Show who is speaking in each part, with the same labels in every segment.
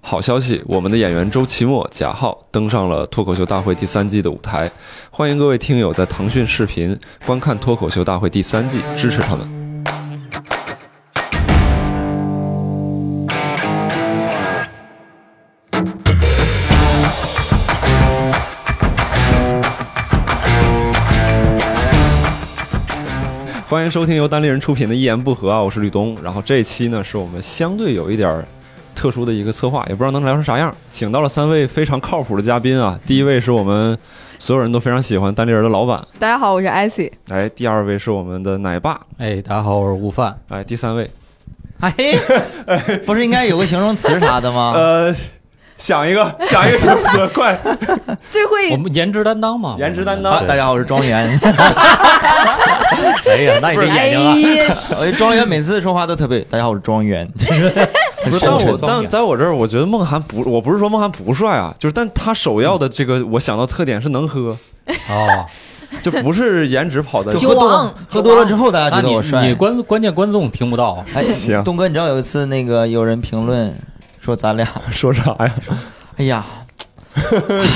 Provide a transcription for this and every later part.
Speaker 1: 好消息，我们的演员周奇墨、贾浩登上了《脱口秀大会》第三季的舞台，欢迎各位听友在腾讯视频观看《脱口秀大会》第三季，支持他们。欢迎收听由单立人出品的《一言不合》啊，我是吕东。然后这一期呢，是我们相对有一点儿特殊的一个策划，也不知道能聊成啥样。请到了三位非常靠谱的嘉宾啊，第一位是我们所有人都非常喜欢单立人的老板，
Speaker 2: 大家好，我是艾希。
Speaker 1: 哎，第二位是我们的奶爸，
Speaker 3: 哎，大家好，我是悟饭。
Speaker 1: 哎，第三位，
Speaker 3: 哎，不是应该有个形容词啥的吗？
Speaker 1: 呃，想一个， 想一个名字，快，
Speaker 2: 最会
Speaker 3: 我们颜值担当嘛，
Speaker 1: 颜值担当
Speaker 3: 啊大家好，我是庄园。哎呀，那你这眼睛啊！
Speaker 2: 呀，
Speaker 3: 哎，
Speaker 4: 庄园每次说话都特别，大家好，我是庄园。
Speaker 1: 不是，但我但在我这儿，我觉得孟涵不，我不是说孟涵不帅啊，就是但他首要的这个我想到特点是能喝，
Speaker 3: 哦，
Speaker 1: 就不是颜值跑的
Speaker 2: 酒
Speaker 4: 喝多
Speaker 2: 王
Speaker 4: 了，喝多了之后大家
Speaker 3: 那
Speaker 4: 觉得
Speaker 3: 你
Speaker 4: 我
Speaker 3: 你
Speaker 4: 帅。
Speaker 3: 观关键观众听不到，
Speaker 4: 哎
Speaker 1: 行，
Speaker 4: 东哥，你知道有一次那个有人评论 说咱俩，
Speaker 1: 说啥呀？
Speaker 4: 哎呀，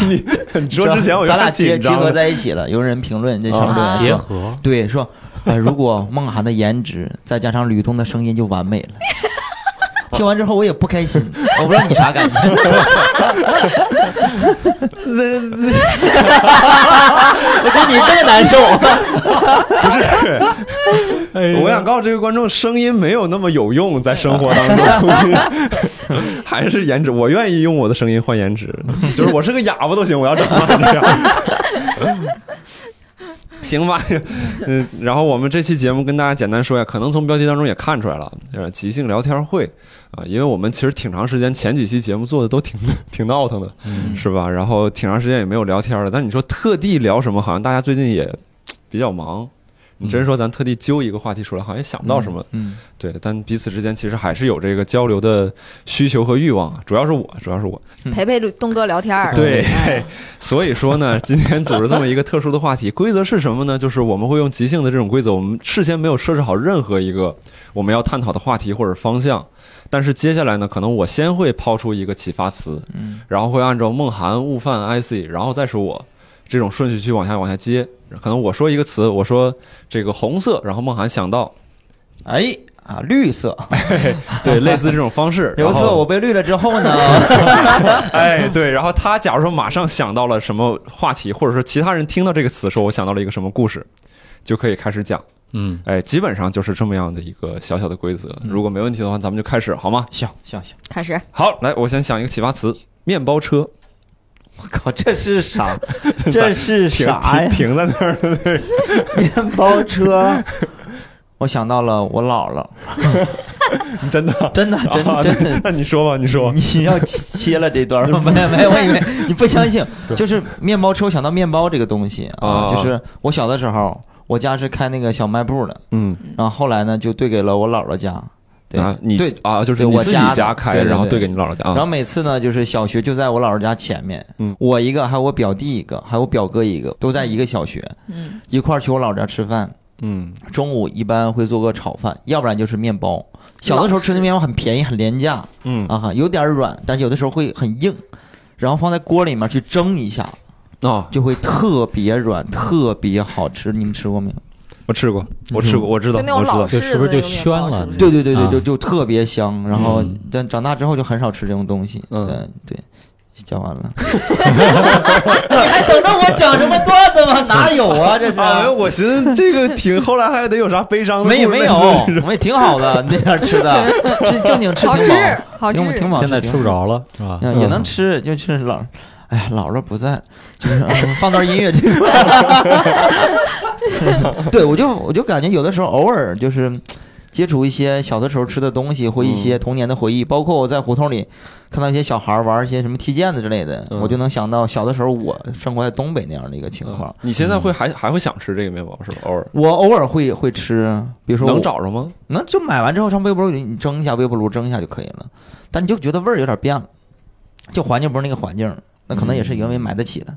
Speaker 1: 你你说之前我就
Speaker 4: 咱俩
Speaker 1: 挺
Speaker 4: 结
Speaker 1: 紧
Speaker 4: 结
Speaker 1: 张
Speaker 4: 合
Speaker 1: 的
Speaker 4: 在一起了。有人评论这相
Speaker 2: 啊
Speaker 4: 论
Speaker 3: 结合
Speaker 4: 对说，呃，如果梦涵的颜值再加上吕东的声音就完美了。听完之后我也不开心，我不知道你啥感觉。我比你更难受。
Speaker 1: 不是，我想告诉这位观众，声音没有那么有用，在生活当 中， 还是颜值。我愿意用我的声音换颜值， 就是我是个 哑巴都行，我要长成这样。 行吧， 嗯，然后我们这期节目跟大家简单说一下，可能从标题当中也看出来了，呃，即兴聊天会啊，因为我们其实挺长时间前几期节目做的都挺 挺闹腾的，是吧？然后挺长时间也没有聊天了，但你说特地聊什么，好像大家最近也比较忙。你真说咱特地揪一个话题出来，好像也想不到什么。
Speaker 4: 嗯，
Speaker 1: 对，但彼此之间其实还是有这个交流的需求和欲望啊，主要是我，主要是我。
Speaker 2: 哎陪陪东哥聊天 儿。
Speaker 1: 对
Speaker 2: 哎，
Speaker 1: 所以说呢，今天组织这么一个特殊的话题，规则是什么呢？就是我们会用即兴的这种规则，我们事先没有设置好任何一个我们要探讨的话题或者方向。但是接下来呢，可能我先会抛出一个启发词，
Speaker 4: 嗯，
Speaker 1: 然后会按照梦涵、悟饭、IC，然后再是我这种顺序去往下往下接。可能我说一个词，我说这个红色，然后梦涵想到，
Speaker 4: 哎啊，绿色。。
Speaker 1: 对，类似这种方式
Speaker 4: 有一
Speaker 1: 然
Speaker 4: 次
Speaker 1: 后
Speaker 4: 我被绿了之后 呢，
Speaker 1: 哎，对，然后他假如说马上想到了什么话题，或者说其他人听到这个词说我想到了一个什么故事，就可以开始讲。
Speaker 3: 嗯，
Speaker 1: 哎，基本上就是这么样的一个小小的规则。如果没问题的话，咱们就开始好吗？
Speaker 4: 行行行，
Speaker 2: 开始，
Speaker 1: 好，来，我先想一个启发词：面包车。
Speaker 4: 我靠，这是 啥？这是
Speaker 1: 停
Speaker 4: 啥
Speaker 1: 停停
Speaker 4: 呀？
Speaker 1: 在那儿的那个，
Speaker 4: 面 包车。我想到了我姥 姥，
Speaker 1: 真 的
Speaker 4: 真的真
Speaker 1: 啊
Speaker 4: 的 真的。
Speaker 1: 那你说吧，你说吧。
Speaker 4: 你要切切了这段吗？没有没有，我以 为你不相信。就是面包车，我想到面包这个东西
Speaker 1: 啊
Speaker 4: 啊，就是我小的时候，我家是开那个小卖部的，
Speaker 1: 嗯，
Speaker 4: 然后后来呢就兑给了我姥姥家。对
Speaker 1: 啊，你
Speaker 4: 对，
Speaker 1: 啊，就是
Speaker 4: 对
Speaker 1: 你
Speaker 4: 我
Speaker 1: 自己
Speaker 4: 家的
Speaker 1: 家开，
Speaker 4: 对对
Speaker 1: 然后兑
Speaker 4: 对
Speaker 1: 给你姥姥家
Speaker 4: 然后
Speaker 1: 啊。
Speaker 4: 每次呢，就是小学就在我姥姥家前面，
Speaker 1: 嗯
Speaker 4: 我一个，还有我表弟一个，还有我表哥一个，都在一个小学，
Speaker 2: 嗯，
Speaker 4: 一块儿去我姥姥家吃饭。
Speaker 1: 嗯，
Speaker 4: 中午一般会做个炒饭，要不然就是面包。小的时候吃的面包很便宜，很廉价
Speaker 1: 嗯
Speaker 4: 啊，有点软，但有的时候会很硬，然后放在锅里面去蒸一下，
Speaker 1: 啊，
Speaker 4: 就会特别软，特别好吃。你们吃过没有？
Speaker 1: 我吃过，我吃过，我知道，
Speaker 2: 就那种
Speaker 1: 我知道
Speaker 2: 老。式
Speaker 3: 这
Speaker 2: 的
Speaker 3: 是不是
Speaker 2: 那
Speaker 3: 就
Speaker 2: 种面
Speaker 3: 宣
Speaker 2: 包
Speaker 3: 了
Speaker 2: 是不是
Speaker 4: 对对对对，
Speaker 3: 啊
Speaker 4: 就就特别香。然后
Speaker 3: 嗯，
Speaker 4: 但长大之后就很少吃这种东西。
Speaker 1: 嗯
Speaker 4: 对对，讲完了。 你还等着我讲什么段子 吗？哪有啊？这是
Speaker 1: 啊，没有我寻思这个挺，后来还得有啥悲伤的故
Speaker 4: 没
Speaker 1: 事
Speaker 4: 有
Speaker 1: 类似于
Speaker 4: 没
Speaker 1: 这
Speaker 4: 有
Speaker 1: 种？，
Speaker 4: 我也挺好的，那样吃 的，正正经吃
Speaker 2: 好
Speaker 4: 挺
Speaker 2: 吃
Speaker 4: 饱，，
Speaker 2: 好吃
Speaker 4: 挺，挺饱，
Speaker 3: 现在吃不着了是吧？
Speaker 4: 嗯，也能吃， 就是姥，哎呀，姥姥不在，就是、 啊放段音乐这个。 对，我就我就感觉有的时候偶尔就是接触一些小的时候吃的东西或一
Speaker 1: 嗯
Speaker 4: 些童年的回忆，包括我在胡同里看到一些小孩玩一些什么踢毽子之类的，
Speaker 1: 嗯
Speaker 4: 我就能想到小的时候我生活在东北那样的一个情况。
Speaker 1: 你现在会还还会想吃这个面包是吧？偶尔
Speaker 4: 我偶尔会会吃，比如说
Speaker 1: 能
Speaker 4: 我
Speaker 1: 找着吗？
Speaker 4: 能就买完之后上微波炉里你蒸一下，微波炉蒸一下就可以了。但你就觉得味儿有点变了，就环境不是那个环境，那可能也是因为买得起的。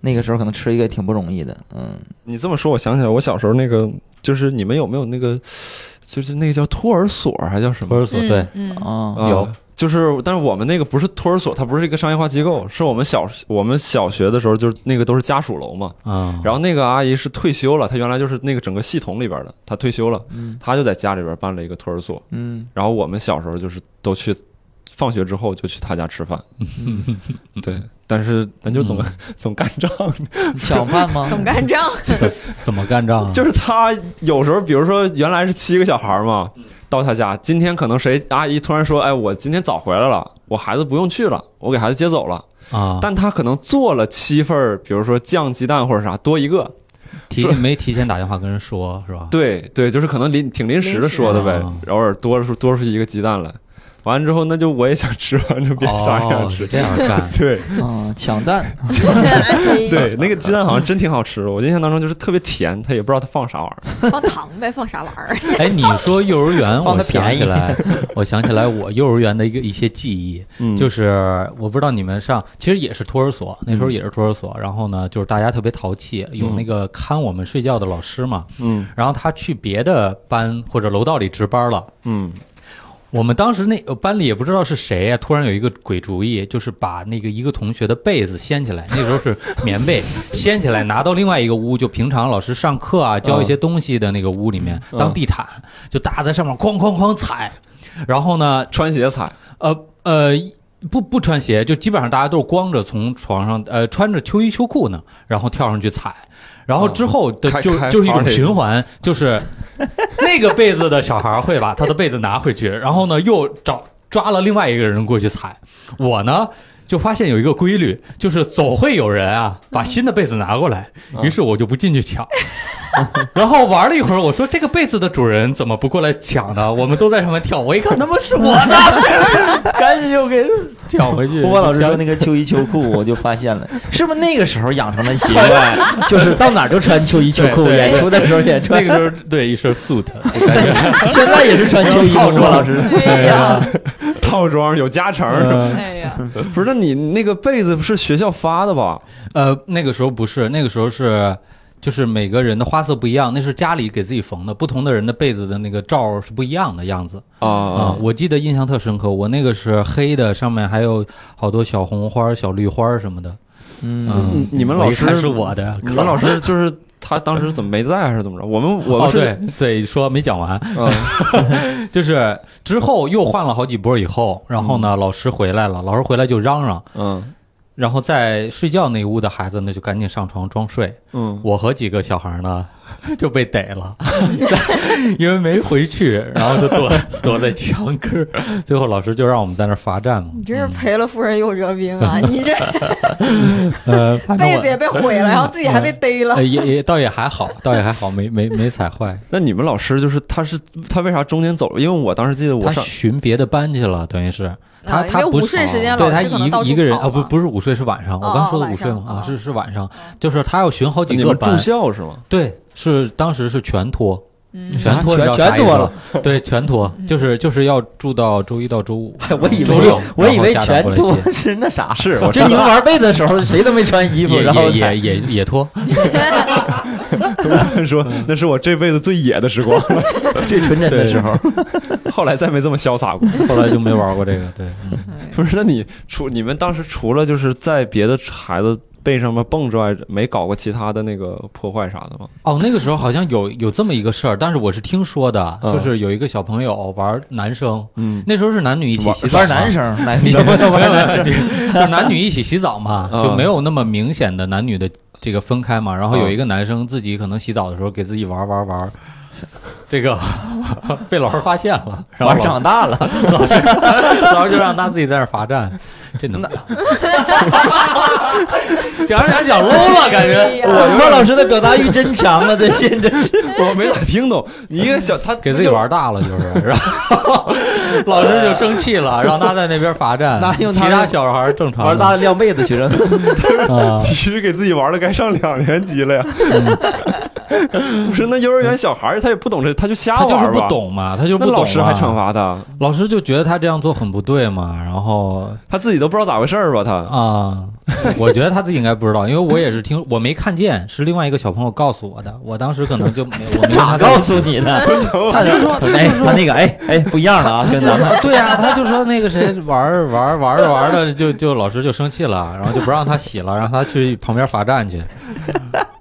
Speaker 4: 那个时候可能吃一个挺不容易的，嗯，
Speaker 1: 你这么说，我想起来，我小时候那个，就是你们有没有那个，就是那个叫托儿所还叫什
Speaker 3: 托
Speaker 1: 么？
Speaker 3: 儿所对，
Speaker 2: 嗯，嗯
Speaker 4: 啊，
Speaker 1: 啊
Speaker 3: 有
Speaker 1: 就是，但是我们那个不是托儿所，它不是一个商业化机构，是我们小我们小学的时候，就是那个都是家属楼嘛。
Speaker 3: 啊，
Speaker 1: 然后那个阿姨是退休了，她原来就是那个整个系统里边的，她退休了，
Speaker 4: 嗯
Speaker 1: 她就在家里边办了一个托儿所。
Speaker 4: 嗯，
Speaker 1: 然后我们小时候就是都去，放学之后就去她家吃饭。对，但是咱就总、
Speaker 3: 嗯
Speaker 1: 总干仗，
Speaker 4: 小贩吗？
Speaker 2: 总干仗，
Speaker 3: 怎么干仗啊？
Speaker 1: 就是她有时候，比如说原来是七个小孩嘛，
Speaker 3: 嗯
Speaker 1: 到她家，今天可能谁阿姨突然说，哎，我今天早回来了，我孩子不用去了，我给孩子接走了。
Speaker 3: 啊，
Speaker 1: 但他可能做了七份儿，比如说酱鸡蛋或者啥多一个，
Speaker 3: 提
Speaker 1: 说
Speaker 3: 没提前打电话跟人说是吧？
Speaker 1: 对对，就是可能临挺临时的说的呗
Speaker 3: 临时啊，
Speaker 1: 偶尔多出多出一个鸡蛋来，完了之后那就我也想吃，完 就别啥也想
Speaker 3: 哦，
Speaker 1: 吃
Speaker 3: 是，这样干
Speaker 1: 对
Speaker 4: 啊，抢蛋，
Speaker 2: 哎
Speaker 1: 对，那个鸡蛋好像真挺好吃，我印象当中就是特别甜，他也不知道他放啥玩意儿，
Speaker 2: 放糖呗，放啥玩意儿？
Speaker 3: 哎，你说幼儿园，
Speaker 4: 放
Speaker 3: 我
Speaker 4: 得
Speaker 3: 想
Speaker 4: 便宜
Speaker 3: 起来，我想起来我幼儿园的一个一些记忆，
Speaker 1: 嗯，
Speaker 3: 就是是我不知道你们上，其实也是托儿所，那时候
Speaker 1: 嗯
Speaker 3: 也是托儿所。然后呢，就是大家特别淘气，有
Speaker 1: 嗯
Speaker 3: 那个看我们睡觉的老师嘛。
Speaker 1: 嗯
Speaker 3: 然后他去别的班或者楼道里值班了。
Speaker 1: 嗯
Speaker 3: 我们当时那呃班里也不知道是谁啊，突然有一个鬼主意，就是把那个一个同学的被子掀起来， 那时候是棉被，掀起来拿到另外一个屋，就平常老师上课啊教一些东西的那个屋里面
Speaker 1: 嗯
Speaker 3: 当地毯，就搭在上面哐哐哐踩。然后呢，
Speaker 1: 穿鞋 踩，
Speaker 3: 呃呃，不不穿鞋，就基本上大家都是光着从床上，呃，穿着秋衣秋裤呢，然后跳上去踩，然后之后的
Speaker 1: 嗯开
Speaker 3: 就、
Speaker 1: 开
Speaker 3: 就是一种
Speaker 1: party
Speaker 3: 循环，就是 那个被子的小孩会把他的被子拿回去，然后呢又找抓了另外一个人过去踩，我呢。就发现有一个规律，就是总会有人啊把新的被子拿过来，
Speaker 1: 嗯
Speaker 3: 于是我就不进去抢， 然后玩了一会儿，我说这个被子的主人怎么不过来抢呢？我们都在上面跳，我一看他妈是我的，赶紧又给 抢回去。
Speaker 4: 波波老师说那个秋衣秋裤，我就发现了，是不是那个时候养成的习惯，就是到哪儿都穿秋衣秋裤，
Speaker 3: 对对
Speaker 4: 演出的时候也
Speaker 3: 那
Speaker 4: 穿，
Speaker 3: 个时候对一身 suit，我感觉
Speaker 4: 现在也是穿秋衣秋
Speaker 3: 套
Speaker 4: 裤。
Speaker 3: 装
Speaker 4: 老师，
Speaker 2: 哎呀，
Speaker 1: 套装有加成，
Speaker 3: 嗯
Speaker 2: 哎呀，
Speaker 1: 不是？那你那个被子是学校发的吧？
Speaker 3: 呃那个时候不是，那个时候是。就是每个人的花色不一样，那是家里给自己缝的，不同的人的被子的那个罩儿是不一样的样子
Speaker 1: 啊
Speaker 3: 啊、
Speaker 1: 啊
Speaker 3: 我记得印象特深刻，我那个是黑的，上面还有好多小红花儿、小绿花儿什么的。
Speaker 4: 嗯，
Speaker 3: 嗯，
Speaker 1: 你你们老
Speaker 3: 我一看
Speaker 1: 师哦
Speaker 3: 是我的，
Speaker 1: 你们老师就是他当时怎么没在还是怎么着？我们我们
Speaker 3: 哦，
Speaker 1: 是
Speaker 3: 对对，说没讲完，
Speaker 1: 嗯
Speaker 3: 就是之后又换了好几波以后，然后呢，老师回来了，老师回来就嚷嚷，
Speaker 1: 嗯
Speaker 3: 然后在睡觉那屋的孩子呢就赶紧上床装睡，
Speaker 1: 嗯
Speaker 3: 我和几个小孩呢 就被逮 了，因为没回去，然后就躲 躲在墙根儿，最后老师就让我们在那儿罚站嘛，
Speaker 2: 你真是赔了夫人又折兵啊！你这
Speaker 3: 呃，反正
Speaker 2: 被
Speaker 3: 我
Speaker 2: 子也被毁 了，然后自己还被逮了
Speaker 3: 呃。也也倒也还好， 倒也还好，没没没踩坏。
Speaker 1: 那你们老师就是他是他为啥中间走？因为我当时记得我
Speaker 3: 他
Speaker 1: 上
Speaker 3: 巡别的班去了，等于是他
Speaker 2: 啊
Speaker 3: 他
Speaker 2: 因为
Speaker 3: 不
Speaker 2: 午
Speaker 3: 是
Speaker 2: 睡时间
Speaker 3: 对
Speaker 2: 老
Speaker 3: 他
Speaker 2: 师可能到
Speaker 3: 一一
Speaker 2: 处
Speaker 3: 个人
Speaker 2: 跑
Speaker 3: 啊，不
Speaker 2: 嘛
Speaker 3: 不是午睡是晚上，我
Speaker 2: 哦
Speaker 3: 刚
Speaker 2: 哦
Speaker 3: 说的
Speaker 2: 晚
Speaker 3: 午睡
Speaker 2: 上
Speaker 3: 嘛啊
Speaker 2: 哦
Speaker 3: 是是晚上，就是他要巡好几
Speaker 1: 啊你
Speaker 3: 个
Speaker 1: 们住
Speaker 3: 班，
Speaker 1: 校是吗？
Speaker 3: 对，是当时是全托，
Speaker 2: 嗯
Speaker 3: 全托
Speaker 4: 全
Speaker 3: 你知道啥
Speaker 4: 全托
Speaker 3: 意思
Speaker 4: 了
Speaker 3: 吗，对，全托就是就是要住到周一到周五，
Speaker 4: 我以
Speaker 3: 周
Speaker 4: 为
Speaker 3: 六，
Speaker 4: 我以为
Speaker 3: 然后家
Speaker 4: 全
Speaker 3: 长过来接
Speaker 4: 脱是那啥，
Speaker 1: 是我
Speaker 4: 就你们玩被的时候谁都没穿衣服，
Speaker 3: 也
Speaker 4: 然后
Speaker 3: 也也
Speaker 4: 才
Speaker 3: 也也托，
Speaker 1: 说
Speaker 3: 嗯
Speaker 1: 那是我这辈子最野的时 光，
Speaker 4: 最纯真的时候，
Speaker 1: 后来再没这么潇洒过。
Speaker 3: 后来就没玩过这个，对，
Speaker 1: 不是，那你除你们当时除了就是在别的孩子背上面蹦之外，没搞过其他的那个破坏啥的吗？
Speaker 3: 哦，那个时候好像有有这么一个事儿，但是我是听说的，
Speaker 1: 嗯
Speaker 3: 就是有一个小朋友玩男生，
Speaker 1: 嗯，
Speaker 3: 那时候是男女一起
Speaker 1: 玩
Speaker 3: 洗澡
Speaker 4: 玩
Speaker 3: 嘛
Speaker 4: 男生，男
Speaker 3: 你
Speaker 4: 生
Speaker 3: 没有没有，没有就男女一起洗澡嘛，
Speaker 1: 嗯
Speaker 3: 就没有那么明显的男女的这个分开嘛。然后
Speaker 1: 嗯
Speaker 3: 有一个男生自己可能洗澡的时候给自己玩玩玩，这个 被老师发现了，然后
Speaker 4: 玩
Speaker 3: 老
Speaker 4: 长大了，
Speaker 3: 老师 老师就让他自己在那儿罚站，这能？ 讲着讲着讲 low 了，感
Speaker 2: 哎
Speaker 3: 觉
Speaker 2: 呀
Speaker 4: 莫老师的表达欲真强啊，最近真是
Speaker 1: 我没咋听懂。你一个 小他
Speaker 3: 给自己玩大了，就是，然 后老师就生气了，让他在那边罚站
Speaker 4: 那，用
Speaker 3: 其
Speaker 4: 他
Speaker 3: 他小孩儿正常
Speaker 4: 玩大了晾被子学生，
Speaker 3: 啊
Speaker 1: 其实给自己玩的该上两年级了呀。 不是那幼儿园小孩儿他也不懂这，他就瞎
Speaker 3: 嗯他
Speaker 1: 玩
Speaker 3: 就
Speaker 1: 吧
Speaker 3: 是不。懂嘛，他就不
Speaker 1: 那
Speaker 3: 懂嘛
Speaker 1: 老
Speaker 3: 啊
Speaker 1: 师还惩，罚他，
Speaker 3: 老师就觉得他这样做很不对嘛，然后
Speaker 1: 他自己都不知道咋回事儿吧？他
Speaker 3: 啊、我觉得他自己应该不知道，因为我也是听我没看见，是另外一个小朋友告诉我的，我当时可能就没 我没
Speaker 4: 哪
Speaker 3: 看
Speaker 4: 告诉你的？
Speaker 3: 他就 说他
Speaker 4: 哎
Speaker 3: 就，说
Speaker 2: 啊
Speaker 4: 他那个哎哎不一样了啊，跟 咱们
Speaker 3: 对呀、他就说那个谁玩儿玩儿玩儿着玩儿的，就就老师就生气了，然后就不让他洗了，让他去旁边罚站去。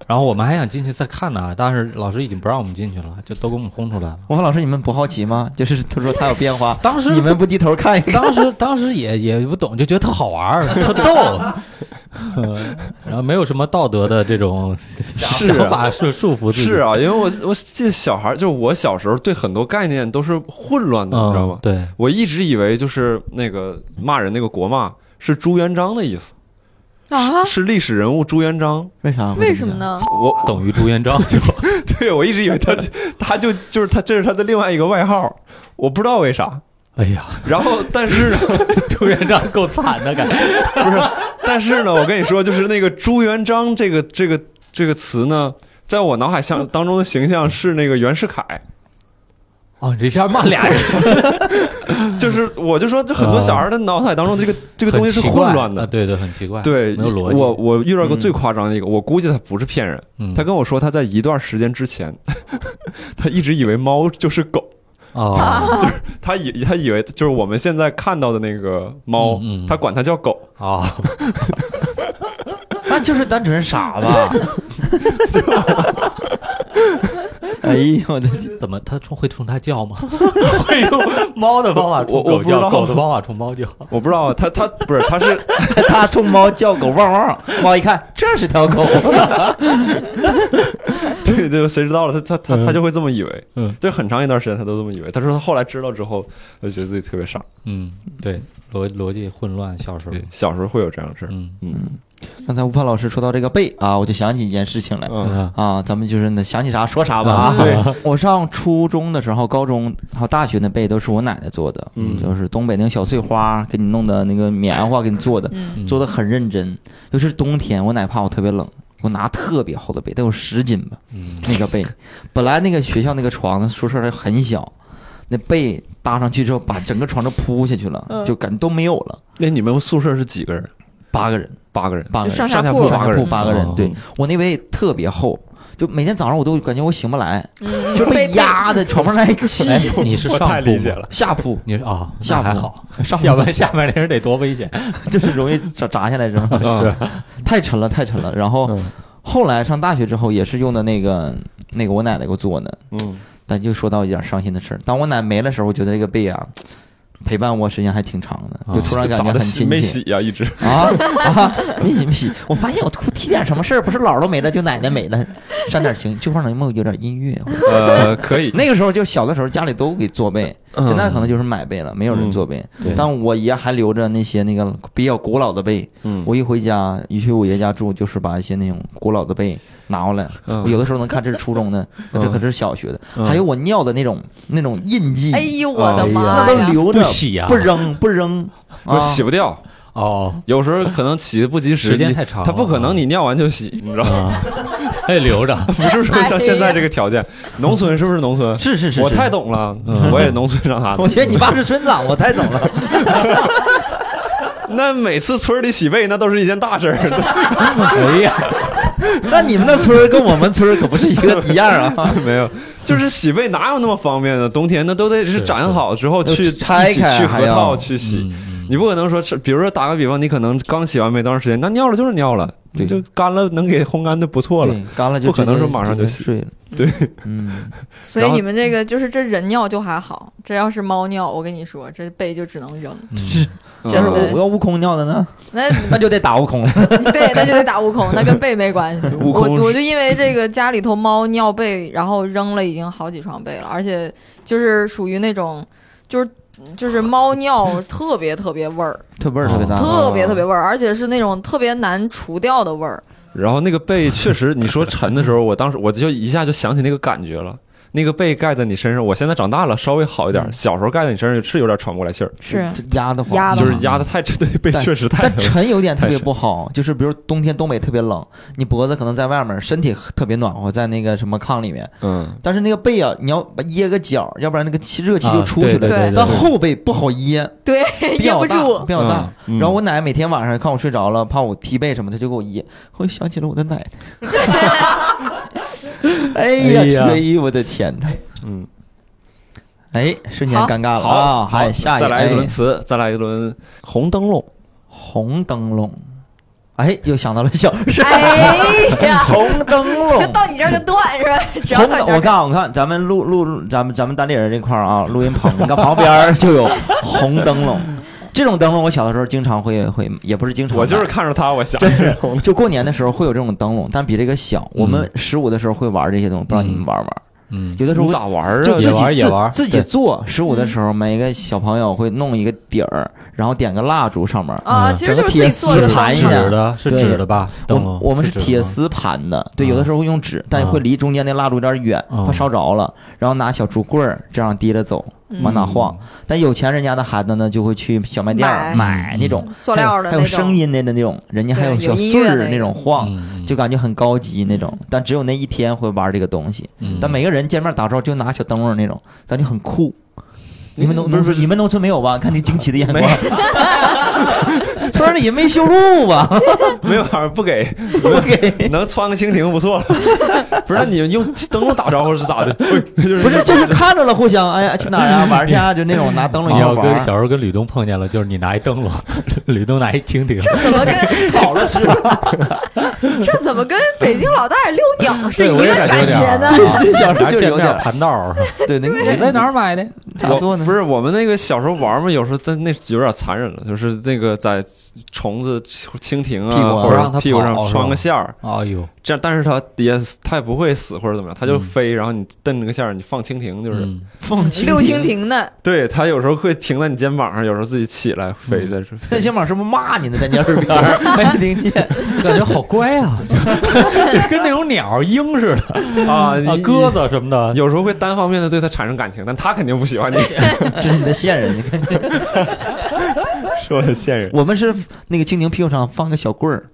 Speaker 3: 然后我们还想进去再看呢，但是老师已经不让我们进去了，就都给我们轰出来了。
Speaker 4: 我问老师你们不好奇吗？就是他说他有变化，
Speaker 3: 当时
Speaker 4: 你们不低头看一看？
Speaker 3: 当时当时也也不懂，就觉得特好玩儿，特逗， 嗯然后没有什么道德的这种
Speaker 1: 是啊
Speaker 3: 想法是束缚自己，
Speaker 1: 是啊，因为我我记得小孩儿就是我小时候对很多概念都是混乱的，
Speaker 3: 嗯，
Speaker 1: 你知道吗？
Speaker 3: 对，
Speaker 1: 我一直以为就是那个骂人那个国骂是朱元璋的意思，
Speaker 2: 啊？
Speaker 1: 是历史人物朱元璋。
Speaker 4: 为啥？
Speaker 2: 为什么？呢？
Speaker 1: 我
Speaker 3: 等于朱元璋就
Speaker 1: 对我一直以为他就他就就是他这是他的另外一个外号，我不知道为啥。
Speaker 3: 哎呀，
Speaker 1: 然后但是呢，
Speaker 3: 朱元璋够惨的感觉，
Speaker 1: 但是呢，我跟你说，就是那个朱元璋这个这个这个词呢，在我脑海像当中的形象是那个袁世凯，
Speaker 3: 哦，你这下骂俩人，
Speaker 1: 就是我就说，这很多小孩的脑海当中这个这个东西是
Speaker 3: 很奇怪
Speaker 1: 混乱
Speaker 3: 啊
Speaker 1: 的。
Speaker 3: 对对，很奇怪，
Speaker 1: 对，
Speaker 3: 没有逻辑，
Speaker 1: 我我遇到过最夸张的一个，我估计他不是骗人，
Speaker 3: 嗯
Speaker 1: 他跟我说他在一段时间之前， 他一直以为猫就是狗，
Speaker 3: 哦
Speaker 1: 他以他以为就是我们现在看到的那个猫，
Speaker 3: 嗯嗯
Speaker 1: 他管它叫狗。
Speaker 3: 哦，
Speaker 4: 那就是单纯 傻吧？ 哎呦我的天！
Speaker 3: 怎么他冲会冲他叫吗？ 会用猫的方法
Speaker 1: 我我
Speaker 3: 冲狗
Speaker 1: 不知
Speaker 3: 叫，
Speaker 1: 道
Speaker 3: 狗的方法冲猫叫，
Speaker 1: 我不知道他他不是他是
Speaker 4: 他冲猫叫狗汪汪，猫一看这是条狗，
Speaker 1: 对对，谁知道了？他他他他就会这么以为，
Speaker 3: 嗯，
Speaker 1: 就很长一段时间他都这么以为。他说他后来知道之后，他就觉得自己特别傻。
Speaker 3: 嗯，对，逻逻辑混乱，小时候
Speaker 1: 对，，小时候会有这样的事儿。
Speaker 3: 嗯
Speaker 4: 刚才吴盼老师说到这个背啊，我就想起一件事情来
Speaker 1: 嗯，
Speaker 4: 啊，咱们就是那想起啥说啥吧啊。
Speaker 1: 啊对，
Speaker 4: 我上初中的时候、高中还有大学那被都是我奶奶做的，
Speaker 1: 嗯
Speaker 4: 就是东北那个小碎花给你弄的那个棉花给你做的，
Speaker 2: 嗯，
Speaker 3: 嗯
Speaker 4: 做的很认真。尤其是冬天，我奶怕我特别冷，我拿特别厚的被，得有十斤吧，
Speaker 3: 嗯
Speaker 4: 那个被。本来那个学校那个床呢，宿舍还很小，那被搭上去之后，把整个床都铺下去了，
Speaker 2: 嗯
Speaker 4: 就感觉都没有了。
Speaker 1: 那你们宿舍是几个人？
Speaker 4: 八个人，
Speaker 1: 八个人，
Speaker 4: 八个人，
Speaker 2: 上
Speaker 1: 下
Speaker 2: 下
Speaker 1: 铺嗯
Speaker 2: 铺
Speaker 1: 八
Speaker 4: 上
Speaker 1: 个
Speaker 4: 下
Speaker 1: 人
Speaker 4: 铺八个人
Speaker 3: 哦。
Speaker 4: 对我那被特别厚，就每天早上我都感觉我醒不来，
Speaker 2: 嗯
Speaker 4: 就被压的喘不上来气。
Speaker 3: 哎，你是
Speaker 1: 我
Speaker 3: 上
Speaker 1: 太
Speaker 3: 铺
Speaker 1: 理解
Speaker 3: 吗
Speaker 1: 了。
Speaker 4: 下铺
Speaker 3: 你是啊，那
Speaker 4: 下
Speaker 3: 还
Speaker 4: 铺
Speaker 3: 好，
Speaker 4: 上
Speaker 3: 要不然下面那人得多危险。
Speaker 4: 就是容易砸砸下来是吗？
Speaker 1: 是
Speaker 4: 太沉了，太沉了。然后
Speaker 3: 嗯
Speaker 4: 后来上大学之后，也是用的那个那个我奶奶给我做的。
Speaker 1: 嗯，
Speaker 4: 但就说到一点伤心的事儿，当我奶没了时候，我觉得这个背啊，陪伴我时间还挺长的，
Speaker 3: 啊
Speaker 4: 就突 然感
Speaker 1: 咋
Speaker 4: 觉很
Speaker 1: 的洗
Speaker 4: 亲
Speaker 1: 没
Speaker 4: 切
Speaker 1: 洗呀？一直
Speaker 4: 啊啊！没洗没洗，我发现我突提点什么事儿，不是姥姥没了就奶奶没了，煽点情，这块儿能不能有点音乐？
Speaker 1: 呃，可 以。
Speaker 4: 那个时候就小的时候家里都给做被，
Speaker 1: 嗯
Speaker 4: 现在可能就是买被了，没有人做被。
Speaker 3: 对
Speaker 4: 但我爷还留着那些那个比较古老的被，
Speaker 1: 嗯
Speaker 4: 我一回家，一去我爷家住，就是把一些那种古老的被拿过来，
Speaker 1: 嗯
Speaker 4: 我有的时候能看这是初中的，那这可是小学的，
Speaker 1: 嗯
Speaker 4: 还有我尿的那种那种印记，
Speaker 2: 哎呦我的妈呀！
Speaker 4: 那都留着
Speaker 3: 不洗啊
Speaker 4: 不扔不扔，
Speaker 1: 不
Speaker 4: 啊
Speaker 1: 是洗不掉，
Speaker 3: 哦，
Speaker 1: 有时候可能洗的不及 时，
Speaker 3: 时间
Speaker 1: 你
Speaker 3: 太长了
Speaker 1: 它不可能你尿完就洗，你知道吗？
Speaker 3: 啊，还得留着。
Speaker 1: 不是说像现在这个条件， 农村是不是农村？
Speaker 4: 是是是，
Speaker 1: 我
Speaker 4: 是
Speaker 1: 太，懂了
Speaker 3: 嗯，
Speaker 1: 我也农村长大
Speaker 4: 我觉
Speaker 1: 的。
Speaker 4: 得你爸是村长，我太懂了，
Speaker 1: 那每次村里洗被，那都是一件大 事儿，
Speaker 3: 哎呀，
Speaker 4: 那你们那村儿跟我们村儿可不是一 个一样啊。
Speaker 1: 没有，就是洗被哪有那么方便呢？冬天那都得是
Speaker 3: 是
Speaker 1: 展好之后
Speaker 4: 是
Speaker 1: 去
Speaker 4: 拆
Speaker 1: 一起
Speaker 4: 开
Speaker 1: 去
Speaker 4: 还
Speaker 1: 河套
Speaker 4: 要
Speaker 1: 去洗。
Speaker 3: 嗯
Speaker 1: 你不可能说是，比如说打个比方，你可能刚洗完没多长时间，那尿了就是尿了，
Speaker 4: 对
Speaker 1: 就干了，能给烘干就不错了。
Speaker 4: 对，干了就
Speaker 1: 不可能
Speaker 4: 直接
Speaker 1: 说马上就
Speaker 4: 直接
Speaker 1: 洗
Speaker 4: 睡了。
Speaker 1: 对，
Speaker 4: 嗯，
Speaker 2: 所以
Speaker 1: 然后
Speaker 2: 你们这个就是这人尿就还好，这要是猫尿，我跟你说，这被就只能扔。
Speaker 3: 嗯
Speaker 1: 嗯
Speaker 4: 要是我
Speaker 2: 对
Speaker 4: 我要悟空尿的呢，
Speaker 2: 那
Speaker 4: 那就得打悟空了。
Speaker 2: 对，那就得打悟空，那跟被没关系。
Speaker 1: 悟空
Speaker 2: 我
Speaker 1: 是
Speaker 2: 我就因为这个家里头猫尿被，然后扔了已经好几床被了，而且就是属于那种就是。就是猫 尿特别特别味儿，
Speaker 4: 特味儿特别大，
Speaker 2: 特别特嗯别味儿，而且是那种特别难除掉的味儿。
Speaker 1: 然后那个被确实，你说沉的时候，我当时我就一下就想起那个感觉了。那个被盖在你身上，我现在长大了稍微好一点，
Speaker 4: 嗯
Speaker 1: 小时候盖在你身上是有点喘不过来气儿，
Speaker 2: 是
Speaker 4: 就压得慌，
Speaker 2: 压得
Speaker 1: 就
Speaker 2: 慌
Speaker 1: 是压的太沉，对被
Speaker 4: 但
Speaker 1: 确实太
Speaker 4: 但
Speaker 1: 沉了。
Speaker 4: 沉有点特别
Speaker 1: 太沉
Speaker 4: 不好，就是比如冬天东北特别冷，你脖子可能在外面，身体特别暖和，在那个什么炕里面，
Speaker 1: 嗯，
Speaker 4: 但是那个背啊，你要把掖个角，要不然那个气热气就出去了。
Speaker 3: 啊对对对
Speaker 4: 但后背不好掖，
Speaker 2: 对，
Speaker 4: 比
Speaker 2: 压哎
Speaker 4: 较
Speaker 2: 不
Speaker 4: 大，
Speaker 2: 住
Speaker 4: 比，较大。
Speaker 1: 嗯
Speaker 4: 然后我奶奶每天晚上看我睡着了，怕我踢被什么，她就给我掖。 我就想起了我的奶 奶。哎呀，
Speaker 3: 哎呀
Speaker 4: 缺一，我的天呐！
Speaker 1: 嗯，
Speaker 4: 哎，瞬间
Speaker 2: 好
Speaker 4: 尴尬了
Speaker 1: 好，
Speaker 4: 啊！
Speaker 1: 好
Speaker 4: 还下一
Speaker 1: 再来一轮
Speaker 4: 哎
Speaker 1: 词，再来一轮红灯笼，
Speaker 4: 红灯笼。哎，又想到了小事。
Speaker 2: 哎呀，
Speaker 4: 红灯笼
Speaker 2: 就，到你这儿就断是吧？只要
Speaker 4: 红
Speaker 2: 到你
Speaker 4: 灯
Speaker 2: 这
Speaker 4: 我
Speaker 2: 儿
Speaker 4: 看我看咱们录录录咱们咱们单立人这块儿啊，录音棚，你看旁边儿就有红灯笼，这种灯笼我小的时候经常会会，也不是经常买，
Speaker 1: 我就是看着他，我想
Speaker 4: 真是就过年的时候会有这种灯笼，但比这个小。我
Speaker 1: 嗯
Speaker 4: 们十五的时候会玩这些东西，不知道你们玩不玩？
Speaker 3: 嗯，
Speaker 4: 有的时候
Speaker 1: 你
Speaker 4: 我
Speaker 1: 咋玩儿
Speaker 4: 就
Speaker 1: 啊？
Speaker 4: 自
Speaker 3: 也玩
Speaker 4: 己
Speaker 3: 也玩
Speaker 4: 自自己
Speaker 3: 对
Speaker 4: 做。十五的时候，每个小朋友会弄一个底儿，然后点个蜡烛上面。
Speaker 2: 啊，
Speaker 3: 嗯
Speaker 2: 其实
Speaker 4: 整
Speaker 2: 就
Speaker 4: 个
Speaker 2: 是自己
Speaker 4: 铁
Speaker 2: 做
Speaker 4: 丝
Speaker 2: 的
Speaker 4: 盘
Speaker 2: 方
Speaker 4: 一
Speaker 2: 式
Speaker 4: 下，
Speaker 3: 纸的是
Speaker 4: 对
Speaker 3: 纸的吧？灯笼
Speaker 4: 我我们是
Speaker 3: 纸的
Speaker 4: 铁
Speaker 3: 吗
Speaker 4: 丝盘的，对，
Speaker 3: 啊
Speaker 4: 有的时候会用纸，但会离中间那蜡烛有点远，
Speaker 3: 啊
Speaker 4: 怕烧着了。然后拿小竹棍儿这样提着走，
Speaker 2: 嗯
Speaker 4: 往哪晃。但有钱人家的孩子呢，就会去小卖店
Speaker 2: 买
Speaker 4: 儿
Speaker 2: 嗯
Speaker 4: 买那种
Speaker 2: 塑料的
Speaker 4: 还
Speaker 2: 那
Speaker 4: 有还有声
Speaker 2: 种，
Speaker 4: 音的那种，人家还有
Speaker 2: 对
Speaker 4: 小
Speaker 2: 有音
Speaker 4: 穗
Speaker 2: 乐
Speaker 4: 儿
Speaker 2: 的
Speaker 4: 那种晃，
Speaker 3: 嗯，
Speaker 4: 啊就感觉很高级那种。但只有那一天会玩这个东西，
Speaker 3: 嗯
Speaker 4: 但每个人见面打招呼就拿小灯笼那种，感觉很酷。你们农
Speaker 1: 不是
Speaker 4: 不
Speaker 1: 不
Speaker 4: 是
Speaker 1: 是
Speaker 4: 你们农村没有吧？看你惊奇的眼
Speaker 1: 没
Speaker 4: 光， 村儿里也没修路吧？
Speaker 1: 没玩儿不给，
Speaker 4: 不给。
Speaker 1: 能穿个蜻蜓不错了。 不是，那你们用灯笼打招呼是咋 的？就是
Speaker 4: 不是，就是看着了，互相哎呀，去哪儿啊，玩儿去啊，就那种拿灯笼
Speaker 3: 你
Speaker 4: 一块
Speaker 3: 要
Speaker 4: 玩
Speaker 3: 哦跟
Speaker 4: 儿。
Speaker 3: 小时候跟吕东碰见了，就是你拿一灯笼， 吕东拿一蜻蜓，
Speaker 2: 这怎么跟
Speaker 4: 跑了是吧？
Speaker 2: 这怎么跟北京老大爷遛鸟是
Speaker 3: 对
Speaker 2: 一
Speaker 3: 我也
Speaker 2: 个
Speaker 3: 感觉有点
Speaker 2: 觉
Speaker 3: 儿啊
Speaker 2: 呢？
Speaker 4: 对，小时
Speaker 3: 拿
Speaker 4: 候就
Speaker 3: 见
Speaker 4: 有
Speaker 3: 面
Speaker 4: 点
Speaker 3: 儿
Speaker 4: 儿，
Speaker 3: 盘道 儿，
Speaker 4: 对，那你在哪儿买 的？咋做呢？
Speaker 1: 不是我们那个小时候玩嘛，有时候但那有点残忍了，就是那个在虫子、蜻蜓
Speaker 4: 屁股
Speaker 1: 啊
Speaker 4: 啊
Speaker 1: 或
Speaker 3: 让
Speaker 1: 者
Speaker 3: 它
Speaker 1: 屁股上
Speaker 3: 跑是吧
Speaker 1: 拴个线儿，
Speaker 3: 哎呦，
Speaker 1: 这样，但是它也它也不会死或者怎么样，它就
Speaker 3: 嗯
Speaker 1: 飞，然后你蹬着个线儿，你放蜻蜓就是，
Speaker 3: 嗯
Speaker 4: 放
Speaker 2: 遛蜻。蜓的，
Speaker 1: 对，它有时候会停在你肩膀上，有时候自己起来飞在这。
Speaker 4: 那肩膀是不是骂你呢？在你耳边 儿没听见？
Speaker 3: 感觉好乖 啊，跟那种鸟儿鹰似的
Speaker 4: 哎
Speaker 1: 啊
Speaker 3: 啊，鸽子什么 的，
Speaker 1: 有时候会单方面的对它产生感情，但它肯定不喜 欢你。
Speaker 4: 这是你的线人。你看，
Speaker 1: 说的现人
Speaker 4: 我们是那个蜻蜓屁股上放个小棍儿，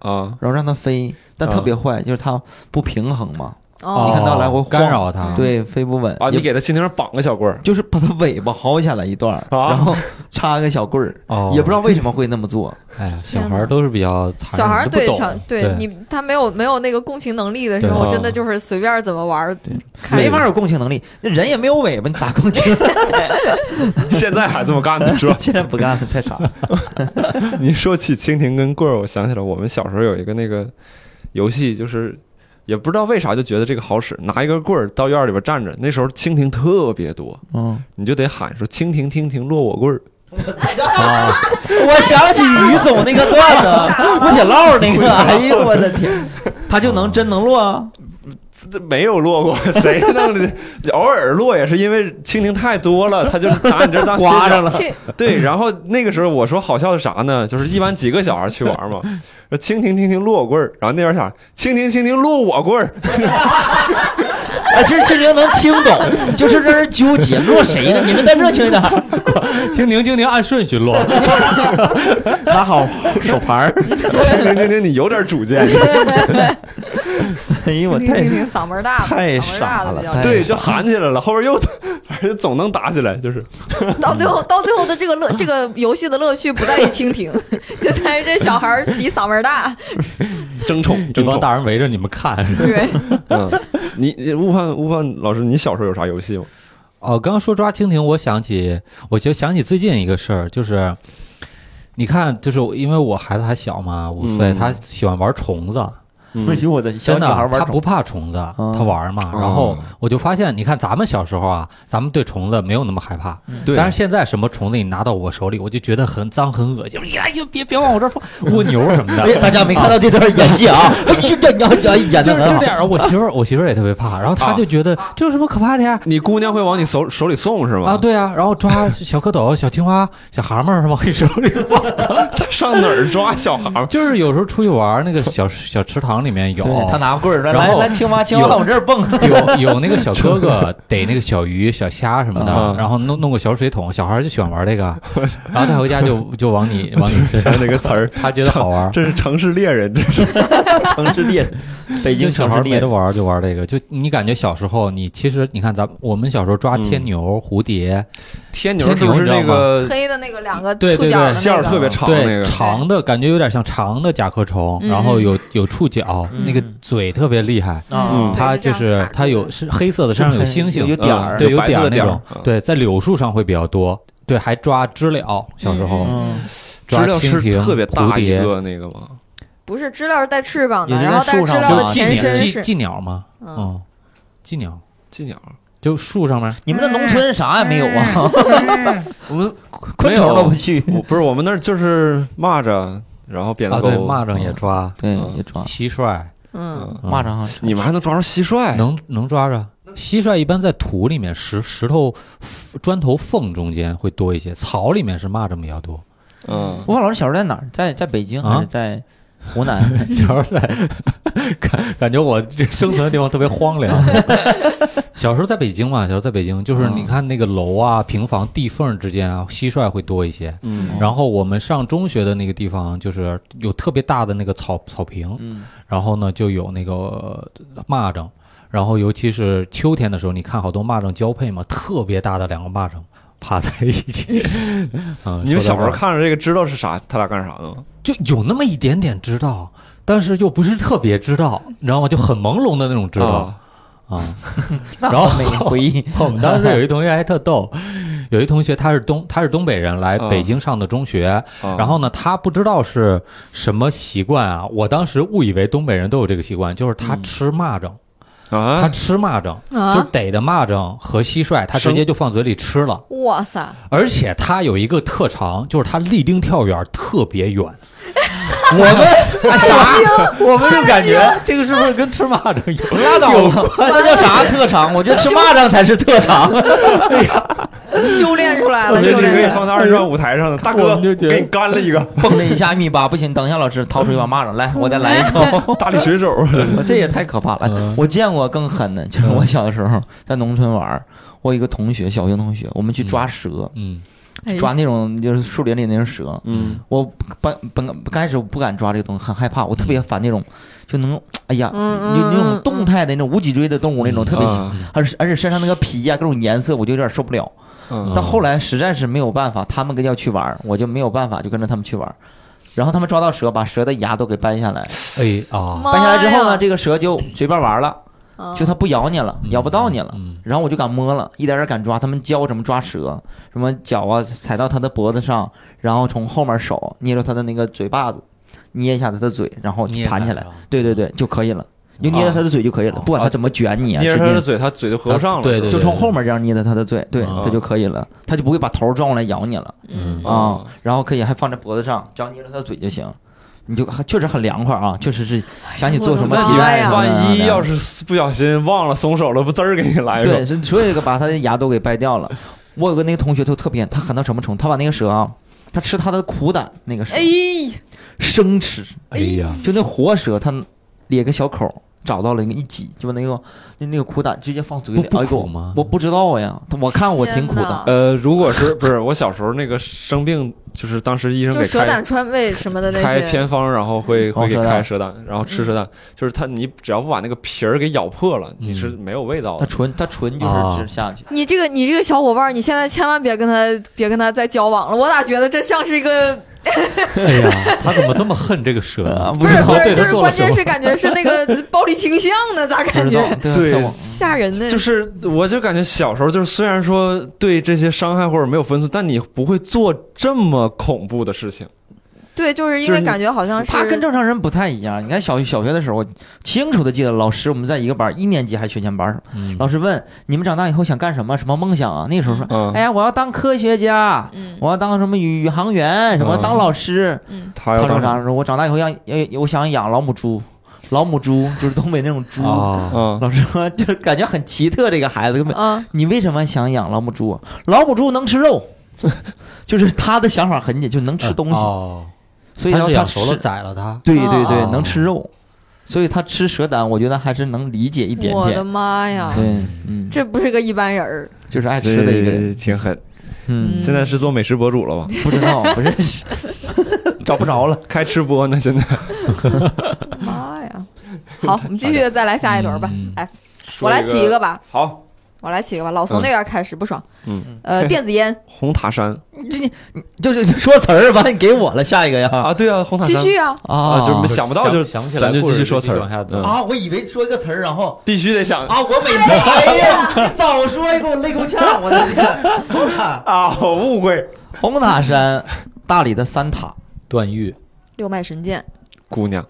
Speaker 1: 啊，
Speaker 4: 然后让它飞，但特别坏，就是它不平衡嘛，
Speaker 2: 哦
Speaker 4: 你看到来回晃
Speaker 3: 干扰它，
Speaker 4: 对，飞不稳
Speaker 1: 啊，你
Speaker 4: 也
Speaker 1: 给它蜻蜓上绑个小棍儿，
Speaker 4: 就是把它尾巴薅下来一段儿，
Speaker 1: 啊
Speaker 4: 然后插个小棍儿，
Speaker 3: 哦，
Speaker 4: 也不知道为什么会那么做。
Speaker 3: 哎呀，小孩儿都是比较残忍
Speaker 2: 小孩儿
Speaker 3: 都不
Speaker 2: 对
Speaker 3: 懂
Speaker 2: 小对
Speaker 3: 对
Speaker 2: 你他没有没有那个共情能力的时
Speaker 1: 对
Speaker 2: 候，真的就是随便怎么玩儿，看
Speaker 4: 没法有共情能力，那人也没有尾巴，你咋共情？
Speaker 1: 现在还这么干呢，是吧？
Speaker 4: 现在不干了，太傻了。
Speaker 1: 你说起蜻蜓跟棍儿，我想起来我们小时候有一个那个游戏，就是也不知道为啥就觉得这个好使，拿一根棍儿到院儿里边站着。那时候蜻蜓特别多，
Speaker 4: 嗯，
Speaker 1: 你就得喊说“蜻蜓蜻蜓落我棍儿
Speaker 3: 啊，
Speaker 4: 我想起于总那个段 子，吴铁烙那个， 哎呦我的天，他就能真能落啊！”，
Speaker 1: 这没有落过，谁弄的？偶尔落也是因为蜻蜓太多了，他就拿你这当歇 脚
Speaker 3: 哦
Speaker 4: 刮着了，
Speaker 3: 哎
Speaker 2: 去
Speaker 1: 对，然后那个时候我说好笑的啥呢？就是一般几个小孩去玩嘛，说蜻蜓蜻蜓落我棍儿，然后那边想蜻蜓蜻蜓落我棍儿，
Speaker 4: 哎，其实蜻蜓能听 懂，就是让人纠结落谁呢？你们再热情一点，
Speaker 3: 蜻蜓蜻蜓按顺序 落，
Speaker 4: 拿好手牌儿。
Speaker 1: 蜻蜓蜻蜓，你有点主见。
Speaker 4: 哎呦我
Speaker 2: 听听
Speaker 4: 太
Speaker 2: 听听嗓门儿大的，
Speaker 4: 太
Speaker 2: 嗓门儿大
Speaker 4: 傻
Speaker 2: 的
Speaker 4: 了
Speaker 2: 比较
Speaker 4: 太
Speaker 2: 多
Speaker 1: 对，就喊起来了，后边又反正总能打起来，就是
Speaker 2: 到最
Speaker 3: 嗯
Speaker 2: 后，到最后的这个 乐，这个游戏的乐趣不在于蜻蜓， 就在于这小孩儿比嗓门儿 大。
Speaker 1: 争 宠，
Speaker 3: 这
Speaker 1: 争
Speaker 3: 帮
Speaker 1: 宠。
Speaker 3: 大人围着你们看。
Speaker 2: 对，
Speaker 1: 嗯，你你悟饭悟饭老师，你小时候有啥游戏吗？
Speaker 3: 哦，刚刚说抓蜻蜓，我想起，我就想起最近一个事儿，就是，你看，就是因为我孩子还小嘛，五岁，
Speaker 1: 嗯
Speaker 3: 他喜欢玩虫子，
Speaker 4: 哎呦我的小
Speaker 3: 真
Speaker 4: 女
Speaker 3: 的
Speaker 4: 孩，玩
Speaker 3: 他
Speaker 4: 虫啊
Speaker 3: 不怕虫子，他玩嘛。然后我就发现，你看咱们小时候啊，咱们对虫子没有那么害怕，
Speaker 1: 对
Speaker 3: 但是现在什么虫子你拿到我手里，我就觉得很脏很恶心，哎呀，别别往我这儿放，蜗牛什么的。
Speaker 4: 嗯 哎，大家没看到这段演技啊！ 哎呀，演演啊演
Speaker 3: 就
Speaker 4: 的
Speaker 3: 是就
Speaker 4: 很
Speaker 3: 这
Speaker 4: 好。
Speaker 3: 样，我媳妇儿我媳妇儿也特别怕，然后她就觉得
Speaker 4: 啊
Speaker 3: 这有什么可怕的呀？
Speaker 1: 你姑娘会往你手手里送是吗？
Speaker 3: 啊，，对啊，然后抓小蝌蚪、 小青蛙、小蛤蟆儿 往你手里放，
Speaker 1: 上哪儿抓小孩儿？
Speaker 3: 就是有时候出去玩儿，那个小小池塘场里面有，
Speaker 4: 哦对他拿棍儿，来
Speaker 3: 然
Speaker 4: 来
Speaker 3: 后
Speaker 4: 来，青蛙青蛙
Speaker 3: 有
Speaker 4: 往我这儿蹦，
Speaker 3: 有有那个小哥 哥逮那个小鱼、小虾什么的
Speaker 1: 啊，
Speaker 3: 然后弄弄个小水桶，小孩儿就喜欢玩这 个，然后带回家就就往 你往你身
Speaker 1: 想
Speaker 3: 上，
Speaker 1: 哪个词儿？
Speaker 3: 他觉得好玩儿。
Speaker 1: 这是城市猎人，这是
Speaker 4: 城市 猎，北京
Speaker 3: 就小
Speaker 4: 城
Speaker 3: 孩
Speaker 4: 市
Speaker 3: 儿没
Speaker 4: 猎
Speaker 3: 得玩儿就玩儿这个，就你感觉小时候你其实你看咱们我们小时候抓天牛、蝴蝶，
Speaker 1: 天
Speaker 3: 牛
Speaker 1: 牛
Speaker 3: 是
Speaker 1: 是
Speaker 3: 不
Speaker 1: 不是
Speaker 3: 是那
Speaker 1: 那
Speaker 3: 个
Speaker 1: 个？
Speaker 2: 黑的那个两个
Speaker 3: 对
Speaker 2: 触
Speaker 3: 对
Speaker 2: 角
Speaker 3: 对，
Speaker 2: 的
Speaker 1: 馅
Speaker 2: 那
Speaker 1: 儿
Speaker 2: 个，
Speaker 1: 特别长
Speaker 3: 对
Speaker 1: 那个
Speaker 3: 长的感觉有点像长的甲壳虫，
Speaker 2: 嗯
Speaker 3: 然后有有触角，
Speaker 4: 嗯
Speaker 3: 那个嘴特别厉害。
Speaker 1: 嗯
Speaker 3: 它
Speaker 2: 对
Speaker 3: 就是
Speaker 2: 这样卡
Speaker 3: 是
Speaker 2: 住
Speaker 3: 它有
Speaker 2: 的
Speaker 3: 是黑色的，身上有星星，
Speaker 4: 有点儿
Speaker 1: 嗯
Speaker 3: 对，
Speaker 1: 有
Speaker 3: 有
Speaker 1: 白色
Speaker 3: 儿
Speaker 1: 的
Speaker 3: 那
Speaker 1: 点儿
Speaker 3: 种
Speaker 1: 嗯，
Speaker 3: 对，在柳树上会比较多，对，还抓知了，小时候
Speaker 2: 嗯
Speaker 4: 嗯，
Speaker 1: 知
Speaker 3: 抓
Speaker 1: 了
Speaker 3: 蜻
Speaker 1: 是
Speaker 3: 蜓、
Speaker 1: 特别
Speaker 3: 蝴
Speaker 1: 大一
Speaker 3: 蝶，
Speaker 1: 个那个吗？
Speaker 2: 不是知了是带翅膀
Speaker 4: 也
Speaker 2: 的，
Speaker 4: 是在
Speaker 2: 然后但是
Speaker 4: 树
Speaker 2: 知
Speaker 4: 上
Speaker 2: 了
Speaker 3: 就
Speaker 4: 它
Speaker 2: 的
Speaker 3: 是
Speaker 4: 嘛
Speaker 3: 寄
Speaker 2: 前
Speaker 3: 鸟
Speaker 2: 身
Speaker 3: 寄
Speaker 2: 是
Speaker 3: 寄鸟嘛，
Speaker 2: 嗯，
Speaker 3: 嗯，寄鸟
Speaker 1: 金鸟，
Speaker 3: 就树上面，
Speaker 4: 你们的农村啥也没有啊，
Speaker 2: 嗯
Speaker 1: 我们
Speaker 4: 昆虫都不去，
Speaker 1: 我不是我们那儿就是蚂蚱，然后扁
Speaker 3: 啊，
Speaker 1: 担
Speaker 3: 对，
Speaker 1: 狗，
Speaker 3: 蚂蚱也抓，
Speaker 4: 对，
Speaker 1: 嗯
Speaker 4: 也抓
Speaker 3: 蟋蟀，
Speaker 2: 嗯，
Speaker 3: 嗯
Speaker 4: 蚂蚱啊哈，
Speaker 1: 你们还能抓着蟋蟀？
Speaker 3: 能能抓着。蟋蟀一般在土里面石石头砖头缝中间会多一些，草里面是蚂蚱比较多。
Speaker 1: 嗯，
Speaker 4: 吴华老师小时候在哪儿？在在北京
Speaker 3: 啊
Speaker 4: 还是在湖 南？
Speaker 3: 小时候在 感感觉我这生存的地方特别荒凉。小时候在北京嘛，小时候在北京，就是你看那个楼啊、平房地缝之间啊，蟋蟀会多一些。
Speaker 1: 嗯
Speaker 3: 然后我们上中学的那个地方，就是有特别大的那个草草坪，
Speaker 4: 嗯，
Speaker 3: 然后呢就有那个呃蚂蚱，然后尤其是秋天的时候，你看好多蚂蚱交配嘛，特别大的两个蚂蚱趴在 一起。嗯，
Speaker 1: 你们小时候
Speaker 3: 说到
Speaker 1: 看着这个知道是啥，他俩干啥的吗？
Speaker 3: 这儿就有那么一点点知道，但是又不是特别知道，你知道吗？就很朦胧的那种知道
Speaker 1: 啊
Speaker 3: 啊。
Speaker 4: 那
Speaker 3: 然后
Speaker 4: 好 美回忆，
Speaker 3: 我们当时有一同学还特逗，有一同学他是东他是东北人，来
Speaker 1: 啊
Speaker 3: 北京上的中学，
Speaker 1: 啊
Speaker 3: 然后呢，他不知道是什么习惯啊。我当时误以为东北人都有这个习惯，就是
Speaker 1: 嗯
Speaker 3: 他吃蚂蚱，他
Speaker 1: 啊，
Speaker 3: 吃蚂蚱，
Speaker 2: 啊
Speaker 3: 就逮的蚂蚱和蟋蟀，他直接就放嘴里吃了。
Speaker 2: 哇塞，
Speaker 3: 而且他有一个特长，就是他立定跳远特别远。
Speaker 4: 我 们 啊
Speaker 2: 哎
Speaker 4: 啥？我们就感觉
Speaker 3: 这个是不是跟吃蚂蚱有
Speaker 4: 拉倒
Speaker 3: 有
Speaker 4: 吧，那叫
Speaker 2: 哎
Speaker 4: 啥特长？我觉得吃蚂蚱才是特长。
Speaker 2: 修炼出来
Speaker 1: 我
Speaker 2: 了，
Speaker 1: 觉
Speaker 2: 修
Speaker 1: 得是可以
Speaker 2: 炼出来
Speaker 1: 放
Speaker 2: 了，
Speaker 1: 在二人转舞台上的，大
Speaker 3: 我
Speaker 1: 哥，
Speaker 3: 们就觉得
Speaker 1: 给你干了一个
Speaker 4: 蹦了一下一米八，不行，等一下老师掏出一把蚂蚱来，我再来一 口。
Speaker 1: 大力水手，
Speaker 4: 我这也太可怕了
Speaker 3: 嗯！
Speaker 4: 我见过更狠的，就是我小的时候在农村玩儿，我有一个同学，小学同学，我们去抓蛇，
Speaker 3: 嗯
Speaker 2: 哎
Speaker 4: 抓那种就是树林里那种蛇。
Speaker 1: 嗯，
Speaker 4: 我本本本开始我不敢抓这个东西，很害怕，我特别烦那种就能，哎呀，有
Speaker 2: 嗯嗯
Speaker 4: 那
Speaker 2: 嗯
Speaker 4: 种
Speaker 2: 嗯
Speaker 4: 动态的那种无脊椎的动物那种特别喜，
Speaker 1: 啊
Speaker 4: 而且而且身上那个皮呀、各种颜色，我就有点受不了。
Speaker 1: 嗯
Speaker 3: 嗯
Speaker 4: 到后来实在是没有办法，他们跟要去玩儿，我就没有办法，就跟着他们去玩儿。然后他们抓到蛇，把蛇的牙都给掰下来，
Speaker 3: 哎啊，
Speaker 2: 妈
Speaker 4: 掰下来之后呢，
Speaker 2: 呀
Speaker 4: 这个蛇就随便玩了，
Speaker 2: 啊
Speaker 4: 就它不咬你了，
Speaker 3: 嗯
Speaker 4: 咬不到你了。
Speaker 3: 嗯
Speaker 4: 然后我就敢摸了，一点点敢抓。他们教怎么抓蛇，什么脚啊踩到它的脖子上，然后从后面手捏着它的那个嘴巴子，捏一下它的嘴，然后
Speaker 3: 捏
Speaker 4: 嗯弹起来
Speaker 3: 了。
Speaker 4: 对对对，就可以了，你就捏着它的嘴就可以了，
Speaker 3: 啊
Speaker 4: 不管它怎么卷你啊，
Speaker 1: 捏着
Speaker 4: 使
Speaker 1: 他
Speaker 4: 劲
Speaker 1: 的嘴，他嘴就合不上了，
Speaker 3: 对对
Speaker 4: 就从后面这样捏着它的嘴，对，
Speaker 3: 啊
Speaker 4: 它就可以了，它就不会把头转过来咬你了。
Speaker 2: 嗯
Speaker 3: 嗯
Speaker 4: 啊
Speaker 1: 哦，
Speaker 4: 然后可以还放在脖子上，只要捏着他的嘴就行。你就还确实很凉快啊，确实是想起做什么
Speaker 2: 我的
Speaker 4: 体育
Speaker 2: 妈呀
Speaker 4: 运动啊
Speaker 1: 万一要是不小心忘了松手了，不滋儿给你 来一
Speaker 4: 对，
Speaker 1: 个，
Speaker 4: 是所以这个把他的牙都给掰掉了。我有个那个同学就特别，他狠到什么程度？他把那个蛇啊，他吃他的苦胆那个蛇，
Speaker 2: 哎
Speaker 4: 生吃，
Speaker 3: 哎呀，
Speaker 4: 就那活蛇，他裂个小口，找到了那个一挤，就把那个那那个苦胆直接放嘴里。
Speaker 3: 不不
Speaker 4: 哎呦
Speaker 3: 苦吗
Speaker 4: 我不知道呀，他我看我挺苦
Speaker 2: 天哪
Speaker 4: 的，
Speaker 1: 呃，如果是 不是我小时候那个生病，就是当时医生
Speaker 2: 就
Speaker 1: 给
Speaker 2: 蛇
Speaker 1: 开
Speaker 2: 胆川贝什么的那
Speaker 1: 开
Speaker 2: 些，
Speaker 1: 偏方，然后会
Speaker 4: 哦
Speaker 1: 会给
Speaker 4: 蛇
Speaker 1: 开
Speaker 4: 胆
Speaker 1: 蛇胆，然后吃蛇胆，就是它你只要不把那个皮儿给咬破了，你
Speaker 3: 嗯
Speaker 1: 是没有味道
Speaker 4: 他
Speaker 1: 的。
Speaker 4: 纯他纯就
Speaker 3: 啊
Speaker 4: 是吃下去。
Speaker 2: 你这个你这个小伙伴儿，你现在千万别跟他别跟他再交往了，我咋觉得这像是一个
Speaker 3: 哎呀，他怎么这么恨这个蛇
Speaker 4: 啊
Speaker 3: 呢？
Speaker 4: 不
Speaker 2: 不
Speaker 4: 知
Speaker 2: 是
Speaker 4: 道
Speaker 2: 不
Speaker 3: 对
Speaker 2: 是，
Speaker 3: 他
Speaker 2: 就是
Speaker 3: 做了
Speaker 2: 关
Speaker 3: 什
Speaker 2: 键
Speaker 3: 么
Speaker 2: 是感觉是那个 暴力倾向呢，咋
Speaker 4: 不
Speaker 2: 感
Speaker 4: 知道
Speaker 2: 觉，
Speaker 4: 对
Speaker 1: 对
Speaker 4: 看我
Speaker 2: 吓人呢？
Speaker 1: 就是，我就感觉小时候就是，虽然说对这些伤害或者没有分寸，但你不会做这么恐怖的事情。
Speaker 2: 对，就是因
Speaker 1: 就是
Speaker 2: 为
Speaker 1: 你
Speaker 2: 感觉好像是
Speaker 4: 他跟正常人不太一样。你看小小学的时候，我清楚的记得，老师我们在一个班，一年级还学前班，
Speaker 3: 嗯
Speaker 4: 老师问你们长大以后想干什么，什么梦想啊？那时候说，
Speaker 1: 嗯
Speaker 4: 哎，呀，我要当科学家，
Speaker 2: 嗯
Speaker 4: 我要当什么宇宇航员，什么
Speaker 1: 嗯
Speaker 4: 当老师。
Speaker 2: 嗯
Speaker 1: 他
Speaker 4: 他
Speaker 1: 要
Speaker 4: 说
Speaker 1: 哎当
Speaker 4: 啥？说我长大以后要要我想养老母猪，老母猪就是东北那种猪。
Speaker 3: 啊，
Speaker 1: 啊，
Speaker 4: 老师说就是感觉很奇特，这个孩子根本。
Speaker 2: 啊
Speaker 4: 你为什么想养老母猪？老母猪能吃肉， 就是他的想法很简，就能吃东西，
Speaker 3: 哦
Speaker 4: 所以
Speaker 3: 他
Speaker 4: 要
Speaker 3: 是
Speaker 4: 他
Speaker 3: 养熟了
Speaker 4: 吃
Speaker 3: 宰了它。
Speaker 4: 对对对
Speaker 2: 哦，
Speaker 4: 能吃肉。所以他吃蛇胆，我觉得还是能理解一点
Speaker 2: 我的
Speaker 4: 点。
Speaker 2: 妈呀，
Speaker 4: 对，嗯，
Speaker 2: 这不是个一般人儿。
Speaker 4: 就是爱吃的一个人，
Speaker 1: 挺狠。
Speaker 4: 嗯，
Speaker 1: 现在是做美食博主了吧？
Speaker 4: 不知道不认识，找不着了。
Speaker 1: 开吃播呢？现在
Speaker 2: 妈 呀！好，我们继续再来下一轮吧
Speaker 3: 嗯。
Speaker 2: 来，我来起一个吧，
Speaker 1: 好，
Speaker 2: 我来起一个吧。老从那边开始不爽。
Speaker 1: 嗯，
Speaker 2: 呃，电子烟，
Speaker 1: 红塔山
Speaker 4: 你你你就是说词儿，完了你给我了，下一个呀
Speaker 1: 啊，对啊，红塔山
Speaker 2: 继续啊，
Speaker 4: 啊
Speaker 1: 啊，就是想不到就
Speaker 3: 想不起来
Speaker 1: 咱就
Speaker 3: 故
Speaker 1: 继续
Speaker 3: 事
Speaker 1: 说
Speaker 3: 继
Speaker 1: 词
Speaker 3: 续
Speaker 1: 儿
Speaker 3: 往下，走
Speaker 1: 嗯
Speaker 4: 啊，我以为说一个词儿，然后
Speaker 1: 必须得想
Speaker 4: 啊，我每次哎呀，你早说呀，给我累够呛，我的天！
Speaker 1: 啊，我误会。
Speaker 4: 红塔山，大理的三 塔。
Speaker 3: 段誉，
Speaker 2: 六脉神剑。
Speaker 1: 姑娘，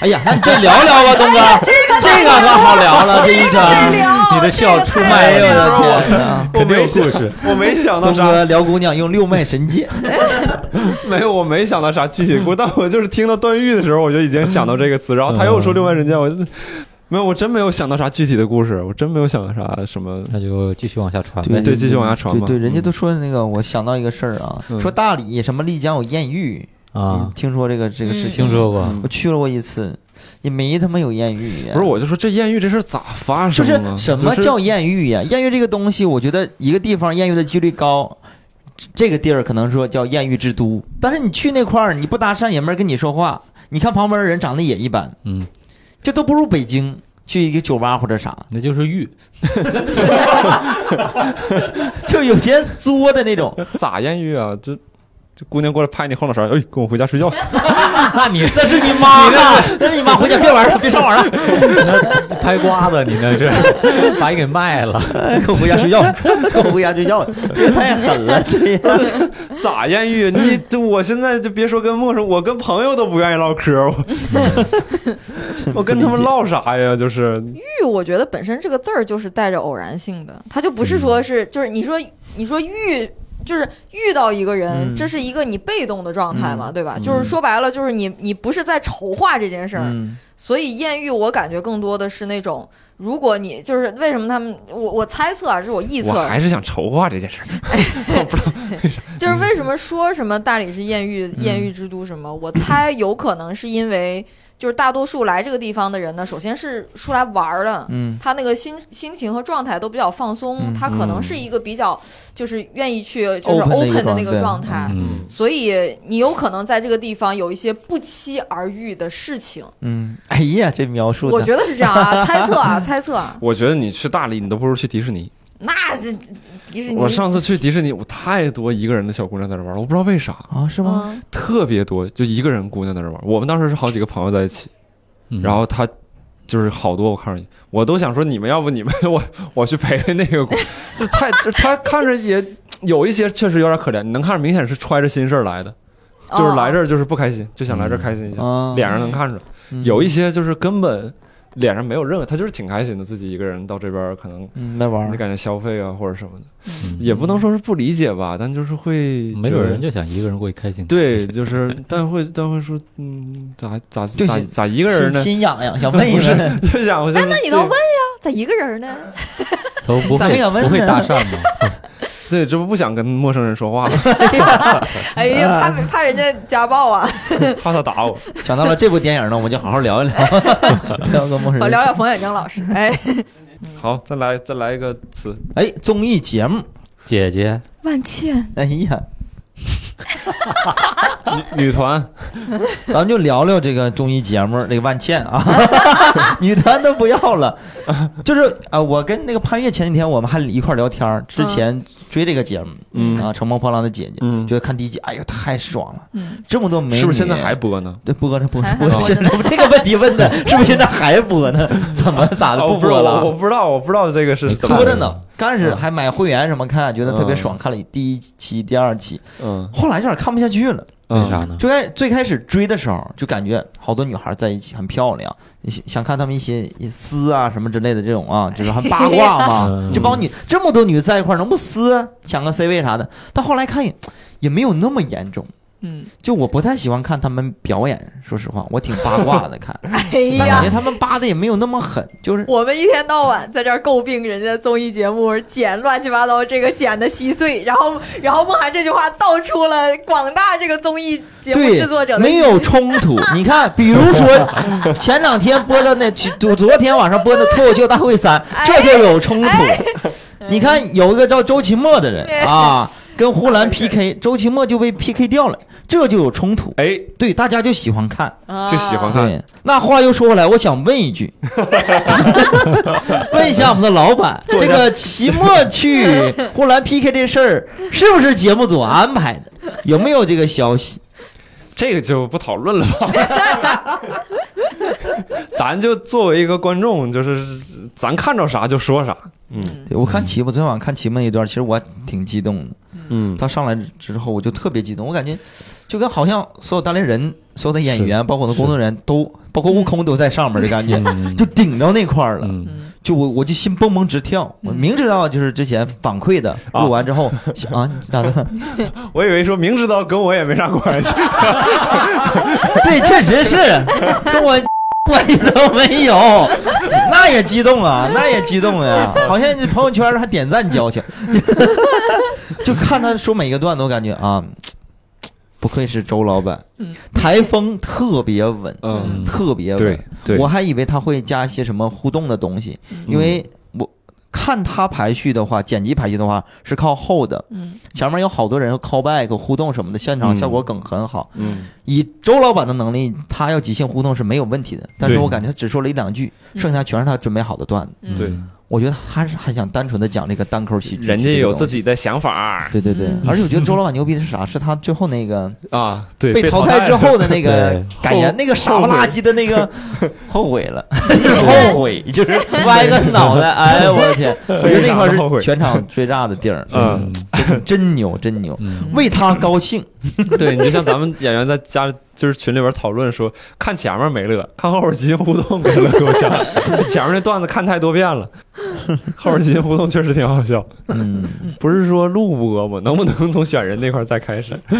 Speaker 4: 哎呀，那你这聊聊吧，东哥，哎这个可好聊了，这一圈
Speaker 2: 啊这
Speaker 4: 儿。
Speaker 2: 聊
Speaker 3: 你的笑出卖
Speaker 4: 哎呦
Speaker 3: 了你知
Speaker 4: 我
Speaker 3: 道
Speaker 4: 的
Speaker 3: 吗
Speaker 4: 天呐！
Speaker 1: 我
Speaker 3: 肯定有
Speaker 1: 没想
Speaker 3: 故事，
Speaker 1: 我没想到
Speaker 4: 东
Speaker 1: 啥，
Speaker 4: 哥聊姑娘用六脉神剑，
Speaker 1: 没有，我没想到啥具体 故事，但我就是听到段誉的时候，我就已经想到这个词，然后
Speaker 4: 嗯
Speaker 1: 他又说六万人间，我就呃没有，我真没有想到啥具体的故事，我真没有想到啥什么
Speaker 3: 那就继续往下 传
Speaker 1: 对
Speaker 3: 呗。
Speaker 1: 对继续往下传吧
Speaker 4: 对对，人家
Speaker 1: 嗯
Speaker 4: 都说那个，我想到一个事儿啊，
Speaker 1: 嗯
Speaker 4: 说大理什么丽江有艳遇
Speaker 3: 啊
Speaker 4: 你，听说这个这个事
Speaker 2: 嗯
Speaker 3: 听
Speaker 4: 情吗？
Speaker 3: 说过，
Speaker 1: 嗯
Speaker 4: 我去了过一次，也没他妈有艳遇呀。
Speaker 1: 不是，我就说这艳遇这事儿咋发
Speaker 4: 就
Speaker 1: 生啊
Speaker 4: 是
Speaker 1: 的？
Speaker 4: 什么叫艳遇呀？艳遇这个东西，我觉得一个地方艳遇的几率高，这这个地儿可能说叫艳遇之都。但是你去那块儿，你不搭讪，也没人跟你说话。你看旁边人长得也一般，
Speaker 3: 嗯，
Speaker 4: 这都不如北京去一个酒吧或者啥，
Speaker 3: 那就是玉，
Speaker 4: 就有些作的那种。
Speaker 1: 就是咋艳遇啊？这这姑娘过来拍你后脑勺，哎，跟我回家睡觉 去。
Speaker 3: 那你
Speaker 4: 那是 你妈呀！那是你妈，回 家别玩了，别上网了，
Speaker 3: 那拍瓜子，你 那是把你给卖了。
Speaker 4: 跟我回家睡 觉，跟我回家睡觉，这也太狠了，这 个
Speaker 1: 咋艳遇？啊你这我现在就别说跟陌生，我跟朋友都不愿意唠嗑，我 我跟他们唠啥呀？就是
Speaker 2: 玉，我觉得本身这个字儿就是带着偶然性的，它就不是说是
Speaker 4: 嗯
Speaker 2: 就是你说你说遇就是遇到一个人，
Speaker 4: 嗯
Speaker 2: 这是一个你被动的状态嘛，
Speaker 4: 嗯
Speaker 2: 对吧？就是说白了，就是你你不是在筹划这件事儿，
Speaker 4: 嗯
Speaker 2: 所以艳遇我感觉更多的是那种，如果你就是为什么他们我我猜测啊，这是我臆
Speaker 1: 我
Speaker 2: 测，
Speaker 1: 还是想筹划这件事儿。
Speaker 2: 就是为什么说什么大理是艳遇、
Speaker 4: 嗯
Speaker 2: 艳遇之都什么？我猜有可能是因为就是大多数来这个地方的人呢，首先是出来玩儿的，
Speaker 4: 嗯
Speaker 2: 他那个心心情和状态都比较放松，
Speaker 4: 嗯
Speaker 2: 他可能是一个比较就是愿意去就是
Speaker 4: Open 的一个
Speaker 2: open 的那个
Speaker 4: 状
Speaker 2: 状
Speaker 4: 态
Speaker 2: 态，
Speaker 3: 嗯
Speaker 2: 所以你有可能在这个地方有一些不期而遇的事情，
Speaker 4: 嗯，哎呀，这描述的，
Speaker 2: 我觉得是这样啊，猜测 啊，猜测啊，
Speaker 1: 我觉得你去大理，你都不如去迪士尼。
Speaker 2: 那这迪士尼
Speaker 1: 我上次去迪士尼，我太多一个人的小姑娘在这玩了，我不知道为啥，
Speaker 4: 啊，是吗？
Speaker 2: 嗯
Speaker 1: 特别多，就一个人姑娘在这玩。我们当时是好几个朋友在一起，
Speaker 3: 嗯
Speaker 1: 然后她就是好多，我看着我都想说你们要不你们 我我去陪陪那个姑，就太就她看着也有一些确实有点可怜，你能看着明显是揣着心事儿来的，
Speaker 2: 哦
Speaker 1: 就是来这儿就是不开心，就想来这儿开心一下，
Speaker 4: 啊，
Speaker 1: 脸上能看出来。
Speaker 4: 嗯
Speaker 1: 有一些就是根本脸上没有任何，她就是挺开心的，自己一个人到这边儿可能
Speaker 4: 嗯来玩
Speaker 1: 你
Speaker 4: 儿，
Speaker 1: 感觉消费啊或者什么的。
Speaker 3: 嗯
Speaker 1: 也不能说是不理解吧，但就是会
Speaker 3: 没准
Speaker 1: 觉得
Speaker 3: 人就想一个人过去开心。
Speaker 1: 对，就是但会但会说，嗯，咋咋
Speaker 4: 就
Speaker 1: 咋
Speaker 4: 是
Speaker 1: 咋一个人呢
Speaker 4: 心？心痒痒，想问一问，
Speaker 1: 就想我就
Speaker 2: 哎
Speaker 1: 是，
Speaker 2: 那你倒问呀，咋一个人呢？
Speaker 3: 都不
Speaker 4: 咱
Speaker 3: 会
Speaker 4: 们也问
Speaker 3: 不会
Speaker 4: 呢
Speaker 3: 搭讪吗？
Speaker 1: 对，这不不想跟陌生人说话了，
Speaker 2: 哎呀，怕怕人家家暴啊！
Speaker 1: 怕他 打我。
Speaker 4: 想到了这部电影呢，我们就好好聊 一聊，聊个陌
Speaker 2: 好，
Speaker 4: 生人
Speaker 2: 聊。聊冯远征老师。哎，
Speaker 1: 好，再来再来一个词，
Speaker 4: 哎，综艺节目，
Speaker 3: 姐姐，
Speaker 2: 万茜，
Speaker 4: 哎呀，
Speaker 1: 女女团，
Speaker 4: 咱们就聊聊这个综艺节目，这个万茜啊， 女团都不要了，就是啊、我跟那个潘越前几天我们还一块儿聊天儿，之
Speaker 2: 嗯
Speaker 4: 前追这个节目，
Speaker 1: 嗯
Speaker 4: 啊，乘风破浪的姐姐，
Speaker 1: 嗯
Speaker 4: 觉得看第一集，哎呦，太爽了，
Speaker 2: 嗯，
Speaker 4: 这么多美女，
Speaker 1: 是不是现在还播呢？
Speaker 4: 对，播着播 着
Speaker 2: 还
Speaker 4: 播
Speaker 1: 还
Speaker 4: 着，
Speaker 1: 播
Speaker 4: 现在这个问题问的，是不是现在还播呢？怎么咋的
Speaker 1: 哦
Speaker 4: 啊不
Speaker 1: 不是
Speaker 4: 播
Speaker 1: 我
Speaker 4: 了
Speaker 1: 我？不知道，我不知道这个是怎么
Speaker 4: 播着呢，刚开始
Speaker 1: 嗯
Speaker 4: 还买会员什么看，觉得特别爽，看了第一期、第二期，
Speaker 1: 嗯，
Speaker 4: 后来有点看不下去了。
Speaker 1: 嗯
Speaker 3: 为啥？呢？
Speaker 4: 就开最开始追的时候，就感觉好多女孩在一起很漂亮，你想想看她们一些一撕啊什么之类的这种啊，就是很八卦嘛
Speaker 3: 嗯。
Speaker 4: 这帮女这么多女在一块儿，能不撕抢个 C 位啥的？但后来看也也没有那么严重，
Speaker 2: 嗯，
Speaker 4: 就我不太喜欢看他们表演，说实话，我挺八卦的看，
Speaker 2: 哎
Speaker 4: 但感
Speaker 2: 呀
Speaker 4: 觉，他们扒的也没有那么狠，就是
Speaker 2: 我们一天到晚在这儿诟病人家综艺节目剪乱七八糟，这个剪的稀碎，然后然后梦涵这句话道出了广大这个综艺节目
Speaker 4: 对
Speaker 2: 制作者，的
Speaker 4: 没有冲突。 你看，比如说 前两天播的那，昨昨天晚上播的《脱口秀大会三》，
Speaker 2: 哎
Speaker 4: 这就有冲突。 你看，有一个叫周奇墨的人
Speaker 2: 对
Speaker 4: 啊，跟呼兰 PK，周奇墨就被 PK 掉了，这就有冲突。
Speaker 1: 哎，
Speaker 4: 对，大家就喜欢看。
Speaker 2: 啊
Speaker 1: 就喜欢看
Speaker 4: 对，那话又说回来，我想问一句，问一下我们的老板，这个期末去呼兰 PK 这事儿，是不是节目组安排的？有没有这个消息？
Speaker 1: 这个就不讨论了吧。 咱就作为一个观众，就是咱看着啥就说啥。嗯
Speaker 4: 对我看齐墨，昨天晚上看齐墨一段，其实我挺激动的。
Speaker 1: 嗯，
Speaker 4: 他上来之后，我就特别激动，我感觉就跟好像所有代言人、所有的演员，包括我的工作人员都，包括悟空都在上面的感
Speaker 1: 嗯
Speaker 4: 觉，就顶到那块儿了。
Speaker 3: 嗯，
Speaker 2: 嗯
Speaker 4: 就我我就心蹦蹦直跳，我明知道就是之前反馈的，
Speaker 1: 啊
Speaker 4: 录完 之后想啊，你咋的？
Speaker 1: 我以为说明知道跟我也没啥关系，
Speaker 4: 对，确 实是跟我 关系都没有，那也激动啊，那也激动呀、好像这朋友圈还点赞交情， 就看他说每一个段子，我感觉啊，不愧是周老板，
Speaker 2: 嗯
Speaker 4: 台风特别稳，
Speaker 1: 嗯
Speaker 4: 特别稳。
Speaker 1: 对对
Speaker 4: 我还以为他会加一些什么互动的东西，因为
Speaker 1: 嗯
Speaker 4: 我看他排序的话，剪辑排序的话是靠后的，
Speaker 2: 嗯
Speaker 4: 前面有好多人 call back 互动什么的，现场
Speaker 1: 嗯
Speaker 4: 效果梗很好。
Speaker 1: 嗯，
Speaker 4: 以周老板的能力，他要即兴互动是没有问题的。但是
Speaker 1: 对
Speaker 4: 我感觉他只说了一两句，剩下全是他准备好的段子。
Speaker 2: 嗯
Speaker 1: 对
Speaker 4: 我觉得他是还想单纯的讲这个单口喜剧，
Speaker 1: 人家有自。己的想法
Speaker 4: 对对对
Speaker 2: 嗯，
Speaker 4: 而且我觉得周老板牛逼的是啥？是他最后那个
Speaker 1: 啊。对，
Speaker 4: 被淘汰之后的那个
Speaker 1: 对
Speaker 4: 感言
Speaker 1: 后，
Speaker 4: 那个傻不拉几的那个后悔 了，后悔就是歪个脑袋，哎呦我的天！我觉得那块
Speaker 1: 后悔
Speaker 4: 是全场最炸的地儿，
Speaker 1: 嗯，
Speaker 4: 真牛真牛，
Speaker 3: 嗯
Speaker 4: 为他高兴。
Speaker 1: 对你就像咱们演员在家就是群里边讨论说，看前面没乐，看后边即兴互动给乐够呛。 前面那段子看太多遍了， 后边即兴互动确实挺好笑。
Speaker 4: 嗯，
Speaker 1: 不是说录播吗？能不能从选人那块儿再开始？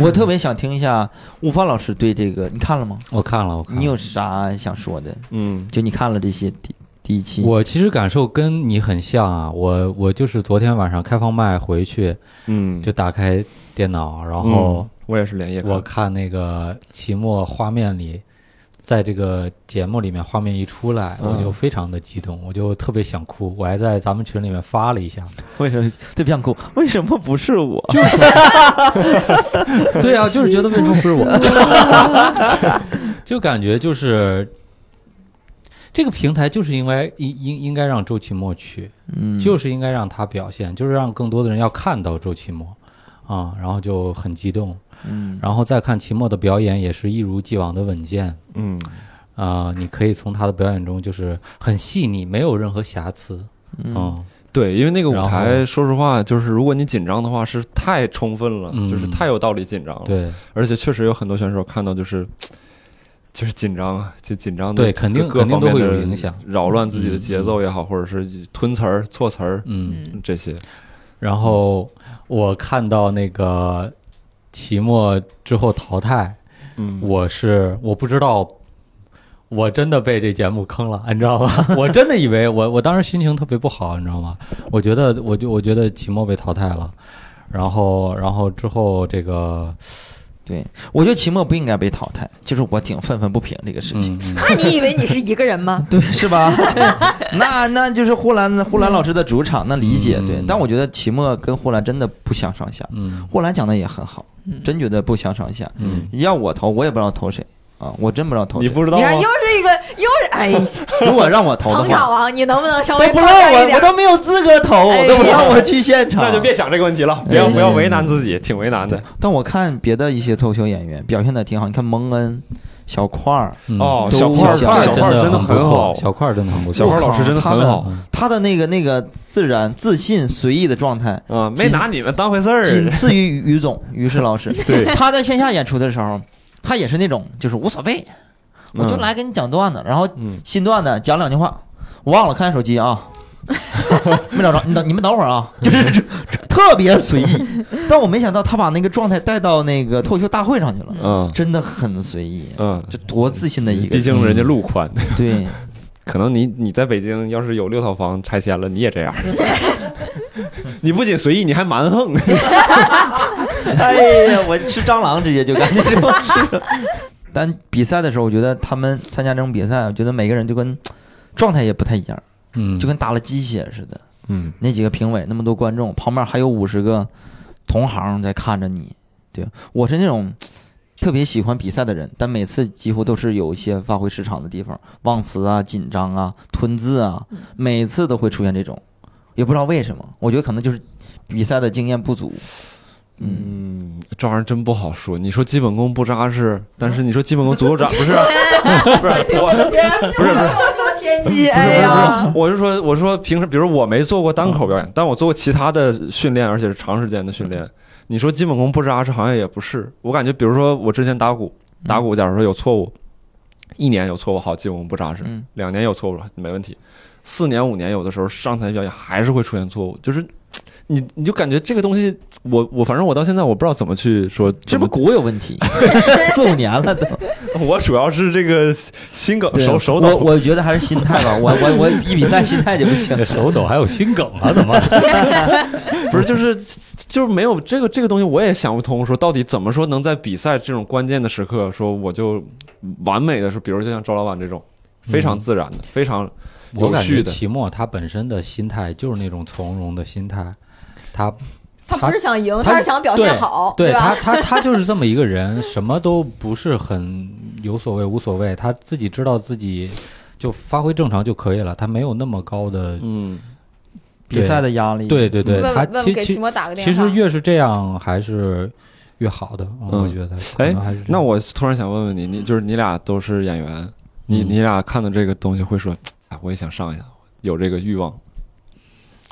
Speaker 4: 我特别想听一下悟饭老师对这个，你看了吗？
Speaker 3: 我看了，我看了
Speaker 4: 你有啥想说的？
Speaker 1: 嗯
Speaker 4: 就你看了这些第第一期，
Speaker 3: 我其实感受跟你很像啊，我我就是昨天晚上开放麦回去
Speaker 1: 嗯
Speaker 3: 就打开电脑，然
Speaker 4: 嗯
Speaker 3: 后
Speaker 1: 我也是连夜看
Speaker 3: 我看那个期末画面里，在这个节目里面画面一出来，
Speaker 1: 嗯
Speaker 3: 我就非常的激动，我就特别想哭，我还在咱们群里面发了一下。
Speaker 4: 为什么对不想哭？为什么不是我？
Speaker 3: 对啊，就是觉得为什么不是我？ 就感觉就是这个平台就是应该应应应该让周奇墨去，
Speaker 4: 嗯，
Speaker 3: 就是应该让他表现，就是让更多的人要看到周奇墨啊，然后就很激动，
Speaker 4: 嗯
Speaker 3: 然后再看奇墨的表演也是一如既往的稳健
Speaker 1: 嗯
Speaker 3: 啊、你可以从他的表演中就是很细腻，没有任何瑕疵
Speaker 4: 嗯
Speaker 3: 啊，
Speaker 1: 对，因为那个舞
Speaker 3: 然
Speaker 1: 台，
Speaker 3: 后
Speaker 1: 说实话，就是如果你紧张的话，是太充分了，
Speaker 3: 嗯
Speaker 1: 就是太有道理紧张了。，
Speaker 3: 对
Speaker 1: 而且确实有很多选手看到就是。就是紧张啊，就紧张的
Speaker 3: 对肯定
Speaker 1: 各方面
Speaker 3: 肯定都会有
Speaker 1: 的
Speaker 3: 影响
Speaker 1: 扰乱自己的节奏也好，或者是吞词儿、错词儿
Speaker 3: 嗯
Speaker 2: 嗯
Speaker 1: 这些。
Speaker 3: 然后我看到那个期末之后淘汰，
Speaker 1: 嗯，
Speaker 3: 我是我不知道，我真的被这节目坑了， 你知道吗？ 我真的以为我我当时心情特别不好，你知道吗？我觉得我就我觉得期末被淘汰了，然后然后之后这个
Speaker 4: 对，我觉得期末不应该被淘汰，就是我挺愤愤不平这个事情。
Speaker 3: 嗯嗯
Speaker 2: 那你以为你是一个人吗？
Speaker 4: 对，是吧？ 这那那就是呼兰呼兰老师的主场，那理解
Speaker 3: 嗯
Speaker 4: 对。但我觉得期末跟呼兰真的不相上下，
Speaker 3: 嗯
Speaker 4: 呼兰讲的也很好，
Speaker 2: 嗯
Speaker 4: 真觉得不相上下。
Speaker 3: 嗯，
Speaker 4: 要我投，我也不知道投谁啊，我真不知道投谁。
Speaker 1: 你不知道
Speaker 2: 你
Speaker 1: 吗
Speaker 2: 看，？又是一个，又是哎呀，
Speaker 4: 如果让我投的
Speaker 2: 彭
Speaker 4: 话
Speaker 2: 场，王，你能不能稍微
Speaker 4: 都不
Speaker 2: 放
Speaker 4: 让
Speaker 2: 开一
Speaker 4: 我，
Speaker 2: 点
Speaker 4: 我都没有资格投，
Speaker 2: 哎呀
Speaker 4: 都不让我去现 场。
Speaker 1: 那就别想这个问题了，不要
Speaker 4: 真
Speaker 1: 不要
Speaker 4: 是
Speaker 1: 为难自己，挺为难的。
Speaker 4: 但我看别的一些脱口秀演员表现的挺好，你看蒙恩、小块儿，
Speaker 3: 嗯
Speaker 1: 哦，
Speaker 4: 都
Speaker 1: 小块儿
Speaker 4: 小
Speaker 3: 小
Speaker 4: 块
Speaker 1: 小块儿
Speaker 4: 儿
Speaker 3: 真
Speaker 1: 真的
Speaker 3: 很不
Speaker 1: 很好
Speaker 3: 错，，小块儿真的很不
Speaker 1: 小
Speaker 3: 错
Speaker 1: 块儿，老师真的很好
Speaker 3: 嗯
Speaker 4: 他的那个那个自然、自信、随意的状态，
Speaker 1: 啊，没
Speaker 4: 仅
Speaker 1: 拿你们当回事儿。
Speaker 4: 仅次于 于总、于是老师。
Speaker 1: 对
Speaker 4: 他在线下演出的时候，他也是那种就是无所谓，我就
Speaker 1: 嗯
Speaker 4: 来给你讲段子，然后
Speaker 1: 嗯
Speaker 4: 新段子讲 两句话，我忘了看手机啊。没找着，你等你们等会儿啊，就是特别随意。但我没想到他把那个状态带到那个脱口秀大会上去了，
Speaker 1: 嗯
Speaker 4: 真的很随意，
Speaker 1: 嗯，
Speaker 4: 这多自信的一
Speaker 1: 毕
Speaker 4: 个人。
Speaker 3: 嗯
Speaker 1: 竟人家路宽，
Speaker 4: 对，
Speaker 1: 可能你你在北京要是有六套房拆迁了，你也这 样。你不仅随意，你还蛮横。
Speaker 4: 哎呀，我吃蟑螂直接就 感觉就吃了。但比赛的时候，我觉得他们参加这种比赛，我觉得每个人就跟状态也不太一样，
Speaker 3: 嗯，
Speaker 4: 就跟打了鸡血似的。
Speaker 1: 嗯
Speaker 4: 那几个评委，那么多观众，旁边还有五十个同行在看着你。对我是那种特别喜欢比赛的人，但每次几乎都是有一些发挥失常的地方，忘词啊、紧张啊、吞字啊，每次都会出现这种，也不知道为什么。我觉得可能就是比赛的经验不足。嗯，
Speaker 1: 嗯，这玩意儿真不好说。你说基本功不扎实，但是你说基本功足够扎，不是啊 不是我
Speaker 2: 天，不是不是天机，哎呀，
Speaker 1: 我是说，我是说平时，比如我没做过单口表演，但我做过其他的训练，而且是长时间的训练。你说基本功不扎实，好像也不是。我感觉，比如说我之前打鼓，打鼓假如说有错误，一年有错误好，基本功不扎实；
Speaker 4: 嗯
Speaker 1: 两年有错误没问题；四年、五年有的时候上台表演还是会出现错误，就是。你你就感觉这个东西，我我反正我到现在我不知道怎么去说，
Speaker 4: 是
Speaker 1: 怎
Speaker 4: 不
Speaker 1: 么
Speaker 4: 是鼓有问题？ 四五年了都。
Speaker 1: 我主要是这个心梗
Speaker 4: 对啊
Speaker 1: 手手
Speaker 4: 我
Speaker 1: 抖，
Speaker 4: 我觉得还是心态吧，我我我一比赛心态就不行
Speaker 3: 这。手抖还有心梗啊？怎么？
Speaker 1: 不是，就是就是没有这个这个东西，我也想不通，说到底怎么说能在比赛这种关键的时刻，说我就完美的说，比如就像周老板这种
Speaker 4: 嗯
Speaker 1: 非常自然的、非常
Speaker 3: 我
Speaker 1: 有
Speaker 3: 感
Speaker 1: 序
Speaker 3: 觉
Speaker 1: 的，
Speaker 3: 齐墨他本身的心态就是那种从容的心态，他
Speaker 2: 他不是想赢，
Speaker 3: 他
Speaker 2: 他是想表现好，
Speaker 3: 对他
Speaker 2: 吧？
Speaker 3: 他他就是这么一个人，什么都不是很有所谓无所谓，他自己知道自己就发挥正常就可以了，他没有那么高的，
Speaker 1: 嗯，
Speaker 4: 比赛的压力，
Speaker 3: 对对对，
Speaker 2: 嗯问
Speaker 3: 他
Speaker 2: 问
Speaker 3: 其
Speaker 2: 给
Speaker 3: 其
Speaker 2: 齐墨打个电话。
Speaker 3: 其实越是这样还是越好的，嗯
Speaker 1: 嗯
Speaker 3: 我觉得可能还是这
Speaker 1: 那
Speaker 3: 样
Speaker 1: 我突然想问问你，你就是你俩都是演员，你
Speaker 3: 嗯
Speaker 1: 你俩看到这个东西会说，哎，我也想上一下，有这个欲望，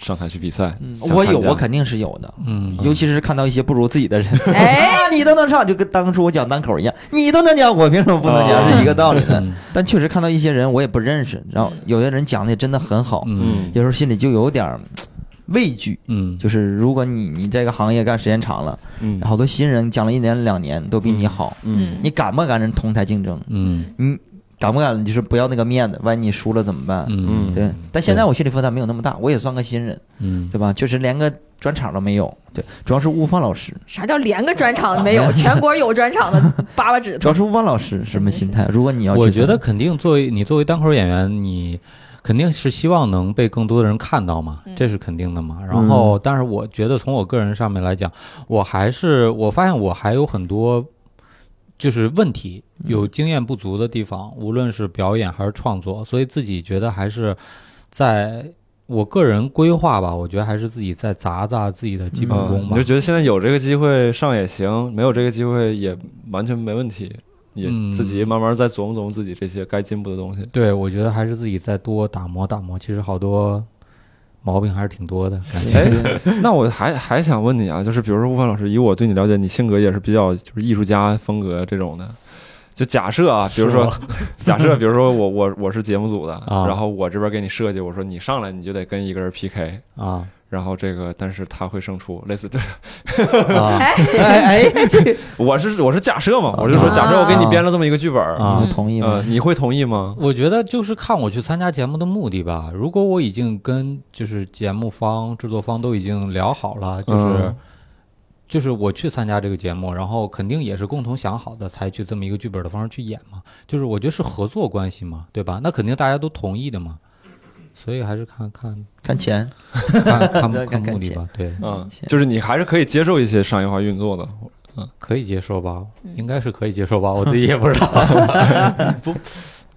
Speaker 1: 上台去比赛
Speaker 4: 嗯，
Speaker 1: 想
Speaker 4: 我有，
Speaker 1: 参加
Speaker 4: 我肯定是有的。
Speaker 3: 嗯，
Speaker 4: 尤其是看到一些不如自己的人，
Speaker 2: 哎，
Speaker 4: 啊，你都能唱，就跟当初我讲单口一样，你都能讲，我凭什么不能讲
Speaker 1: 哦
Speaker 4: 是一个道理的。
Speaker 3: 嗯
Speaker 4: 但确实看到一些人我也不认识，
Speaker 1: 嗯
Speaker 4: 然后有些人讲的也真的很好，
Speaker 3: 嗯
Speaker 4: 有时候心里就有点儿嘖畏惧。
Speaker 3: 嗯，
Speaker 4: 就是如果你你这个行业干时间长了，
Speaker 1: 嗯
Speaker 4: 好多新人讲了一年两年都比你好，
Speaker 1: 嗯
Speaker 4: 你敢不敢跟人同台竞争？
Speaker 3: 嗯
Speaker 4: 你敢不敢就是不要那个面子？万一你输了怎么办？
Speaker 3: 嗯
Speaker 4: 对，但现在我心理负担没有那么大，我也算个新人，
Speaker 3: 嗯
Speaker 4: 对吧？就是连个专场都没有，对，主要是悟饭老师，
Speaker 2: 啥叫连个专场没有？全国有专场的扒拉指
Speaker 4: 主要
Speaker 2: 头。
Speaker 4: 是汪老师什么心态？如果你要去
Speaker 3: 我觉得肯定作为你作为单口演员，你肯定是希望能被更多的人看到嘛，
Speaker 2: 嗯
Speaker 3: 这是肯定的嘛。然后，
Speaker 1: 嗯
Speaker 3: 但是我觉得从我个人上面来讲，我还是我发现我还有很多就是问题，
Speaker 1: 嗯
Speaker 3: 有经验不足的地方，无论是表演还是创作，所以自己觉得还是在。我个人规划吧，我觉得还是自己再砸砸自己的基本功
Speaker 1: 嗯，你
Speaker 3: 吧
Speaker 1: 就。觉得现在有这个机会上也行，没有这个机会也完全没问题，也
Speaker 3: 嗯
Speaker 1: 自己慢慢再琢磨琢磨自己这些该进步的东西。
Speaker 3: 对，我觉得还是自己再多打磨打磨。其实好多毛病还是挺多的，感觉。
Speaker 1: 哎，那我还还想问你啊，就是比如说悟饭老师，以我对你了解，你性格也是比较就是艺术家风格这种的。就假设啊，比如说， 假设比如说我我我是节目组的，
Speaker 3: 啊
Speaker 1: 然后我这边给你设计，我说你上来你就得跟一个人 PK，
Speaker 3: 啊
Speaker 1: 然后这个但是他会胜出，类似 这，
Speaker 3: 啊
Speaker 2: 哎，
Speaker 4: 哎哎，
Speaker 1: 我是我是假设嘛，我就说假设我给你编了这么一个剧本，
Speaker 3: 啊
Speaker 4: 我！同意
Speaker 1: 呃
Speaker 4: 吗？，
Speaker 1: 你会同意吗？
Speaker 3: 我觉得就是看我去参加节目的目的吧。如果我已经跟就是节目方、制作方都已经聊好了，就是、
Speaker 1: 嗯
Speaker 3: 就是我去参加这个节目，然后肯定也是共同想好的，才去这么一个剧本的方式去演嘛。就是我觉得是合作关系嘛，对吧？那肯定大家都同意的嘛。所以还是看看
Speaker 4: 看钱，
Speaker 3: 看看
Speaker 4: 看
Speaker 3: 看目的
Speaker 4: 钱
Speaker 3: 吧，对，
Speaker 1: 嗯
Speaker 4: 谢谢，
Speaker 1: 就是你还是可以接受一些商业化运作的。
Speaker 3: 可以接受吧，应该是可以接受吧，我自己也不 知道，不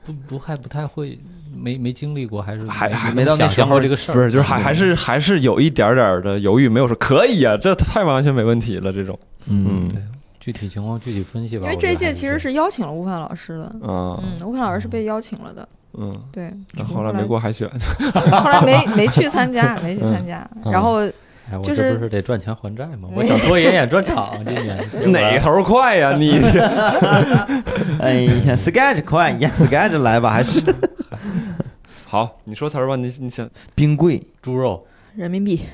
Speaker 3: 不不还不太会，没没经历过，还是
Speaker 1: 还还
Speaker 4: 没到那
Speaker 3: 想
Speaker 4: 时
Speaker 3: 象
Speaker 4: 候
Speaker 3: 过这个事儿，
Speaker 1: 不是，就是还还是还是有一点点的犹豫，没有说可以啊，这太完全没问题了。这种，
Speaker 4: 嗯，
Speaker 3: 对具体情况具体分析吧。
Speaker 2: 因为这一届其实是邀请了吴凡老师的，
Speaker 1: 啊，
Speaker 2: 嗯，吴凡老师是被邀请了的，
Speaker 1: 嗯，
Speaker 2: 对，
Speaker 1: 那后来没过海 选，
Speaker 2: 后来没没去参加，没去参加。然后
Speaker 3: 哎，我
Speaker 2: 就
Speaker 3: 这
Speaker 2: 是
Speaker 3: 不是得赚钱还债 吗？我想多演演专场，今年结果
Speaker 1: 哪头快呀 你？
Speaker 4: 哎呀，sketch 快，演 sketch 来 吧，还是
Speaker 1: 好，你说词儿吧，你你想
Speaker 4: 冰柜
Speaker 3: 猪肉哎
Speaker 2: 人民币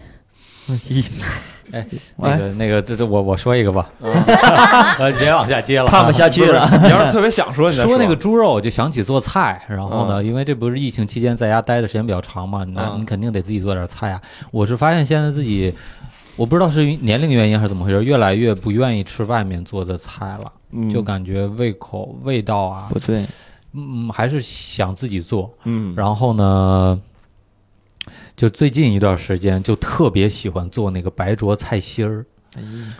Speaker 3: 那
Speaker 2: 哎
Speaker 3: 个那个，这这我我说一个吧，
Speaker 2: 嗯
Speaker 3: 呃，别往下接了，
Speaker 4: 看不下去了。
Speaker 1: 你要是特别想说，你再
Speaker 3: 说那个猪肉，我就想起做菜。然后
Speaker 2: 嗯
Speaker 3: 呢，因为这不是疫情期间在家待的时间比较长嘛，那
Speaker 1: 嗯
Speaker 3: 你肯定得自己做点菜啊。我是发现现在自己，我不知道是年龄原因还是怎么回事，越来越不愿意吃外面做的菜了，
Speaker 1: 嗯
Speaker 3: 就感觉胃口、味道啊，
Speaker 4: 不对，
Speaker 3: 嗯，还是想自己做。
Speaker 1: 嗯，
Speaker 3: 然后呢，就最近一段时间就特别喜欢做那个白灼菜心儿。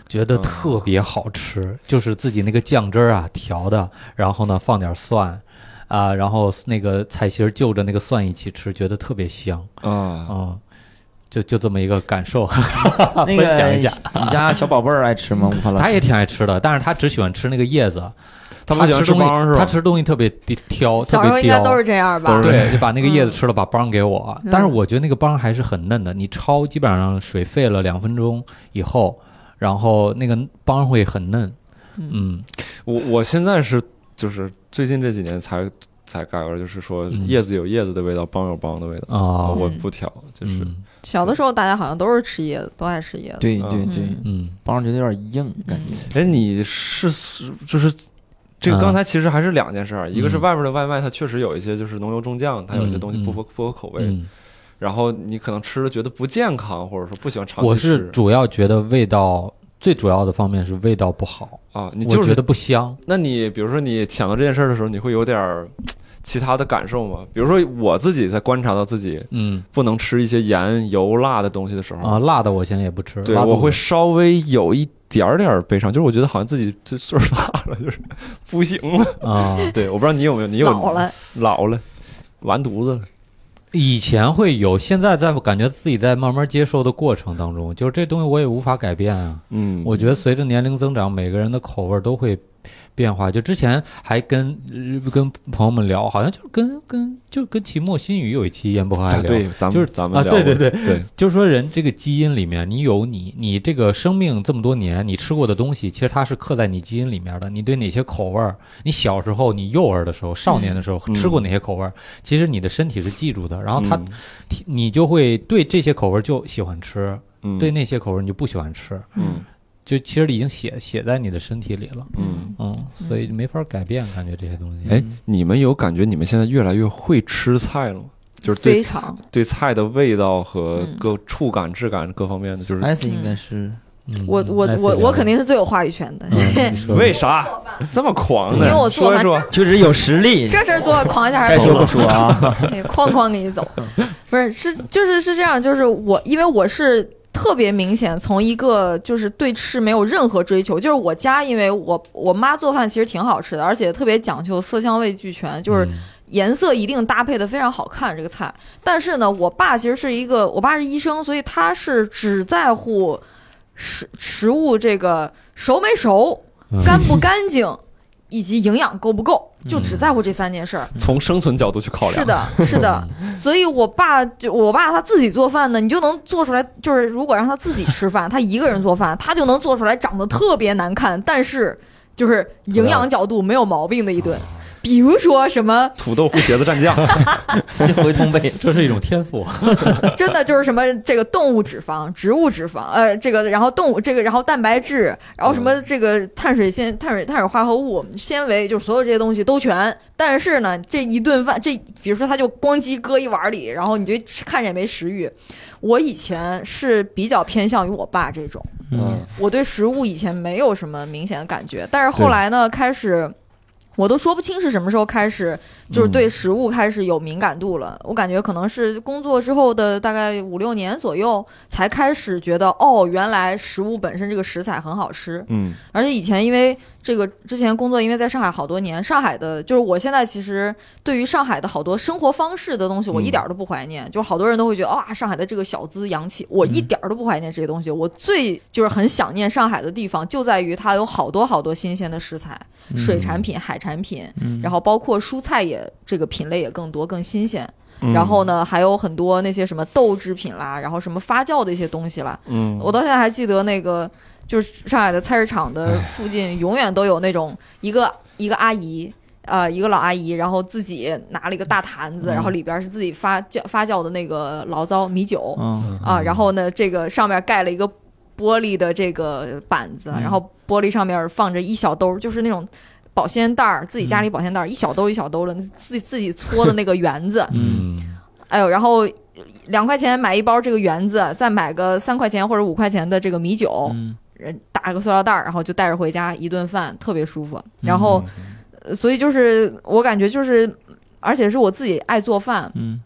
Speaker 3: 觉
Speaker 1: 嗯
Speaker 3: 得特别好吃，就是自己那个酱汁儿啊调的，然后呢放点蒜，啊、然后那个菜心儿就着那个蒜一起吃，觉得特别香，
Speaker 1: 啊，
Speaker 3: 嗯，就就这么一个感受。
Speaker 4: 哎那
Speaker 3: 分
Speaker 4: 个
Speaker 3: 享一下
Speaker 4: 你家小宝贝儿爱 吃吗？吴老
Speaker 3: 他
Speaker 4: 师
Speaker 3: 也挺爱吃的，但是他只喜欢吃那个叶子，
Speaker 1: 他不喜欢
Speaker 3: 吃
Speaker 1: 吃
Speaker 3: 东
Speaker 1: 帮
Speaker 3: 西，
Speaker 1: 是
Speaker 3: 他
Speaker 1: 吧？
Speaker 3: 吃东西特别地挑，哦特
Speaker 2: 小时候
Speaker 3: 别啊
Speaker 2: 应该
Speaker 3: 刁。
Speaker 2: 都是这样吧
Speaker 1: 都？是
Speaker 3: 对，就把那个叶子吃了，把帮给我。但是我觉得那个帮还是很嫩的，你焯基本上水沸了两分钟以后，然后那个帮会很嫩。嗯，
Speaker 1: 我我现在是就是最近这几年才才改过来，就是说
Speaker 3: 嗯
Speaker 1: 叶子有叶子的味道，帮有帮的味道啊，
Speaker 3: 哦，
Speaker 1: 我不挑，就是
Speaker 3: 嗯
Speaker 2: 小的时候大家好像都是吃叶子，都爱吃叶子。
Speaker 4: 对
Speaker 1: 嗯
Speaker 4: 对对，
Speaker 2: 嗯
Speaker 3: 嗯，
Speaker 4: 帮着觉得有点硬，感觉
Speaker 1: 哎，你是是就是这个
Speaker 3: 嗯
Speaker 1: 刚才其实还是两件事儿，一个是
Speaker 3: 嗯
Speaker 1: 外面的外卖，它确实有一些就是浓油重酱，它有一些东西不
Speaker 3: 嗯
Speaker 1: 合不合口味，
Speaker 3: 嗯，
Speaker 1: 然后你可能吃了觉得不健康，或者说不喜欢长
Speaker 3: 我
Speaker 1: 期
Speaker 3: 是
Speaker 1: 吃
Speaker 3: 主要觉得味道最主要的方面是味道不好，
Speaker 1: 啊，你就
Speaker 3: 我
Speaker 1: 是
Speaker 3: 觉得不香。
Speaker 1: 那你比如说你想到这件事儿的时候，你会有点儿其他的感受吗？比如说我自己在观察到自己
Speaker 3: 嗯
Speaker 1: 不能吃一些盐、油、辣的东西的时候，
Speaker 3: 啊，辣的我现在也不吃，
Speaker 1: 对
Speaker 3: 拉肚
Speaker 1: 我
Speaker 3: 子
Speaker 1: 会稍微有一点儿点儿悲伤，就是我觉得好像自己这岁数大了，就是不行 了。
Speaker 3: 啊。
Speaker 1: 对，我不知道你有没有，你有
Speaker 2: 嗯老了，
Speaker 1: 老了，完犊子了。
Speaker 3: 以前会有，现在在感觉自己在慢慢接受的过程当中，就是这东西我也无法改变啊。
Speaker 1: 嗯，
Speaker 3: 我觉得随着年龄增长，每个人的口味都会变化。就之前还跟、呃跟朋友们聊，好像就是跟跟就跟奇墨新语有一期烟波还
Speaker 1: 啊
Speaker 3: 聊，
Speaker 1: 对，咱们
Speaker 3: 就是
Speaker 1: 咱们
Speaker 3: 啊，
Speaker 1: 聊过
Speaker 3: 对对对，
Speaker 1: 对，
Speaker 3: 就是说，人这个基因里面，你有你，你这个生命这么多年，你吃过的东西，其实它是刻在你基因里面的。你对哪些口味儿，你小时候、你幼儿的时候、少年的时候
Speaker 1: 嗯
Speaker 3: 吃过哪些口味儿，其实你的身体是记住的。然后它，
Speaker 1: 嗯
Speaker 3: 你就会对这些口味儿就喜欢吃，
Speaker 1: 嗯
Speaker 3: 对那些口味儿你就不喜欢吃，
Speaker 1: 嗯
Speaker 3: 就其实已经写写在你的身体里了。
Speaker 1: 嗯。
Speaker 3: 嗯，所以没法改变，感觉这些东西。
Speaker 1: 哎，你们有感觉你们现在越来越会吃菜了吗？就是对
Speaker 2: 非常
Speaker 1: 对菜的味道和
Speaker 2: 嗯
Speaker 1: 各触感、质感各方面的，就是
Speaker 4: 艾斯应该是
Speaker 3: 嗯，
Speaker 2: 我我
Speaker 3: 那随
Speaker 2: 我
Speaker 3: 便
Speaker 2: 我
Speaker 3: 吧
Speaker 2: 肯定是最有话语权的，
Speaker 3: 嗯你说吧
Speaker 1: 为啥这么狂呢？
Speaker 2: 因为我做
Speaker 1: 说一
Speaker 2: 饭
Speaker 1: 说，
Speaker 4: 确实有实力，
Speaker 2: 这事儿做狂一下还
Speaker 4: 该
Speaker 2: 是
Speaker 4: 说不说啊。
Speaker 2: 对， 哐哐给你走。不是，是就是是这样，就是我，因为我是特别明显，从一个就是对吃没有任何追求，就是我家，因为我我妈做饭其实挺好吃的，而且特别讲究色香味俱全，就是
Speaker 3: 嗯
Speaker 2: 颜色一定搭配的非常好看这个菜。但是呢，我爸其实是一个，我爸是医生，所以他是只在乎食食物这个熟没熟、
Speaker 3: 嗯
Speaker 2: 干不干净，以及营养够不够，就只在乎这三件事儿。
Speaker 1: 从生存角度去考量，
Speaker 2: 是，的，是的，所以我爸就我爸他自己做饭呢，你就能做出来。就是如果让他自己吃饭，他一个人做饭，他就能做出来长得特别难看，但是就是营养角度没有毛病的一顿。比如说什么，
Speaker 1: 土豆糊茄子蘸酱，
Speaker 4: 这回通背，
Speaker 3: 这是一种天赋。
Speaker 2: 真的就是什么这个动物脂肪、植物脂肪，呃，这个然后动物这个然后蛋白质，然后什么这个碳水纤碳水碳水化合物、纤维，就是所有这些东西都全。但是呢，这一顿饭，这比如说他就咣叽搁一碗里，然后你就吃看着也没食欲。我以前是比较偏向于我爸这种，
Speaker 1: 嗯
Speaker 2: 我对食物以前没有什么明显的感觉，但是后来呢，开始我都说不清是什么时候开始，就是对食物开始有敏感度了。我感觉可能是工作之后的大概五六年左右，才开始觉得哦，原来食物本身这个食材很好吃。
Speaker 1: 嗯
Speaker 2: 而且以前因为这个之前工作，因为在上海好多年，上海的就是我现在其实对于上海的好多生活方式的东西，我
Speaker 1: 嗯
Speaker 2: 一点儿都不怀念。就是好多人都会觉得哇、上海的这个小资洋气，
Speaker 1: 嗯
Speaker 2: 我一点儿都不怀念这些东西。我最就是很想念上海的地方，就在于它有好多好多新鲜的食材，
Speaker 1: 嗯
Speaker 2: 水产品、海产品，
Speaker 4: 嗯
Speaker 2: 然后包括蔬菜也这个品类也更多、更新鲜。
Speaker 1: 嗯
Speaker 2: 然后呢，还有很多那些什么豆制品啦，然后什么发酵的一些东西啦，
Speaker 1: 嗯，
Speaker 2: 我到现在还记得那个，就是上海的菜市场的附近，永远都有那种一个一个阿姨。呃一个老阿姨，然后自己拿了一个大坛子，
Speaker 4: 嗯
Speaker 2: 然后里边是自己发酵发酵的那个醪糟米酒
Speaker 4: 嗯
Speaker 2: 啊，然后呢，这个上面盖了一个玻璃的这个板子，
Speaker 4: 嗯
Speaker 2: 然后玻璃上面放着一小兜，就是那种。保鲜袋儿，自己
Speaker 4: 嗯
Speaker 2: 家里保鲜袋儿，一小兜一小兜的，自己自己搓的那个 圆子，
Speaker 4: 嗯
Speaker 2: 哎呦，然后两块钱买一包这个圆子，再买个三块钱或者五块钱的这个米酒，
Speaker 4: 嗯
Speaker 2: 人打个塑料袋儿，然后就带着回家，一顿饭特别舒
Speaker 4: 嗯
Speaker 2: 服。然后，呃所以就是我感觉就是，而且是我自己爱做饭，
Speaker 4: 嗯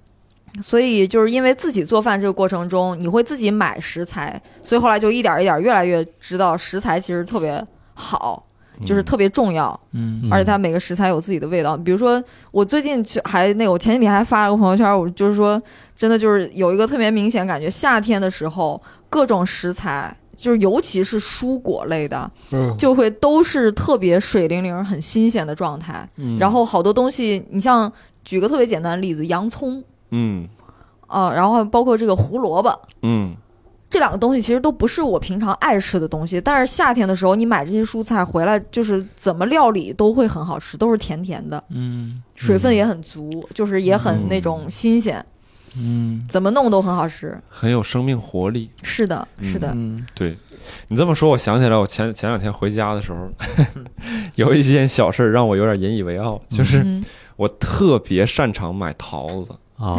Speaker 2: 所以就是因为自己做饭这个过程中，你会自己买食材，所以后来就一点儿一点儿越来越知道食材其实特别好，就是特别重要。
Speaker 4: 嗯
Speaker 3: 嗯
Speaker 2: 而且它每个食材有自己的味道。比如说，我最近去还那个，我前几天还发了个朋友圈，我就是说，真的就是有一个特别明显感觉，夏天的时候各种食材。就是尤其是蔬果类的，
Speaker 1: 嗯，
Speaker 2: 就会都是特别水灵灵、很新鲜的状态。
Speaker 1: 嗯
Speaker 2: 然后好多东西，你像举个特别简单的例子，洋葱
Speaker 1: 嗯
Speaker 2: 啊、然后包括这个胡萝卜，
Speaker 1: 嗯
Speaker 2: 这两个东西其实都不是我平常爱吃的东西，但是夏天的时候你买这些蔬菜回来，就是怎么料理都会很好吃，都是甜甜的。
Speaker 4: 嗯
Speaker 2: 水分也很足，就是也很那种新鲜，
Speaker 4: 嗯
Speaker 2: 怎么弄都很好吃。
Speaker 1: 很有生命活力。
Speaker 2: 是的，
Speaker 1: 嗯
Speaker 2: 是的，
Speaker 4: 嗯
Speaker 1: 对你这么说，我想起来，我前前两天回家的时 候，有一件小事儿让我有点引以为傲，就是
Speaker 2: 嗯，
Speaker 1: 我特别擅长买桃子。
Speaker 3: 啊，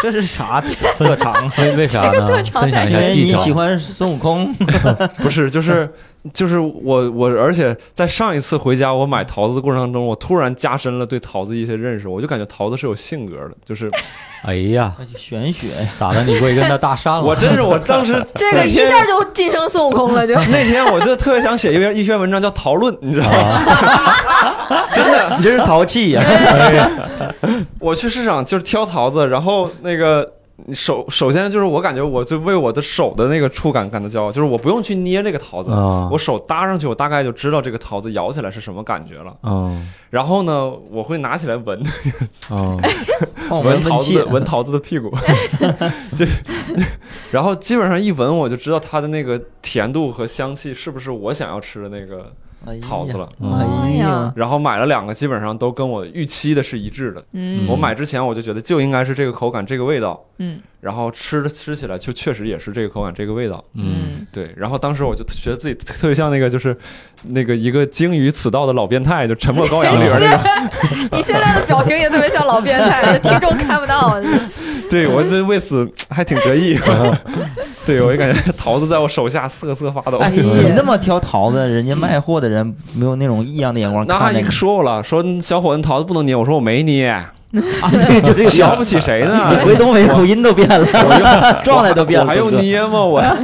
Speaker 4: 这是 啥特 长？
Speaker 3: 为为啥呢？
Speaker 2: 特长
Speaker 3: 分享一
Speaker 4: 因
Speaker 3: 下
Speaker 4: 为
Speaker 3: 技
Speaker 4: 你
Speaker 3: 巧。
Speaker 4: 喜欢孙悟 空，
Speaker 1: 不是，就是就是我我，而且在上一次回家我买桃子的过程当中，我突然加深了对桃子一些认识，我就感觉桃子是有性格的，就是
Speaker 3: 哎呀，
Speaker 4: 玄学
Speaker 3: 咋的？你过去跟他搭讪
Speaker 4: 哦
Speaker 3: 了？
Speaker 1: 我真是我当时
Speaker 2: 这个一下就晋升孙悟空了，就
Speaker 1: 那天我就特别想写一篇一篇文章叫《桃论》，你知道吗？
Speaker 4: 真的，你真是淘气 呀！
Speaker 1: 我去市场就是挑桃子，然后那个首首先就是我感觉我就为我的手的那个触感感到骄傲，就是我不用去捏这个桃子，
Speaker 3: 啊，
Speaker 1: 我手搭上去，我大概就知道这个桃子咬起来是什么感觉了。
Speaker 3: 嗯
Speaker 1: 然后呢，我会拿起来闻
Speaker 3: 嗯
Speaker 4: 帮我
Speaker 1: 闻桃
Speaker 4: 们问
Speaker 1: 子
Speaker 4: 哦气啊
Speaker 1: 的，闻桃子的屁股， 这 然后基本上一闻我就知道它的那个甜度和香气是不是我想要吃的那个
Speaker 4: 哎呀
Speaker 1: 桃子了。
Speaker 4: 哎呀，
Speaker 1: 然后买了两个，基本上都跟我预期的是一致的。
Speaker 2: 嗯，
Speaker 1: 我买之前我就觉得就应该是这个口感，这个味道。
Speaker 2: 嗯
Speaker 1: 然后吃吃起来就确实也是这个口感，这个味道。
Speaker 3: 嗯，
Speaker 1: 对，然后当时我就觉得自己特特别像那个，就是那个一个鲸鱼此道的老变态，就沉默羔羊里边那种。
Speaker 2: 你现在的表情也特别像老变态，听众看不到。啊
Speaker 1: 对我这为此还挺得意。 对我就感觉桃子在我手下瑟瑟发抖。
Speaker 4: 哎，
Speaker 2: 呀
Speaker 4: 你那么挑桃子，人家卖货的人没有那种异样的眼光
Speaker 1: 那阿
Speaker 4: 看着
Speaker 1: 姨
Speaker 4: 你
Speaker 1: 说我了，说小伙子你桃子不能捏，我说我没 捏，
Speaker 4: 啊？对，就这 个
Speaker 1: 瞧不起谁呢？
Speaker 4: 你回东北口音都变了，状态都变
Speaker 1: 我
Speaker 4: 了，
Speaker 1: 还用
Speaker 4: 哥
Speaker 1: 捏吗？嗯我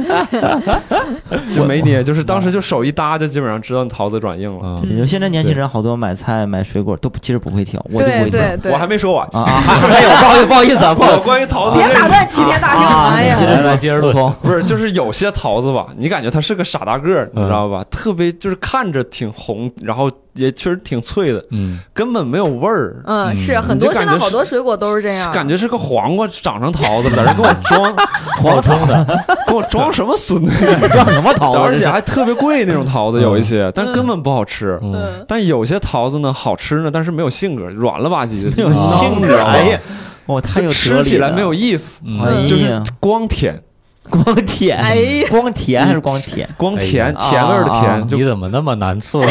Speaker 1: 就没捏，就是当时就手一搭，就基本上知道桃子转硬了。
Speaker 3: 嗯
Speaker 4: 你说现在年轻人好多买菜买水果都不其实不会挑，我就不
Speaker 2: 对
Speaker 4: 会挑
Speaker 2: 对对，
Speaker 1: 我还没说完，
Speaker 4: 啊啊！ 还有，不好意思，不好意思啊，不好
Speaker 1: 我
Speaker 4: 意思。
Speaker 1: 关于桃子
Speaker 2: 别
Speaker 1: 这
Speaker 2: 打断齐天大圣，
Speaker 4: 啊
Speaker 2: 哎
Speaker 4: 接
Speaker 2: 呀，
Speaker 4: 着说，
Speaker 3: 接着说
Speaker 4: 通。
Speaker 1: 不是，就是有些桃子吧，你感觉它是个傻大个儿，你知道吧？特别就是看着挺红，然后也确实挺脆的，
Speaker 3: 嗯
Speaker 1: 根本没有味儿，
Speaker 2: 嗯，
Speaker 3: 嗯
Speaker 2: 是很
Speaker 1: 你就
Speaker 2: 多现
Speaker 1: 感
Speaker 2: 在
Speaker 1: 觉
Speaker 2: 好
Speaker 1: 是
Speaker 2: 多水果都是这样，嗯
Speaker 1: 感觉是个黄瓜长成桃子，在这跟我 装
Speaker 4: 黄桃 的，
Speaker 1: 跟我装什么孙子？
Speaker 4: 装什么 桃子？
Speaker 1: 而且还特别贵那种桃子，有一些，但根本不好吃。
Speaker 3: 嗯，
Speaker 2: 嗯，
Speaker 1: 但有些桃子呢，好吃呢，但是没有性格，软了吧唧的，
Speaker 4: 没有性格，哎呀，我太
Speaker 1: 就
Speaker 4: 有
Speaker 1: 吃起来没有
Speaker 4: 意
Speaker 1: 意思，
Speaker 3: 嗯
Speaker 4: 哎
Speaker 1: 就是
Speaker 4: 呀，
Speaker 1: 光甜，
Speaker 4: 光甜，
Speaker 2: 哎呀
Speaker 4: 光甜还是光 甜？
Speaker 1: 光甜，
Speaker 4: 哎呀
Speaker 1: 甜味儿的
Speaker 4: 啊
Speaker 1: 甜，就
Speaker 3: 你怎么那么难伺候？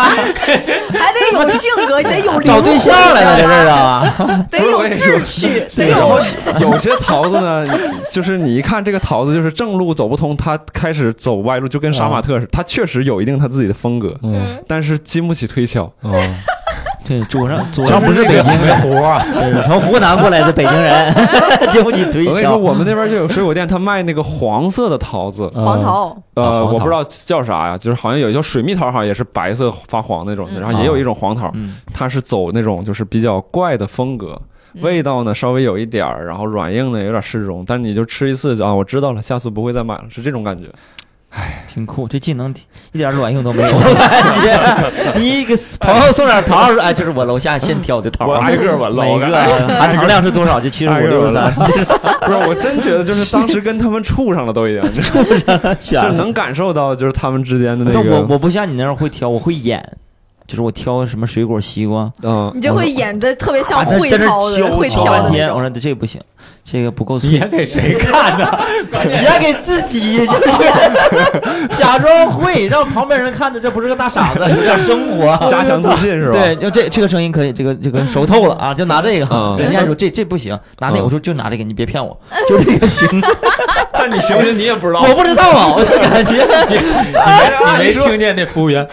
Speaker 2: 还得有性格，得有灵
Speaker 4: 找
Speaker 2: 魂
Speaker 4: 对象来了，在这儿 啊？
Speaker 2: 得有志气，得
Speaker 1: 然
Speaker 2: 有
Speaker 1: 后有些桃子呢，就是你一看这个桃子，就是正路走不通，它开始走歪路，就跟杀马特似的。它确实有一定它自己的风格，
Speaker 3: 嗯
Speaker 1: 但是经不起推敲。
Speaker 3: 嗯，
Speaker 4: 对，祖上祖
Speaker 3: 这
Speaker 4: 上不是北京
Speaker 3: 北
Speaker 4: 人，
Speaker 3: 湖啊，
Speaker 4: 对从湖南过来的北京人， 经不起推
Speaker 1: 我跟你说，
Speaker 4: 敲。
Speaker 1: 我们那边就有水果店，它卖那个黄色的桃子，
Speaker 2: 黄桃，
Speaker 1: 呃，
Speaker 3: 啊黄桃
Speaker 1: 我不知道叫啥呀，就是好像有一叫水蜜桃，好像也是白色发黄那种的，
Speaker 2: 嗯
Speaker 1: 然后也有一种黄桃，
Speaker 4: 嗯，
Speaker 1: 它是走那种就是比较怪的风格。
Speaker 2: 嗯
Speaker 1: 味道呢稍微有一点儿，然后软硬呢有点适中，但是你就吃一次就啊，我知道了，下次不会再买了，是这种感觉。
Speaker 4: 挺酷，这技能挺一点卵用都没有，我感觉。 你给朋友送点桃，哎，这是我楼下现挑的桃，
Speaker 1: 我挨个闻了
Speaker 4: 每
Speaker 1: 我
Speaker 4: 个
Speaker 1: 感
Speaker 4: 含糖量是多少？就七十
Speaker 1: 挨
Speaker 4: 五、
Speaker 1: 个
Speaker 4: 六十
Speaker 1: 闻了
Speaker 4: 三，
Speaker 1: 不是，我真觉得就是当时跟他们处上了，都已经， 就
Speaker 4: 选
Speaker 1: 是能感受到就是他们之间的那
Speaker 4: 但我
Speaker 1: 个。
Speaker 4: 我不像你那样会挑，我会演。就是我挑什么水果西瓜，
Speaker 1: 嗯，
Speaker 2: 你就会演的特别像
Speaker 4: 啊他
Speaker 2: 会
Speaker 4: 在那
Speaker 2: 挑的，
Speaker 4: 敲
Speaker 2: 会
Speaker 4: 敲
Speaker 2: 挑
Speaker 4: 半
Speaker 2: 的那
Speaker 4: 天，我
Speaker 2: 种。
Speaker 4: 说这不行，这个不够
Speaker 3: 你
Speaker 4: 脆，
Speaker 3: 演给谁看 呢？
Speaker 4: 你还给自己就是假装会，让旁边人看着这不是个大傻子，有点生活。
Speaker 1: 加强自信是吧？
Speaker 4: 对，就这这个声音可以，这个这个熟透了啊，就拿这个。
Speaker 1: 嗯
Speaker 4: 人家说这这不行，拿那个，
Speaker 1: 嗯
Speaker 4: 我说就拿这个，你别骗我，就这个行。
Speaker 1: 但你行不行你也不知道
Speaker 4: 我不知道啊，我就感觉
Speaker 3: 你你没你没听见那服务员？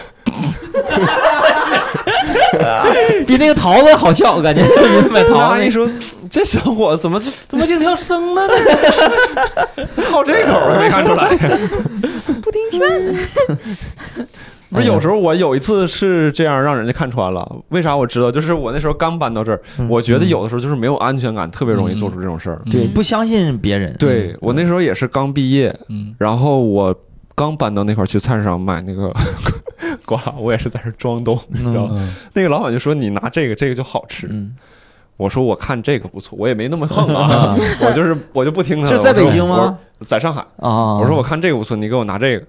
Speaker 4: 比那个桃子好笑，我感觉比买
Speaker 1: 那
Speaker 4: 桃
Speaker 1: 阿
Speaker 4: 子
Speaker 1: 姨啊说：“这小伙子怎么就
Speaker 4: 怎么净挑生的呢？
Speaker 1: 好这口儿啊？没看出来。
Speaker 2: 不听劝，
Speaker 1: 不是有时候我有一次是这样让人家看穿了，为啥我知道？就是我那时候刚搬到这儿，
Speaker 4: 嗯
Speaker 1: 我觉得有的时候就是没有安全感，特别容易做出这种事儿。
Speaker 4: 对，
Speaker 3: 嗯
Speaker 4: 不相信别人。嗯
Speaker 1: 对我那时候也是刚毕业，
Speaker 3: 嗯，
Speaker 1: 然后我刚搬到那块儿去菜市场买那个 瓜，我也是在这儿装懂，你知道吗？
Speaker 3: 嗯
Speaker 1: 那个老板就说你拿这个，这个就好吃。
Speaker 4: 嗯，
Speaker 1: 我说我看这个不错，我也没那么横啊， 我就是我就不听他的。
Speaker 4: 是在
Speaker 1: 我说
Speaker 4: 北京吗？
Speaker 1: 我在上海。
Speaker 4: 啊，
Speaker 1: 我说我看这个不错，你给我拿这个，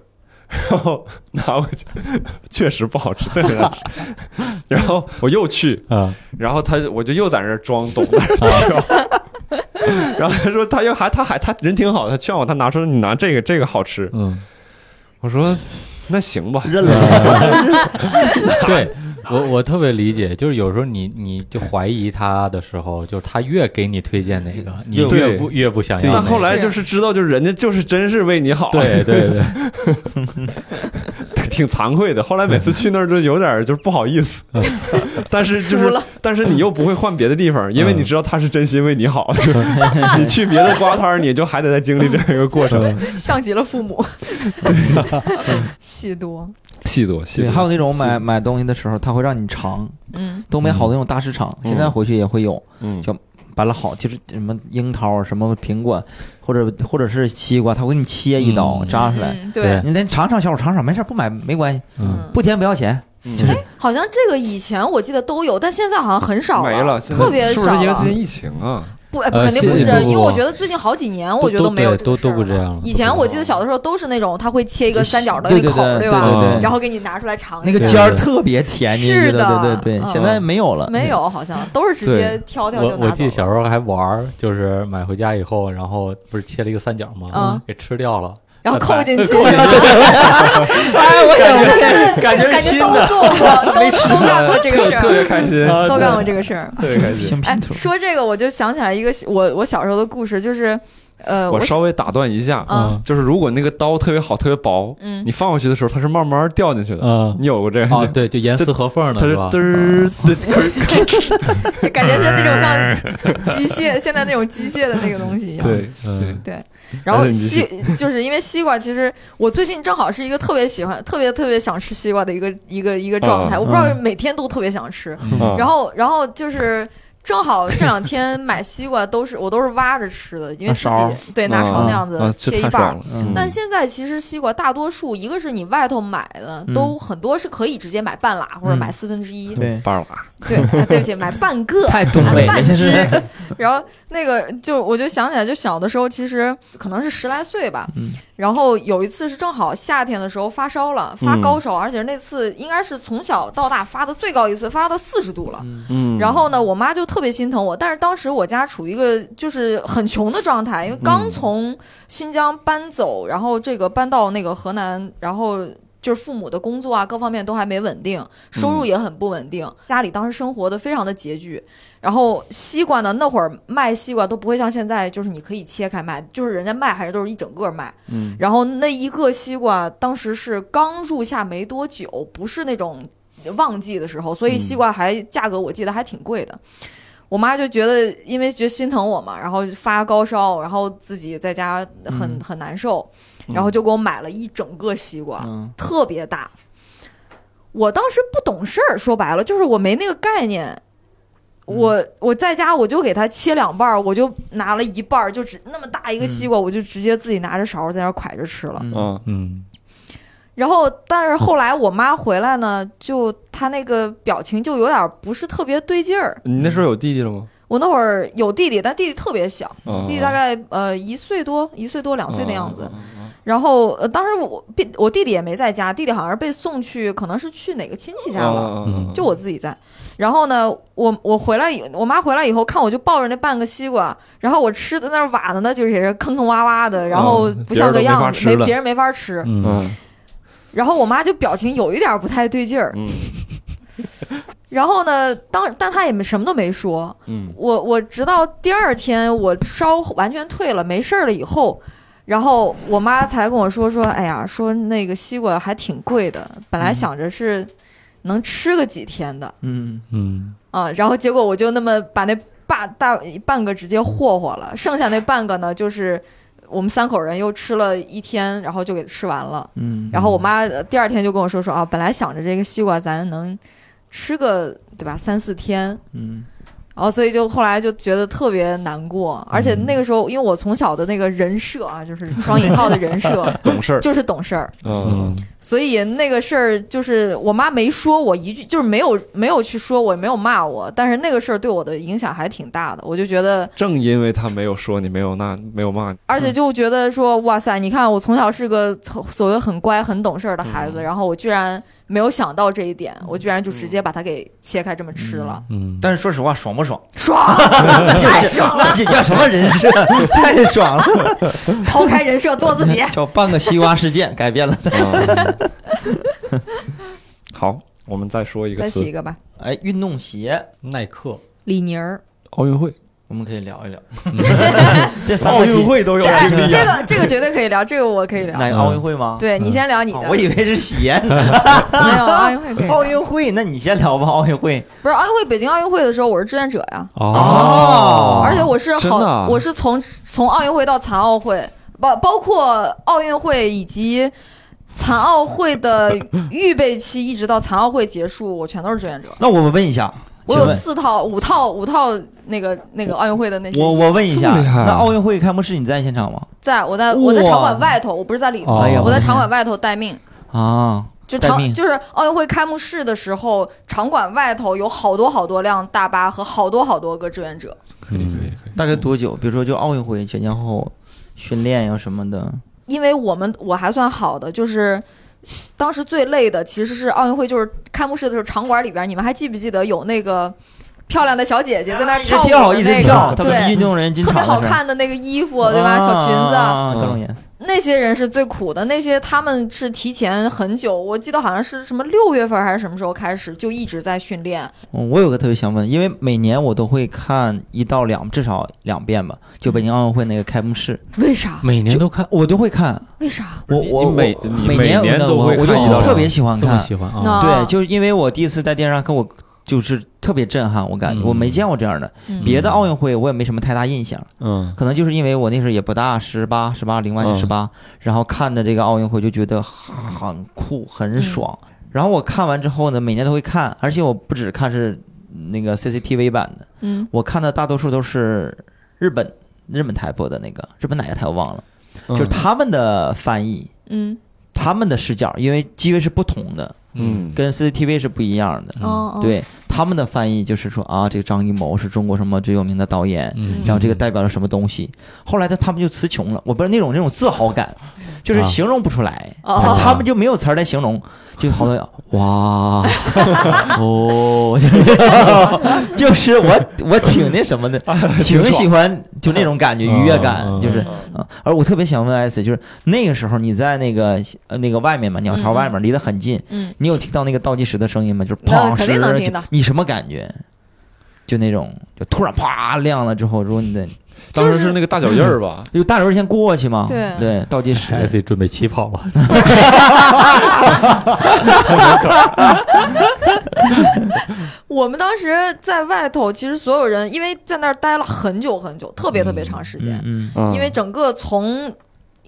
Speaker 1: 然后拿回去，确实不好吃，特别难吃。 然后我又去，
Speaker 3: 啊
Speaker 1: 然后他我就又在那儿装懂，
Speaker 4: 啊
Speaker 1: 然后他说他又还他还他人挺好，他劝我他拿出你拿这个这个好吃，
Speaker 3: 嗯，
Speaker 1: 我说那行吧，
Speaker 4: 认了，
Speaker 3: 对我我特别理解，就是有时候你你就怀疑他的时候，就是他越给你推荐哪个，你
Speaker 1: 对
Speaker 3: 越不越不想要
Speaker 1: 但
Speaker 3: 那
Speaker 1: 后
Speaker 3: 个。
Speaker 1: 来就是知道，就是人家就是真是为你好，
Speaker 3: 对对 对，
Speaker 1: 挺惭愧的。后来每次去那儿就有点儿就是不好意思， 但是就
Speaker 2: 输
Speaker 1: 是
Speaker 2: 了
Speaker 1: 但是你又不会换别的地方，因为你知道他是真心为你 好。你去别的瓜摊儿，你就还得再经历这样一个过程。
Speaker 2: 像极了父母， 戏多。
Speaker 1: 细多细
Speaker 4: 对，还有那种买买东西的时候，他会让你尝。
Speaker 2: 嗯，
Speaker 4: 东北好多那种大市场，
Speaker 1: 嗯
Speaker 4: 现在回去也会有，
Speaker 1: 嗯
Speaker 4: 就摆了好，就是什么樱桃、啊什么苹果，或者或者是西瓜，他会给你切一刀
Speaker 3: 嗯
Speaker 4: 扎出来，
Speaker 2: 嗯
Speaker 3: 对
Speaker 2: 对，
Speaker 4: 你来尝尝，小伙尝尝，没事不买没关系，
Speaker 3: 嗯，
Speaker 2: 嗯哎
Speaker 4: 不甜不要钱。
Speaker 1: 就是
Speaker 2: 好像这个以前我记得都有，但现在好像很少
Speaker 1: 没
Speaker 2: 了，
Speaker 1: 了，
Speaker 2: 特别
Speaker 1: 是不
Speaker 2: 少
Speaker 1: 是因为
Speaker 2: 了
Speaker 1: 最。近疫情 啊？
Speaker 2: 不，哎肯定不
Speaker 3: 呃
Speaker 2: 是，
Speaker 3: 现在不
Speaker 2: 因为我
Speaker 3: 不
Speaker 2: 觉得最近好几年，
Speaker 3: 都
Speaker 2: 我觉得
Speaker 3: 都
Speaker 2: 没有这个
Speaker 3: 对都
Speaker 2: 事儿
Speaker 3: 都不
Speaker 2: 了
Speaker 3: 这样了
Speaker 2: 以
Speaker 3: 都
Speaker 2: 前
Speaker 3: 不
Speaker 2: 我
Speaker 3: 这
Speaker 2: 记得小的时候都是那种，他会切一个
Speaker 4: 就
Speaker 2: 三角的
Speaker 4: 对
Speaker 2: 一个
Speaker 4: 对
Speaker 2: 口儿，
Speaker 4: 对
Speaker 2: 吧？
Speaker 4: 对对
Speaker 2: 然后给你拿出来尝
Speaker 4: 那
Speaker 2: 一
Speaker 4: 个
Speaker 2: 下。
Speaker 4: 尖儿特别甜，你
Speaker 2: 是
Speaker 4: 知道？
Speaker 2: 的
Speaker 4: 对对
Speaker 2: 嗯
Speaker 4: 对，现在没有了，
Speaker 2: 没有，好像都是直
Speaker 1: 对
Speaker 2: 接挑挑就
Speaker 3: 我
Speaker 2: 拿走了。
Speaker 3: 我记得小时候还玩儿，就是买回家以后，然后不是切了一个三角吗？
Speaker 2: 嗯
Speaker 3: 给吃掉了，
Speaker 2: 然后扣进去，
Speaker 3: 啊扣进
Speaker 4: 哎，我也
Speaker 3: 感觉
Speaker 2: 感觉
Speaker 3: 是新
Speaker 2: 都
Speaker 3: 的，
Speaker 2: 做过，都都干过这个事
Speaker 1: 特别
Speaker 2: 儿，
Speaker 1: 开心，
Speaker 3: 啊
Speaker 2: 都干过这个事儿。
Speaker 1: 特别开 心。
Speaker 4: 拼
Speaker 2: 哎
Speaker 4: 拼，图，
Speaker 2: 说这个我就想起来一个我我小时候的故事，就是呃，
Speaker 1: 我稍微打断一下，
Speaker 2: 嗯
Speaker 1: 就是如果那个刀特别好、特别薄，
Speaker 2: 嗯
Speaker 1: 你放回去的时候它是慢慢掉进去的。
Speaker 3: 嗯，
Speaker 1: 你有过这
Speaker 3: 哦
Speaker 1: 个？
Speaker 3: 对，就严丝合缝的
Speaker 1: 它是
Speaker 3: 吧
Speaker 1: 嘚？
Speaker 2: 嗯
Speaker 1: 儿嘚儿
Speaker 2: 感觉是那种像机械，现在那种机械的那个东西一样。
Speaker 1: 对
Speaker 3: 嗯，
Speaker 2: 然后
Speaker 1: 而且你
Speaker 2: 西就是因为西瓜，其实我最近正好是一个特别喜欢、特别特别想吃西瓜的一个一个一个状态。
Speaker 1: 嗯
Speaker 2: 我不知道
Speaker 4: 嗯
Speaker 2: 每天都特别想
Speaker 3: 哦
Speaker 2: 吃，
Speaker 1: 嗯
Speaker 2: 然后然后就是。正好这两天买西瓜都是我都是挖着吃的，因为
Speaker 4: 拿
Speaker 2: 自己
Speaker 4: 勺
Speaker 2: 对拿勺那样
Speaker 1: 啊啊
Speaker 2: 子
Speaker 1: 这
Speaker 2: 切一
Speaker 1: 太
Speaker 2: 半
Speaker 1: 爽
Speaker 2: 儿
Speaker 1: 了。
Speaker 4: 嗯
Speaker 2: 但现在其实西瓜大多数，一个是你外头买的
Speaker 4: 嗯
Speaker 2: 都很多是可以直接买半拉或者
Speaker 4: 嗯
Speaker 2: 买四分之一，
Speaker 4: 对，
Speaker 1: 半拉
Speaker 2: 对，啊对不起，买半个，
Speaker 4: 太东北了，
Speaker 2: 半
Speaker 4: 现
Speaker 2: 只
Speaker 4: 在。
Speaker 2: 然后那个就我就想起来，就小的时候其实可能是十来岁吧，
Speaker 4: 嗯
Speaker 2: 然后有一次是正好夏天的时候发烧了，发
Speaker 1: 嗯
Speaker 2: 高烧，而且那次应该是从小到大发的最高一次，发到四十度了。
Speaker 1: 嗯
Speaker 2: 然后呢，我妈就特别心疼我，但是当时我家处于一个就是很穷的状态，因为刚从新疆搬走，然后这个搬到那个河南，然后。就是父母的工作啊，各方面都还没稳定，收入也很不稳定，家里当时生活的非常的拮据。然后西瓜呢，那会儿卖西瓜都不会像现在，就是你可以切开卖，就是人家卖还是都是一整个卖。
Speaker 1: 嗯
Speaker 2: 然后那一个西瓜当时是刚入夏没多久，不是那种旺季的时候，所以西瓜还价格我记得还挺贵的。我妈就觉得，因为觉得心疼我嘛，然后发高烧，然后自己在家很、
Speaker 4: 嗯
Speaker 2: 很难受，
Speaker 1: 嗯
Speaker 2: 然后就给我买了一整个西瓜，
Speaker 4: 嗯
Speaker 2: 特别大。我当时不懂事儿，说白了就是我没那个概念。我我在家我就给它切两半儿，我就拿了一半儿，就只那么大一个西瓜，我就直接自己拿着勺儿在那儿蒯着吃了。
Speaker 4: 嗯
Speaker 1: 啊
Speaker 3: 嗯，
Speaker 2: 然后，但是后来我妈回来呢，就她那个表情就有点不是特别对劲儿。
Speaker 1: 你那时候有弟弟了吗？
Speaker 2: 我那会儿有弟弟，但弟弟特别小，
Speaker 1: 啊
Speaker 2: 弟弟大概呃一岁多、一岁多、两岁的样子。
Speaker 1: 啊啊啊
Speaker 2: 然后呃，当时我弟我弟弟也没在家，弟弟好像是被送去，可能是去哪个亲戚家了。
Speaker 1: 嗯
Speaker 2: 就我自己在。然后呢，我我回来以我妈回来以后看我就抱着那半个西瓜，然后我吃的那儿瓦的呢，就是也是坑坑洼洼的，然后
Speaker 1: 嗯
Speaker 2: 不像个样子，
Speaker 1: 别人都没法吃了
Speaker 2: 没别人没法吃。
Speaker 3: 嗯
Speaker 1: 嗯
Speaker 2: 然后我妈就表情有一点不太对劲儿。
Speaker 1: 嗯
Speaker 2: 然后呢，当但她也没什么都没说。
Speaker 1: 嗯
Speaker 2: 我我直到第二天我烧完全退了，没事儿了以后。然后我妈才跟我说说，哎呀，说那个西瓜还挺贵的，本
Speaker 1: 嗯
Speaker 2: 来想着是能吃个几天的，
Speaker 4: 嗯，
Speaker 3: 嗯，
Speaker 2: 啊，然后结果我就那么把那半大半个直接霍霍了，剩下那半个呢，就是我们三口人又吃了一天，然后就给吃完了。
Speaker 4: 嗯，
Speaker 2: 然后我妈呃第二天就跟我说说啊，本来想着这个西瓜咱能吃个对吧三四天，
Speaker 4: 嗯
Speaker 2: 然后所以就后来就觉得特别难过，而且那个时候因为我从小的那个人设啊，就是双引号的人设
Speaker 1: 懂事儿，
Speaker 2: 就是懂事儿，
Speaker 1: 嗯
Speaker 2: 所以那个事儿就是我妈没说我一句，就是没有没有去说我，也没有骂我，但是那个事儿对我的影响还挺大的。我就觉得，
Speaker 1: 正因为他没有说你没有那没有 骂你，
Speaker 2: 而且就觉得说，哇塞，你看我从小是个 所谓很乖、很懂事儿的孩子，然后我居然没有想到这一点，我居然就直接把它给切开这么吃了，
Speaker 3: 嗯，
Speaker 4: 但是说实话，爽不爽？
Speaker 2: 爽！太爽了，
Speaker 4: 那要什么人设？太爽了！
Speaker 2: 抛开人设做自己。
Speaker 4: 叫半个西瓜事件改变了。
Speaker 1: 嗯好，我们再说一个
Speaker 2: 再洗
Speaker 1: 词
Speaker 2: 一，个吧，
Speaker 4: 哎，运动鞋
Speaker 3: 耐克，
Speaker 2: 李宁儿。
Speaker 1: 奥运会，
Speaker 4: 我们可以聊一聊。这三个
Speaker 1: 奥运
Speaker 4: 系
Speaker 1: 会都有
Speaker 2: 哎
Speaker 1: 经历啊
Speaker 2: 这个这个绝对可以聊，这个我可以聊。
Speaker 4: 哪个奥运会
Speaker 2: 啊
Speaker 4: 吗？
Speaker 2: 对你先聊你的，
Speaker 4: 哦嗯我以为是鞋呢。
Speaker 2: 没有奥运会可以聊。
Speaker 4: 奥运会，那你先聊吧。奥运会
Speaker 2: 不是奥运会，北京奥运会的时候我是志愿者呀，
Speaker 3: 啊
Speaker 4: 哦
Speaker 2: 而且我是
Speaker 1: 真
Speaker 2: 好，
Speaker 1: 的啊
Speaker 2: 我是从从奥运会到残奥会，包包括奥运会以及残奥会的预备期，一直到残奥会结束，我全都是志愿者。
Speaker 4: 那我问一下，
Speaker 2: 我
Speaker 4: 请
Speaker 2: 有
Speaker 4: 问
Speaker 2: 四套、五套、五套那个那个奥运会的那些，
Speaker 4: 我我问一下
Speaker 1: 这么，厉害啊
Speaker 4: 那奥运会开幕式你在现场吗？
Speaker 2: 在我在
Speaker 4: 哇
Speaker 2: 我在场馆外头，我不是在里头，
Speaker 3: 哎呀
Speaker 2: 我
Speaker 4: 我的
Speaker 2: 在
Speaker 4: 天
Speaker 2: 场馆外头待命。
Speaker 4: 啊，
Speaker 2: 就
Speaker 4: 哦待
Speaker 2: 场
Speaker 4: 命
Speaker 2: 就是奥运会开幕式的时候，场馆外头有好多好多辆大巴和好多好多个志愿者。
Speaker 1: 可以可以可以，
Speaker 4: 大概多久？比如说就奥运会前前后后训练呀什么的。
Speaker 2: 因为我们我还算好的，就是当时最累的其实是奥运会，就是开幕式的时候，场馆里边，你们还记不记得有那个漂亮的小姐姐在那儿
Speaker 4: 一直
Speaker 2: 跳舞的
Speaker 4: 跳，一
Speaker 2: 那
Speaker 4: 直
Speaker 2: 个
Speaker 4: 跳，他们
Speaker 2: 对，
Speaker 4: 运动人经
Speaker 2: 特
Speaker 4: 常
Speaker 2: 别
Speaker 4: 的
Speaker 2: 好
Speaker 4: 事儿
Speaker 2: 看的那个衣服，对吧？小裙子，
Speaker 4: 啊
Speaker 1: 嗯
Speaker 4: 各种颜色。
Speaker 2: 那些人是最苦的，那些他们是提前很久，我记得好像是什么六月份还是什么时候开始就一直在训练，
Speaker 4: 嗯我有个特别想问，因为每年我都会看一到两，至少两遍吧，就北京奥运会那个开幕式，
Speaker 2: 为啥？
Speaker 3: 每年都看，
Speaker 4: 我都会看。
Speaker 2: 为啥？
Speaker 4: 我
Speaker 1: 你
Speaker 4: 我
Speaker 1: 你每
Speaker 4: 我
Speaker 1: 你
Speaker 4: 每
Speaker 1: 每
Speaker 4: 年
Speaker 1: 年
Speaker 4: 我
Speaker 1: 都
Speaker 4: 我
Speaker 1: 会
Speaker 4: 我
Speaker 1: 看一
Speaker 4: 就
Speaker 1: 到
Speaker 4: 特别喜欢
Speaker 3: 这么
Speaker 4: 看，
Speaker 3: 喜欢
Speaker 2: 那
Speaker 3: 啊，
Speaker 2: 啊
Speaker 4: 对，就是因为我第一次在电视上看，我就是特别震撼，我感觉、
Speaker 3: 嗯
Speaker 4: 我没见过这样的。
Speaker 2: 嗯
Speaker 4: 别的奥运会我也没什么太大印象，
Speaker 1: 嗯
Speaker 4: 可能就是因为我那时候也不大，十八、十八零八年
Speaker 1: 嗯
Speaker 4: 十八，然后看的这个奥运会就觉得很酷、很爽。
Speaker 1: 嗯
Speaker 4: 然后我看完之后呢，每年都会看，而且我不只看是那个 CCTV 版的，
Speaker 2: 嗯
Speaker 4: 我看的大多数都是日本日本台播的那个，日本哪个台我忘了，
Speaker 1: 嗯
Speaker 4: 就是他们的翻译，
Speaker 2: 嗯
Speaker 4: 他们的视角，因为机位是不同的，
Speaker 1: 嗯
Speaker 4: 跟 CCTV 是不一样的。
Speaker 2: 哦哦
Speaker 4: 对他们的翻译就是说啊，这个张艺谋是中国什么最有名的导演，
Speaker 3: 嗯
Speaker 4: 然后这个代表了什么东西。后来他他们就词穷了，我不是那种那种自豪感，就是
Speaker 3: 啊
Speaker 4: 形容不出来，
Speaker 2: 哦
Speaker 4: 他们就没有词儿来形 容，就好多人哇哦， 就是就是我我挺那什么 的，啊挺喜欢就那种感觉愉悦感
Speaker 1: 嗯嗯，嗯
Speaker 4: 就是啊。而我特别想问 S，就是那个时候你在那个呃那个外面嘛，鸟巢外面离得很近，
Speaker 2: 嗯，
Speaker 4: 你有听到那个倒计时的声音吗？就是
Speaker 2: 那
Speaker 4: 砰，
Speaker 2: 呃肯定能
Speaker 4: 时
Speaker 2: 听到
Speaker 4: 就你什么感觉？就那种，就突然啪亮了之后，如果你的，
Speaker 1: 当时是那个大脚印儿吧？
Speaker 4: 就大人先过去嘛，
Speaker 2: 对
Speaker 4: 对，倒计时，
Speaker 3: 艾 C 准备起跑了，
Speaker 2: 我们当时在外头，其实所有人因为在那儿待了很久很久，特别特别长时间，
Speaker 4: 嗯
Speaker 1: 嗯
Speaker 2: 因为整个从，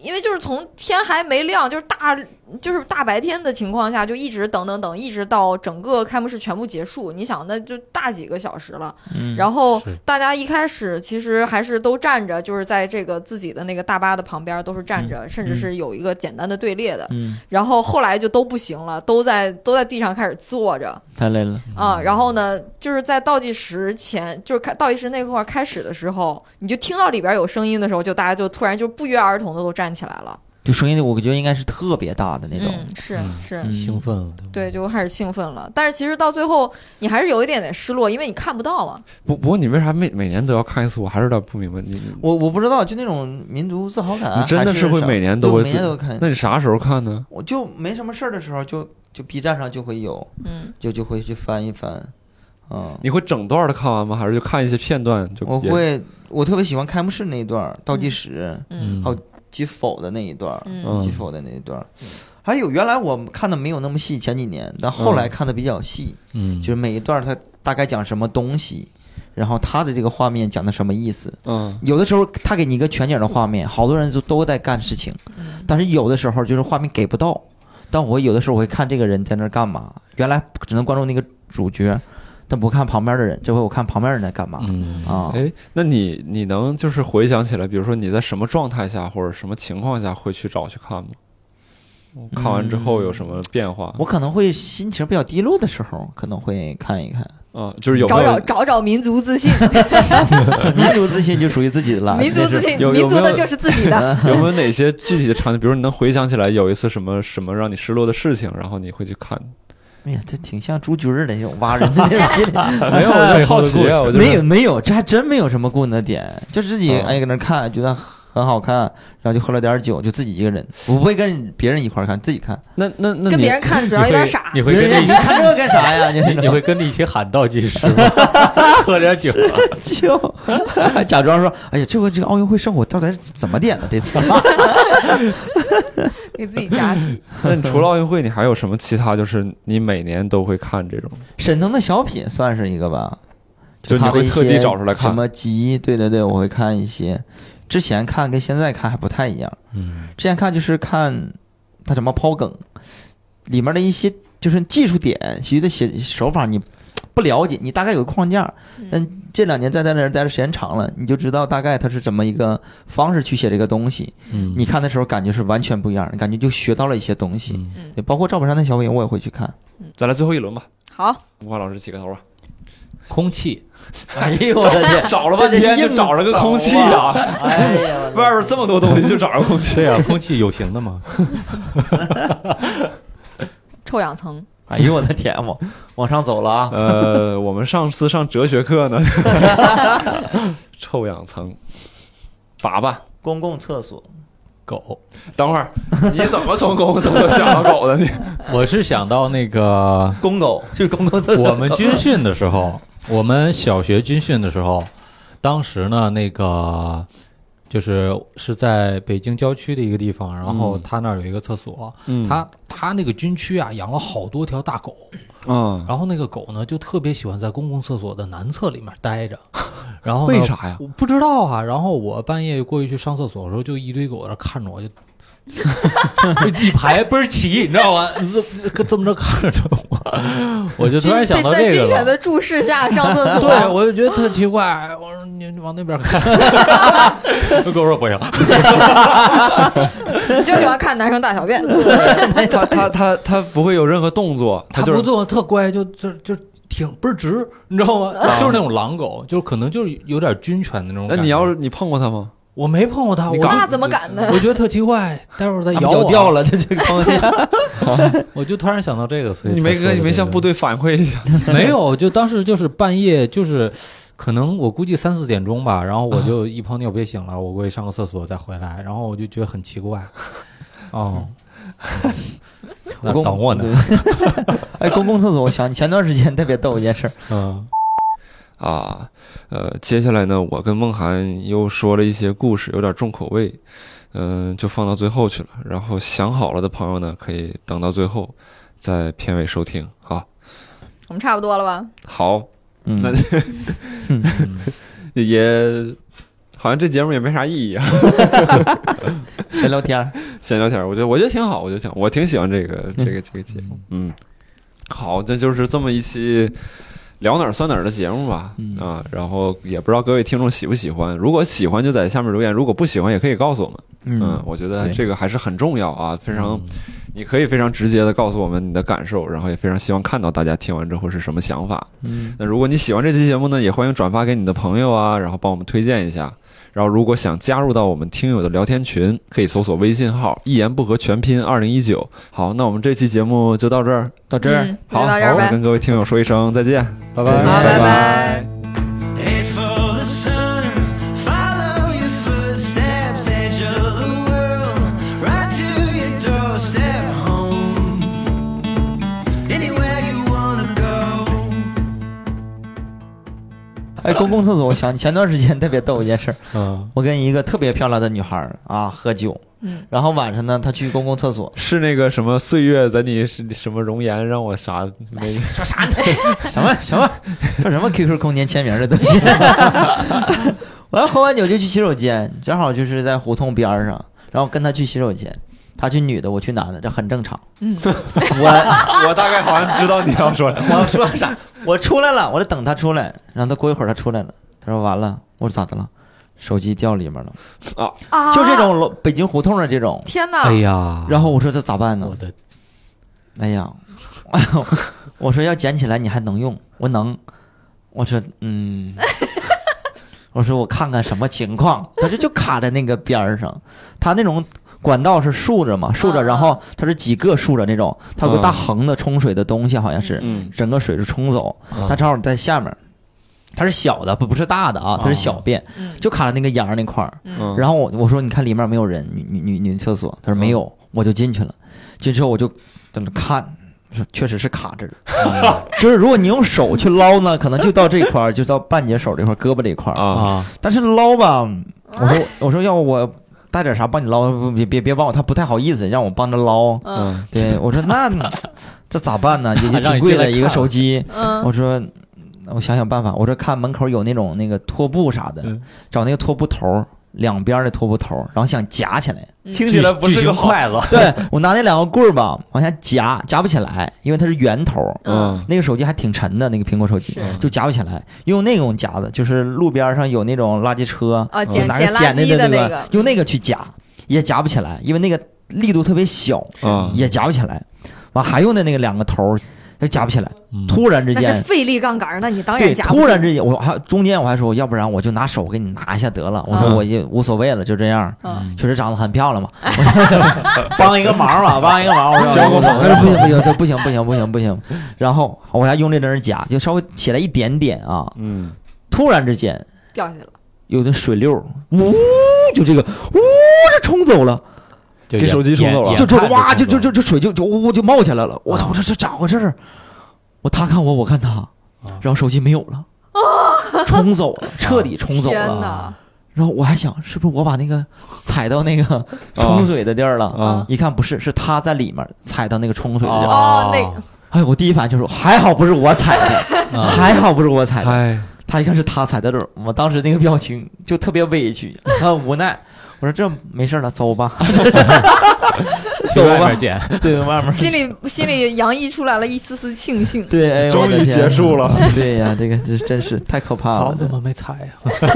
Speaker 2: 因为就是从天还没亮，就是大就是大白天的情况下，就一直等等等，一直到整个开幕式全部结束。你想，那就大几个小时了。
Speaker 4: 嗯，后
Speaker 2: 然后
Speaker 3: 是
Speaker 2: 大家一开始其实还是都站着，就是在这个自己的那个大巴的旁边都是站着，甚至是有一个简单的队列的。
Speaker 4: 嗯，
Speaker 2: 然后后来就都不行了，都在都在地上开始坐着。
Speaker 4: 太累了，
Speaker 2: 啊，然后呢，就是在倒计时前，就是开倒计时那块儿开始的时候，你就听到里边有声音的时候，就大家就突然就不约而同的都站起来了，
Speaker 4: 就就声音，我觉得应该是特别大的那种。
Speaker 2: 嗯，是
Speaker 3: 嗯
Speaker 2: 是，
Speaker 4: 嗯
Speaker 3: 兴奋了，对吧
Speaker 2: 对，就开始兴奋了。但是其实到最后，你还是有一点点失落，因为你看不到嘛。
Speaker 1: 不不过你为啥每每年都要看一次？我还是有点不明白你。你
Speaker 2: 嗯
Speaker 4: 我我不知道，就那种民族自豪感，啊
Speaker 1: 你真的
Speaker 4: 还是
Speaker 1: 会
Speaker 4: 什么
Speaker 1: 每年都会
Speaker 4: 对每年
Speaker 1: 自
Speaker 4: 都会看。
Speaker 1: 那你啥时候看呢？
Speaker 4: 我就没什么事儿的时候就，就 B 站上就会有，
Speaker 2: 嗯，
Speaker 4: 就就会去翻一翻，嗯。
Speaker 1: 你会整段的看完吗？还是就看一些片段？就
Speaker 4: 我
Speaker 1: 也
Speaker 4: 会，我特别喜欢开幕式那一段儿，倒计时、
Speaker 2: 嗯
Speaker 3: 嗯，
Speaker 4: 好击否的那一段儿，
Speaker 2: 嗯
Speaker 4: 击否的那一段儿。还有原来我看的没有那么细，前几年，但后来看的比较细，
Speaker 3: 嗯，
Speaker 4: 就是每一段儿它大概讲什么东西，然后它的这个画面讲的什么意思。
Speaker 1: 嗯，
Speaker 4: 有的时候他给你一个全景的画面，好多人就都在干事情，
Speaker 2: 嗯
Speaker 4: 但是有的时候就是画面给不到。但我有的时候我会看这个人在那儿干嘛，原来只能关注那个主角，但不看旁边的人。这回我看旁边人在干嘛
Speaker 3: 嗯
Speaker 4: 啊？
Speaker 1: 哎，那你你能就是回想起来，比如说你在什么状态下或者什么情况下会去找去看吗？看完之后有什么变化？
Speaker 4: 我可能会心情比较低落的时候，可能会 看一看。
Speaker 1: 啊，就是有
Speaker 2: 找
Speaker 1: 没
Speaker 2: 找
Speaker 1: 有
Speaker 2: 找找民族自信，
Speaker 4: 民族自信就属于自己的了，
Speaker 2: 民族自信，
Speaker 1: 有有
Speaker 2: 民族
Speaker 1: 没
Speaker 2: 的
Speaker 1: 有
Speaker 2: 就是自己 的。
Speaker 1: 有没有哪些具体的场景？比如你能回想起来有一次什么什么让你失落的事情，然后你会去看？
Speaker 4: 哎呀，这挺像朱军儿的，这种挖人的那种心理。
Speaker 1: 没有，我就好奇啊，我就
Speaker 4: 没有没有，这还真没有什么过人的点，就自己
Speaker 1: 嗯
Speaker 4: 哎搁那看，觉得很好看，然后就喝了点酒，就自己一个人，我不会跟别人一块儿看，自己看。
Speaker 1: 那那那
Speaker 2: 跟
Speaker 1: 你
Speaker 2: 别人看主要有点傻
Speaker 3: 你，会
Speaker 4: 别
Speaker 3: 跟着
Speaker 4: 人
Speaker 3: 一
Speaker 4: 你
Speaker 3: 起，
Speaker 4: 看这个干啥 呀？
Speaker 3: 你
Speaker 4: 你
Speaker 3: 你会跟着一起喊倒计时 吗，喝点酒，
Speaker 4: 就 假装说，哎呀，这回这个奥运会圣火到底是怎么点的？这次
Speaker 2: 给自己加 戏。
Speaker 1: 那你除了奥运会，你还有什么其他？就是你每年都会看这种？
Speaker 4: 沈腾的小品算是一个吧，
Speaker 1: 就你
Speaker 4: 他的
Speaker 1: 会
Speaker 4: 一
Speaker 1: 特地
Speaker 4: 些
Speaker 1: 找出来看
Speaker 4: 什么集？对对对，我会看一些，之前看跟现在看还不太一样。
Speaker 3: 嗯
Speaker 4: 之前看就是看他怎么抛梗，里面的一些就是技术点，喜剧的写手法你不了解，你大概有个框架。但这两年在在那儿待的时间长了，你就知道大概他是怎么一个方式去写这个东西。
Speaker 3: 嗯
Speaker 4: 你看的时候感觉是完全不一样，感觉就学到了一些东西。
Speaker 3: 嗯
Speaker 4: 对，包括赵本山的小品我也会去看。
Speaker 1: 再来最后一轮吧，
Speaker 2: 好，
Speaker 1: 吴华老师起个头吧。
Speaker 3: 空气，
Speaker 4: 哎呦我的天！
Speaker 1: 找了
Speaker 4: 半天就找
Speaker 1: 着个
Speaker 4: 空气啊！哎呀，
Speaker 1: 外边这么多东西，就找着空气。
Speaker 3: 对啊，空气有形的吗？
Speaker 2: 臭氧层，
Speaker 4: 哎呦我的天，往往上走了啊！
Speaker 1: 呃，我们上次上哲学课呢， 臭氧层，粑粑。
Speaker 4: 公共厕所，
Speaker 3: 狗，
Speaker 1: 等会儿，你怎么从狗怎么想到狗的？你
Speaker 3: 我是想到那 个
Speaker 4: 公狗就是公共厕所。
Speaker 3: 我们军训的时候，我们小学军训的时候，当时呢，那个就是是在北京郊区的一个地方，然后
Speaker 1: 嗯
Speaker 3: 他那儿有一个厕所，
Speaker 1: 嗯
Speaker 3: 他他那个军区啊养了好多条大狗，
Speaker 1: 啊，
Speaker 3: 然后那个狗呢就特别喜欢在公共厕所的男厕里面 待着，然后呢
Speaker 1: 为啥呀？
Speaker 3: 我不知道啊，然后我半夜过去去上厕所的时候，就一堆狗在那看着我，就 就一排倍儿齐，你知道吗？这这么着看着 我，我就突然想到
Speaker 2: 在
Speaker 3: 这
Speaker 2: 军
Speaker 3: 个
Speaker 2: 犬
Speaker 3: 了。
Speaker 2: 的注视下上厕所。
Speaker 3: 对，我就觉得特奇怪。我说你你往那边 看，狗说不行。
Speaker 2: 你就喜欢看男生大小便。
Speaker 1: 他他他他不会有任何动作，
Speaker 3: 他
Speaker 1: 就是
Speaker 3: 不做特乖，就就就挺倍儿直，你知道吗？就是那种狼狗，就是可能就是有点军犬的那种
Speaker 1: 啊那
Speaker 3: 感觉。
Speaker 1: 你要是你碰过他吗？
Speaker 3: 我没碰过它，我
Speaker 1: 你
Speaker 3: 就
Speaker 1: 敢
Speaker 2: 那怎么敢呢
Speaker 3: 我觉得特奇怪，待会儿它
Speaker 4: 它
Speaker 3: 咬
Speaker 4: 咬啊
Speaker 3: 我
Speaker 4: 掉了，这这个东西。
Speaker 3: 我就突然想到这个，所以
Speaker 1: 你没跟你没向部
Speaker 3: 队。
Speaker 1: 队反馈一下？
Speaker 3: 没有，就当时就是半夜，就是可能我估计三四点钟吧，然后我就一泡尿憋醒了，我过去上个厕所再回来，然后我就觉得很奇 怪，哦，那等我呢，。
Speaker 4: 哎，公共厕所，我想前段时间特别逗一件事儿，
Speaker 3: 嗯
Speaker 1: 啊，呃，接下来呢，我跟梦涵又说了一些故事，有点重口味，嗯、就放到最后去了。然后想好了的朋友呢，可以等到最后，在片尾收听啊。
Speaker 2: 我们差不多了吧？
Speaker 1: 好，
Speaker 4: 嗯
Speaker 1: 那，也好像这节目也没啥意义啊，
Speaker 4: 闲聊天儿，
Speaker 1: 闲聊天儿，我觉得我觉得挺好，我就想我挺喜欢这个这个这个节目，嗯，好，这就是这么一期。聊哪儿算哪儿的节目吧，
Speaker 4: 嗯
Speaker 1: 啊，然后也不知道各位听众喜不喜欢，如果喜欢就在下面留言，如果不喜欢也可以告诉我们。嗯，，我觉得
Speaker 4: 对嗯
Speaker 3: 嗯
Speaker 1: 这个还是很重要啊，非常，你你可以非常直接的告诉我们你的感受，然后也非常希望看到大家听完之后是什么想法。
Speaker 4: 嗯，
Speaker 1: 那如果你喜欢这期节目呢，也欢迎转发给你的朋友啊，然后帮我们推荐一下。然后，如果想加入到我们听友的聊天群，可以搜索微信号“一言不合全拼二零一九”。好，那我们这期节目就到这儿。
Speaker 3: 到这儿
Speaker 2: 嗯，，
Speaker 1: 好，
Speaker 2: 就到这儿
Speaker 1: 我
Speaker 2: 呗。
Speaker 1: 跟各位听友说一声再见。
Speaker 3: 嗯拜
Speaker 4: 拜
Speaker 2: 好，
Speaker 4: 拜
Speaker 2: 拜拜。
Speaker 5: Head for the sun, follow your footsteps, edge of the world, right to your doorstep home. Anywhere you wanna go.
Speaker 4: 哎，公共厕所，我想前段时间特别逗一件事儿，
Speaker 3: 嗯，
Speaker 4: 我跟一个特别漂亮的女孩儿啊喝酒，
Speaker 2: 嗯，
Speaker 4: 然后晚上呢，她去公共厕所，
Speaker 1: 是那个什么岁月在你是什么容颜让我啥没
Speaker 4: 说啥呢？什么什么说什么 QQ 空间签名的东西？ 我要喝完酒就去洗手间，正好就是在胡同边儿上，然后跟她去洗手间，她去女的，我去男的，这很正常。
Speaker 2: 嗯，
Speaker 4: 我
Speaker 1: 我大概好像知道你要说啥。
Speaker 4: 我说啥？我出来了，我得等她出来，然后她过一会儿她出来了，她说完了，我说咋的了？手机掉里面了，
Speaker 2: 啊，
Speaker 4: 就这。种楼北京胡同的这种。
Speaker 2: 天哪！
Speaker 3: 哎呀，
Speaker 4: 然后我说这咋办呢
Speaker 3: 我？的
Speaker 4: 哎呀， 我说要捡起来你还能用？我能。我说嗯， 我说我看看什么情况。他说就卡在那个边儿上，他那种管道是竖着嘛，竖着，
Speaker 2: 嗯
Speaker 4: 然后它是几个竖着那种，它有个
Speaker 1: 嗯
Speaker 4: 大横的冲水的东西，好像是，
Speaker 1: 嗯
Speaker 4: 整个水是冲走，
Speaker 1: 嗯
Speaker 4: 它正好在下面儿。它是小的，不不是大的啊，它是小便，
Speaker 2: 嗯
Speaker 4: 就卡在那个沿儿那块儿。
Speaker 1: 嗯
Speaker 4: 然后我我说你看里面有没有人，女女女女厕所，他说没有，我就进去了。进去之后我就在那看，说确实是卡这儿，就是如果你用手去捞呢，可能就到这块儿，就到半截手这块儿，胳膊这块儿。
Speaker 1: 啊，
Speaker 3: 啊，
Speaker 4: 但是捞吧，我说我说要不我带点啥帮你捞，不别别别帮我，他不太好意思让我帮着捞。
Speaker 2: 嗯
Speaker 4: 对我说那这咋办呢？也也
Speaker 3: 让
Speaker 4: 挺
Speaker 3: 你
Speaker 4: 贵
Speaker 3: 进来
Speaker 4: 的一个
Speaker 3: 看
Speaker 4: 手机。
Speaker 2: 嗯
Speaker 4: 我说，我想想办法。我说看门口有那种那个拖布啥的，
Speaker 3: 嗯
Speaker 4: 找那个拖布头儿，两边儿的拖布头儿，然后想夹起来。
Speaker 1: 听起来不
Speaker 3: 巨
Speaker 1: 是
Speaker 3: 型
Speaker 1: 个坏。
Speaker 3: 筷子，
Speaker 4: 对我拿那两个棍儿吧，往下夹，夹不起来，因为它是圆头儿。
Speaker 1: 嗯
Speaker 4: 那个手机还挺沉的，那个苹果手机
Speaker 2: 是
Speaker 4: 就夹不起来，用那种夹子，就是路边上有那种垃圾车，
Speaker 2: 啊
Speaker 4: 就
Speaker 2: 捡
Speaker 4: 拿
Speaker 2: 捡
Speaker 4: 个
Speaker 2: 垃
Speaker 4: 捡
Speaker 2: 圾
Speaker 4: 的
Speaker 2: 的
Speaker 4: 那
Speaker 2: 那
Speaker 4: 个
Speaker 2: 个，嗯
Speaker 4: 用那个去夹，也夹不起来，因为那个力度特别小，
Speaker 1: 啊
Speaker 4: 也夹不起来。完还用的那个两个头儿，也夹不起来。
Speaker 3: 嗯
Speaker 4: 突然之
Speaker 2: 那
Speaker 4: 间
Speaker 2: 是，费力杠杆儿，那你当
Speaker 4: 对，
Speaker 2: 然夹不
Speaker 4: 突然
Speaker 2: 住
Speaker 4: 嗯之间，我还中间我还说，要不然我就拿手给你拿一下得了。我说
Speaker 2: 嗯
Speaker 4: 我也无所谓了，就这样。
Speaker 2: 嗯
Speaker 4: 确实长得很 漂亮嘛，帮一个忙嘛，帮一个忙。我说
Speaker 1: 交个朋友
Speaker 4: 我说不行不行，这不行不行不行不行。然后我还用力在那儿夹，就稍微起来一点点啊。
Speaker 1: 嗯，
Speaker 4: 突然之间，
Speaker 2: 掉下去了。
Speaker 4: 有的水溜儿，呜，就这个呜，这冲走了，
Speaker 1: 给手机冲走了
Speaker 4: 就这个哇，就就就就水就就呜就冒起来了。我操，这这咋回事儿？我他看我，我看
Speaker 1: 啊
Speaker 4: 他，然后手机没有了， 冲走了，彻
Speaker 1: 啊
Speaker 4: 底冲走
Speaker 2: 啊天
Speaker 4: 了。
Speaker 2: 哪！
Speaker 4: 然后我还想，是不是我把那个踩到那个冲水的地儿了？
Speaker 1: 啊
Speaker 4: 一看不是，是他在里面踩到那个冲水的地儿。
Speaker 2: 哦
Speaker 4: 哎，我第一反应就是还好不是我踩的，
Speaker 3: 那
Speaker 4: 还好不是我踩的。
Speaker 1: 啊哎，
Speaker 4: 他一看是他踩的地儿，我当时那个表情就特别委屈，很无奈。我说这没事了，走吧，走
Speaker 3: 外
Speaker 4: 吧
Speaker 3: 面，见。
Speaker 4: 对，外面
Speaker 2: 心里心里洋溢出来了一丝丝庆幸。
Speaker 4: 对，哎、
Speaker 1: 终
Speaker 4: 我的
Speaker 1: 于
Speaker 4: 天
Speaker 1: 结束了。
Speaker 4: 对呀、这个这真是太可
Speaker 3: 啊
Speaker 4: 怕 了。
Speaker 3: 么没踩啊呀？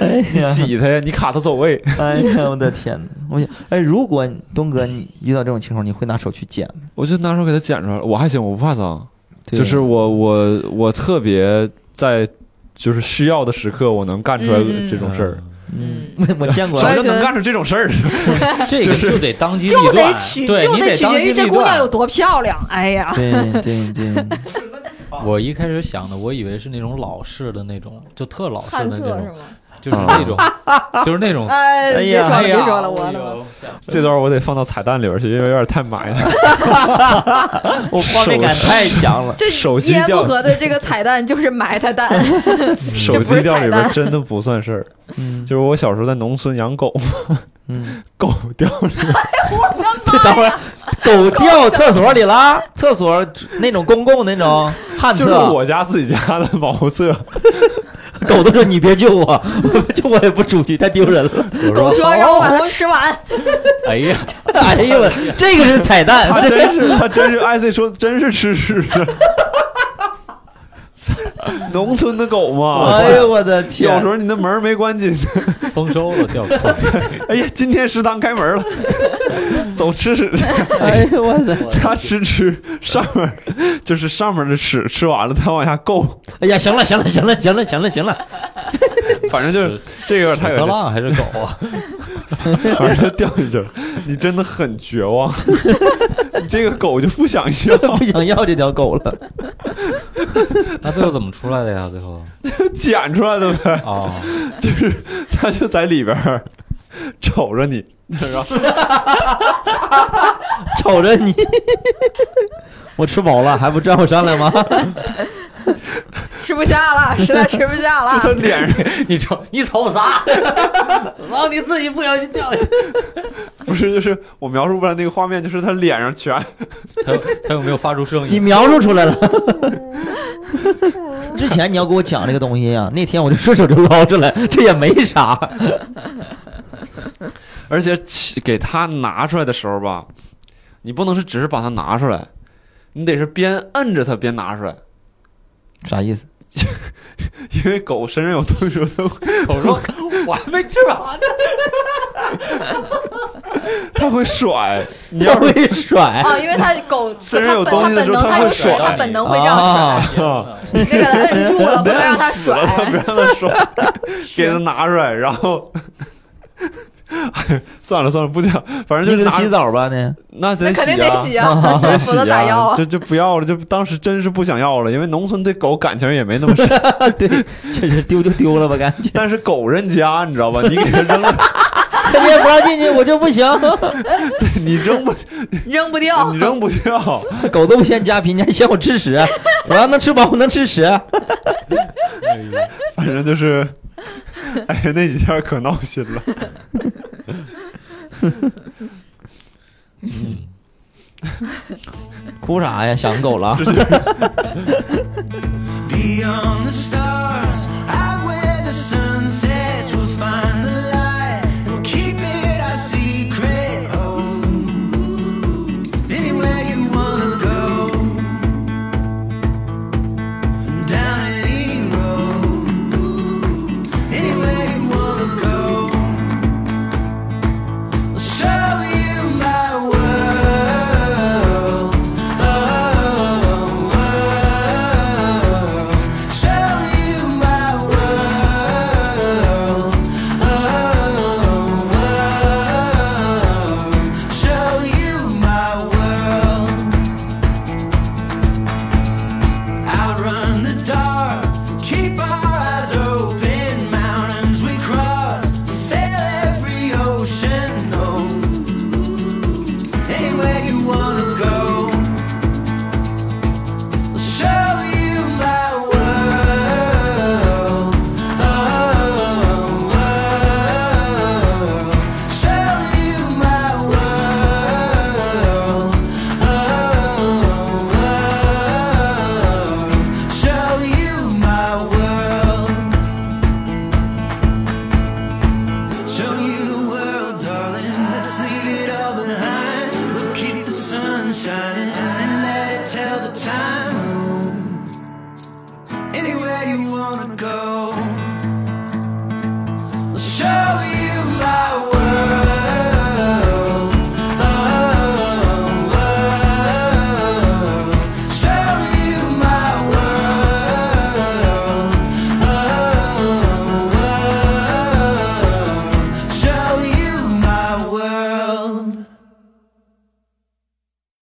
Speaker 4: 哎
Speaker 1: 你
Speaker 4: 呀，
Speaker 1: 挤他呀，你卡他走位。
Speaker 4: 哎呀，我的天呐，我想，哎，如果东哥你遇到这种情况，你会拿手去捡吗？
Speaker 1: 我就拿手给他捡出来了。我还行，我不怕脏，
Speaker 4: 对
Speaker 1: 就是我我我特别在就是需要的时刻，我能干出来
Speaker 2: 嗯嗯
Speaker 1: 这种事儿。
Speaker 4: 嗯
Speaker 2: 嗯，
Speaker 4: 我我见过
Speaker 1: 什
Speaker 2: 我
Speaker 1: 么
Speaker 2: 也
Speaker 1: 叫
Speaker 2: 觉得
Speaker 1: 能干出这种 事儿？
Speaker 3: 嗯 这
Speaker 1: 就
Speaker 3: 个
Speaker 1: 是
Speaker 3: 就得当机立
Speaker 2: 就得
Speaker 3: 断，
Speaker 2: 取
Speaker 3: 对
Speaker 2: 就
Speaker 3: 你
Speaker 2: 得取
Speaker 3: 当
Speaker 2: 决
Speaker 3: 机
Speaker 2: 于这
Speaker 3: 立
Speaker 2: 姑娘
Speaker 3: 断
Speaker 2: 有。多漂亮。哎呀，
Speaker 4: 对对对，
Speaker 3: 我一开始想的，我以为是那种老式的那种，就特 老式
Speaker 2: 旱
Speaker 3: 的
Speaker 2: 厕
Speaker 3: 那
Speaker 2: 是
Speaker 3: 种，
Speaker 2: 吗？
Speaker 3: 就是那种， 就是 那种。
Speaker 2: 哎，
Speaker 4: 哎
Speaker 2: 别
Speaker 4: 呀
Speaker 2: 说了，
Speaker 3: 哎呀
Speaker 2: 别说了，我的妈！
Speaker 1: 这段我得放到彩蛋里边去，因为有点太埋 了。
Speaker 4: 我画面感太强了。
Speaker 2: 这
Speaker 1: 手
Speaker 2: 一
Speaker 1: 机
Speaker 2: 言
Speaker 1: 掉
Speaker 2: 不合的这个彩蛋就是埋汰蛋，
Speaker 1: 手机掉里边真的不算事儿。
Speaker 4: 嗯
Speaker 1: 就是我小时候在农村养狗，
Speaker 4: 嗯，
Speaker 1: 狗掉里边
Speaker 4: 这等会儿狗掉厕所里了，厕所那种公共那种
Speaker 2: 啊
Speaker 4: 旱
Speaker 1: 就是
Speaker 4: 厕，
Speaker 1: 我家自己家的茅厕。
Speaker 4: 狗都说你别救我， 就我也不出去，太丢人了。
Speaker 3: 我
Speaker 2: 狗说
Speaker 3: 说，
Speaker 2: 让我把它吃完。
Speaker 3: 哎呀，
Speaker 4: 哎呦我，这个是彩
Speaker 1: 他
Speaker 4: 蛋，这
Speaker 1: 真是，他真是，IC 说真是吃 屎的。农村的狗嘛，
Speaker 4: 哎呦我的天！
Speaker 1: 有时候你的门儿没关紧，
Speaker 3: 丰收了，掉扣。
Speaker 1: 哎呀，今天食堂开门了，走吃吃，
Speaker 4: 哎呦我操！
Speaker 1: 他吃吃上面就是上面的吃吃完了，他往下够，
Speaker 4: 哎呀，行了行了行了行了行了行了，
Speaker 1: 反正就是这个有点太
Speaker 3: 海
Speaker 1: 恶心
Speaker 3: 蜇
Speaker 1: 了，
Speaker 3: 浪还是狗 啊？
Speaker 1: 反正就掉进去了。你真的很绝望，你这个狗就不想要，
Speaker 4: 不想要这条狗了。
Speaker 3: 那最后怎么出来的呀？最后
Speaker 1: 捡出来的呗。
Speaker 3: 哦，
Speaker 1: 就是他就在里边儿瞅着你，然后
Speaker 4: 瞅着你， 我吃饱了还不让我上 来吗？
Speaker 2: 吃不下了，实在吃不下
Speaker 1: 就他
Speaker 2: 了。
Speaker 1: 脸上
Speaker 3: 你瞅你瞅啥？ 然后你自己不小心掉下去。
Speaker 1: 不是就是我描述不来那个画面，就是他脸上全
Speaker 3: 他他有没有发出声
Speaker 4: 你
Speaker 3: 音？
Speaker 4: 描述出来了。之前你要给我讲这个东西啊，那天我就顺手就捞出来，这也没啥。
Speaker 1: 而且起给他拿出来的时候吧，你不能是只是把它拿出来，你得是边摁着它边拿出来，
Speaker 4: 啥意思？
Speaker 1: 因为狗身上有东西，它会
Speaker 3: 狗说：“我还没吃完呢。
Speaker 1: 它会 甩。你
Speaker 4: 他
Speaker 1: 要
Speaker 4: 会
Speaker 1: 是
Speaker 4: 甩
Speaker 2: 哦，因为它狗，它
Speaker 1: 身上有
Speaker 2: 本它
Speaker 1: 东西的
Speaker 2: 本
Speaker 1: 时候
Speaker 2: 能，它
Speaker 1: 它
Speaker 2: 有
Speaker 1: 会
Speaker 2: 水，
Speaker 1: 甩
Speaker 2: 它本能会这样甩。
Speaker 1: 哦
Speaker 4: 啊！
Speaker 2: 你给它摁住 了，不能让它
Speaker 1: 死了它，别
Speaker 2: 甩。
Speaker 1: 让 它甩，给它拿出来，然后。 哎算了算了，不讲，反正就
Speaker 4: 你给
Speaker 1: 拿
Speaker 4: 他洗，澡吧呢？
Speaker 1: 那得
Speaker 2: 那肯定 得 洗啊，
Speaker 4: 啊
Speaker 1: 得
Speaker 2: 否
Speaker 1: 洗
Speaker 2: 则咋要
Speaker 1: 啊，
Speaker 2: 啊？
Speaker 1: 就就不要了，就当时真是不想要了，因为农村对狗感情也没那么深，
Speaker 4: 啊对，确实丢就丢了吧，感 觉。
Speaker 1: 但是狗认家，你知道吧？你给它扔了，
Speaker 4: 你也不让进去，我就不行。
Speaker 1: 你扔不
Speaker 2: 扔不掉
Speaker 1: 你。扔不掉，
Speaker 4: 狗都不嫌家贫，你还嫌我吃屎？我要能吃饱，我能吃屎。
Speaker 1: 反正就是，哎呀，那几天可闹心了。
Speaker 4: 哭啥呀？想狗了
Speaker 1: 这？就是
Speaker 5: Oh, Oh.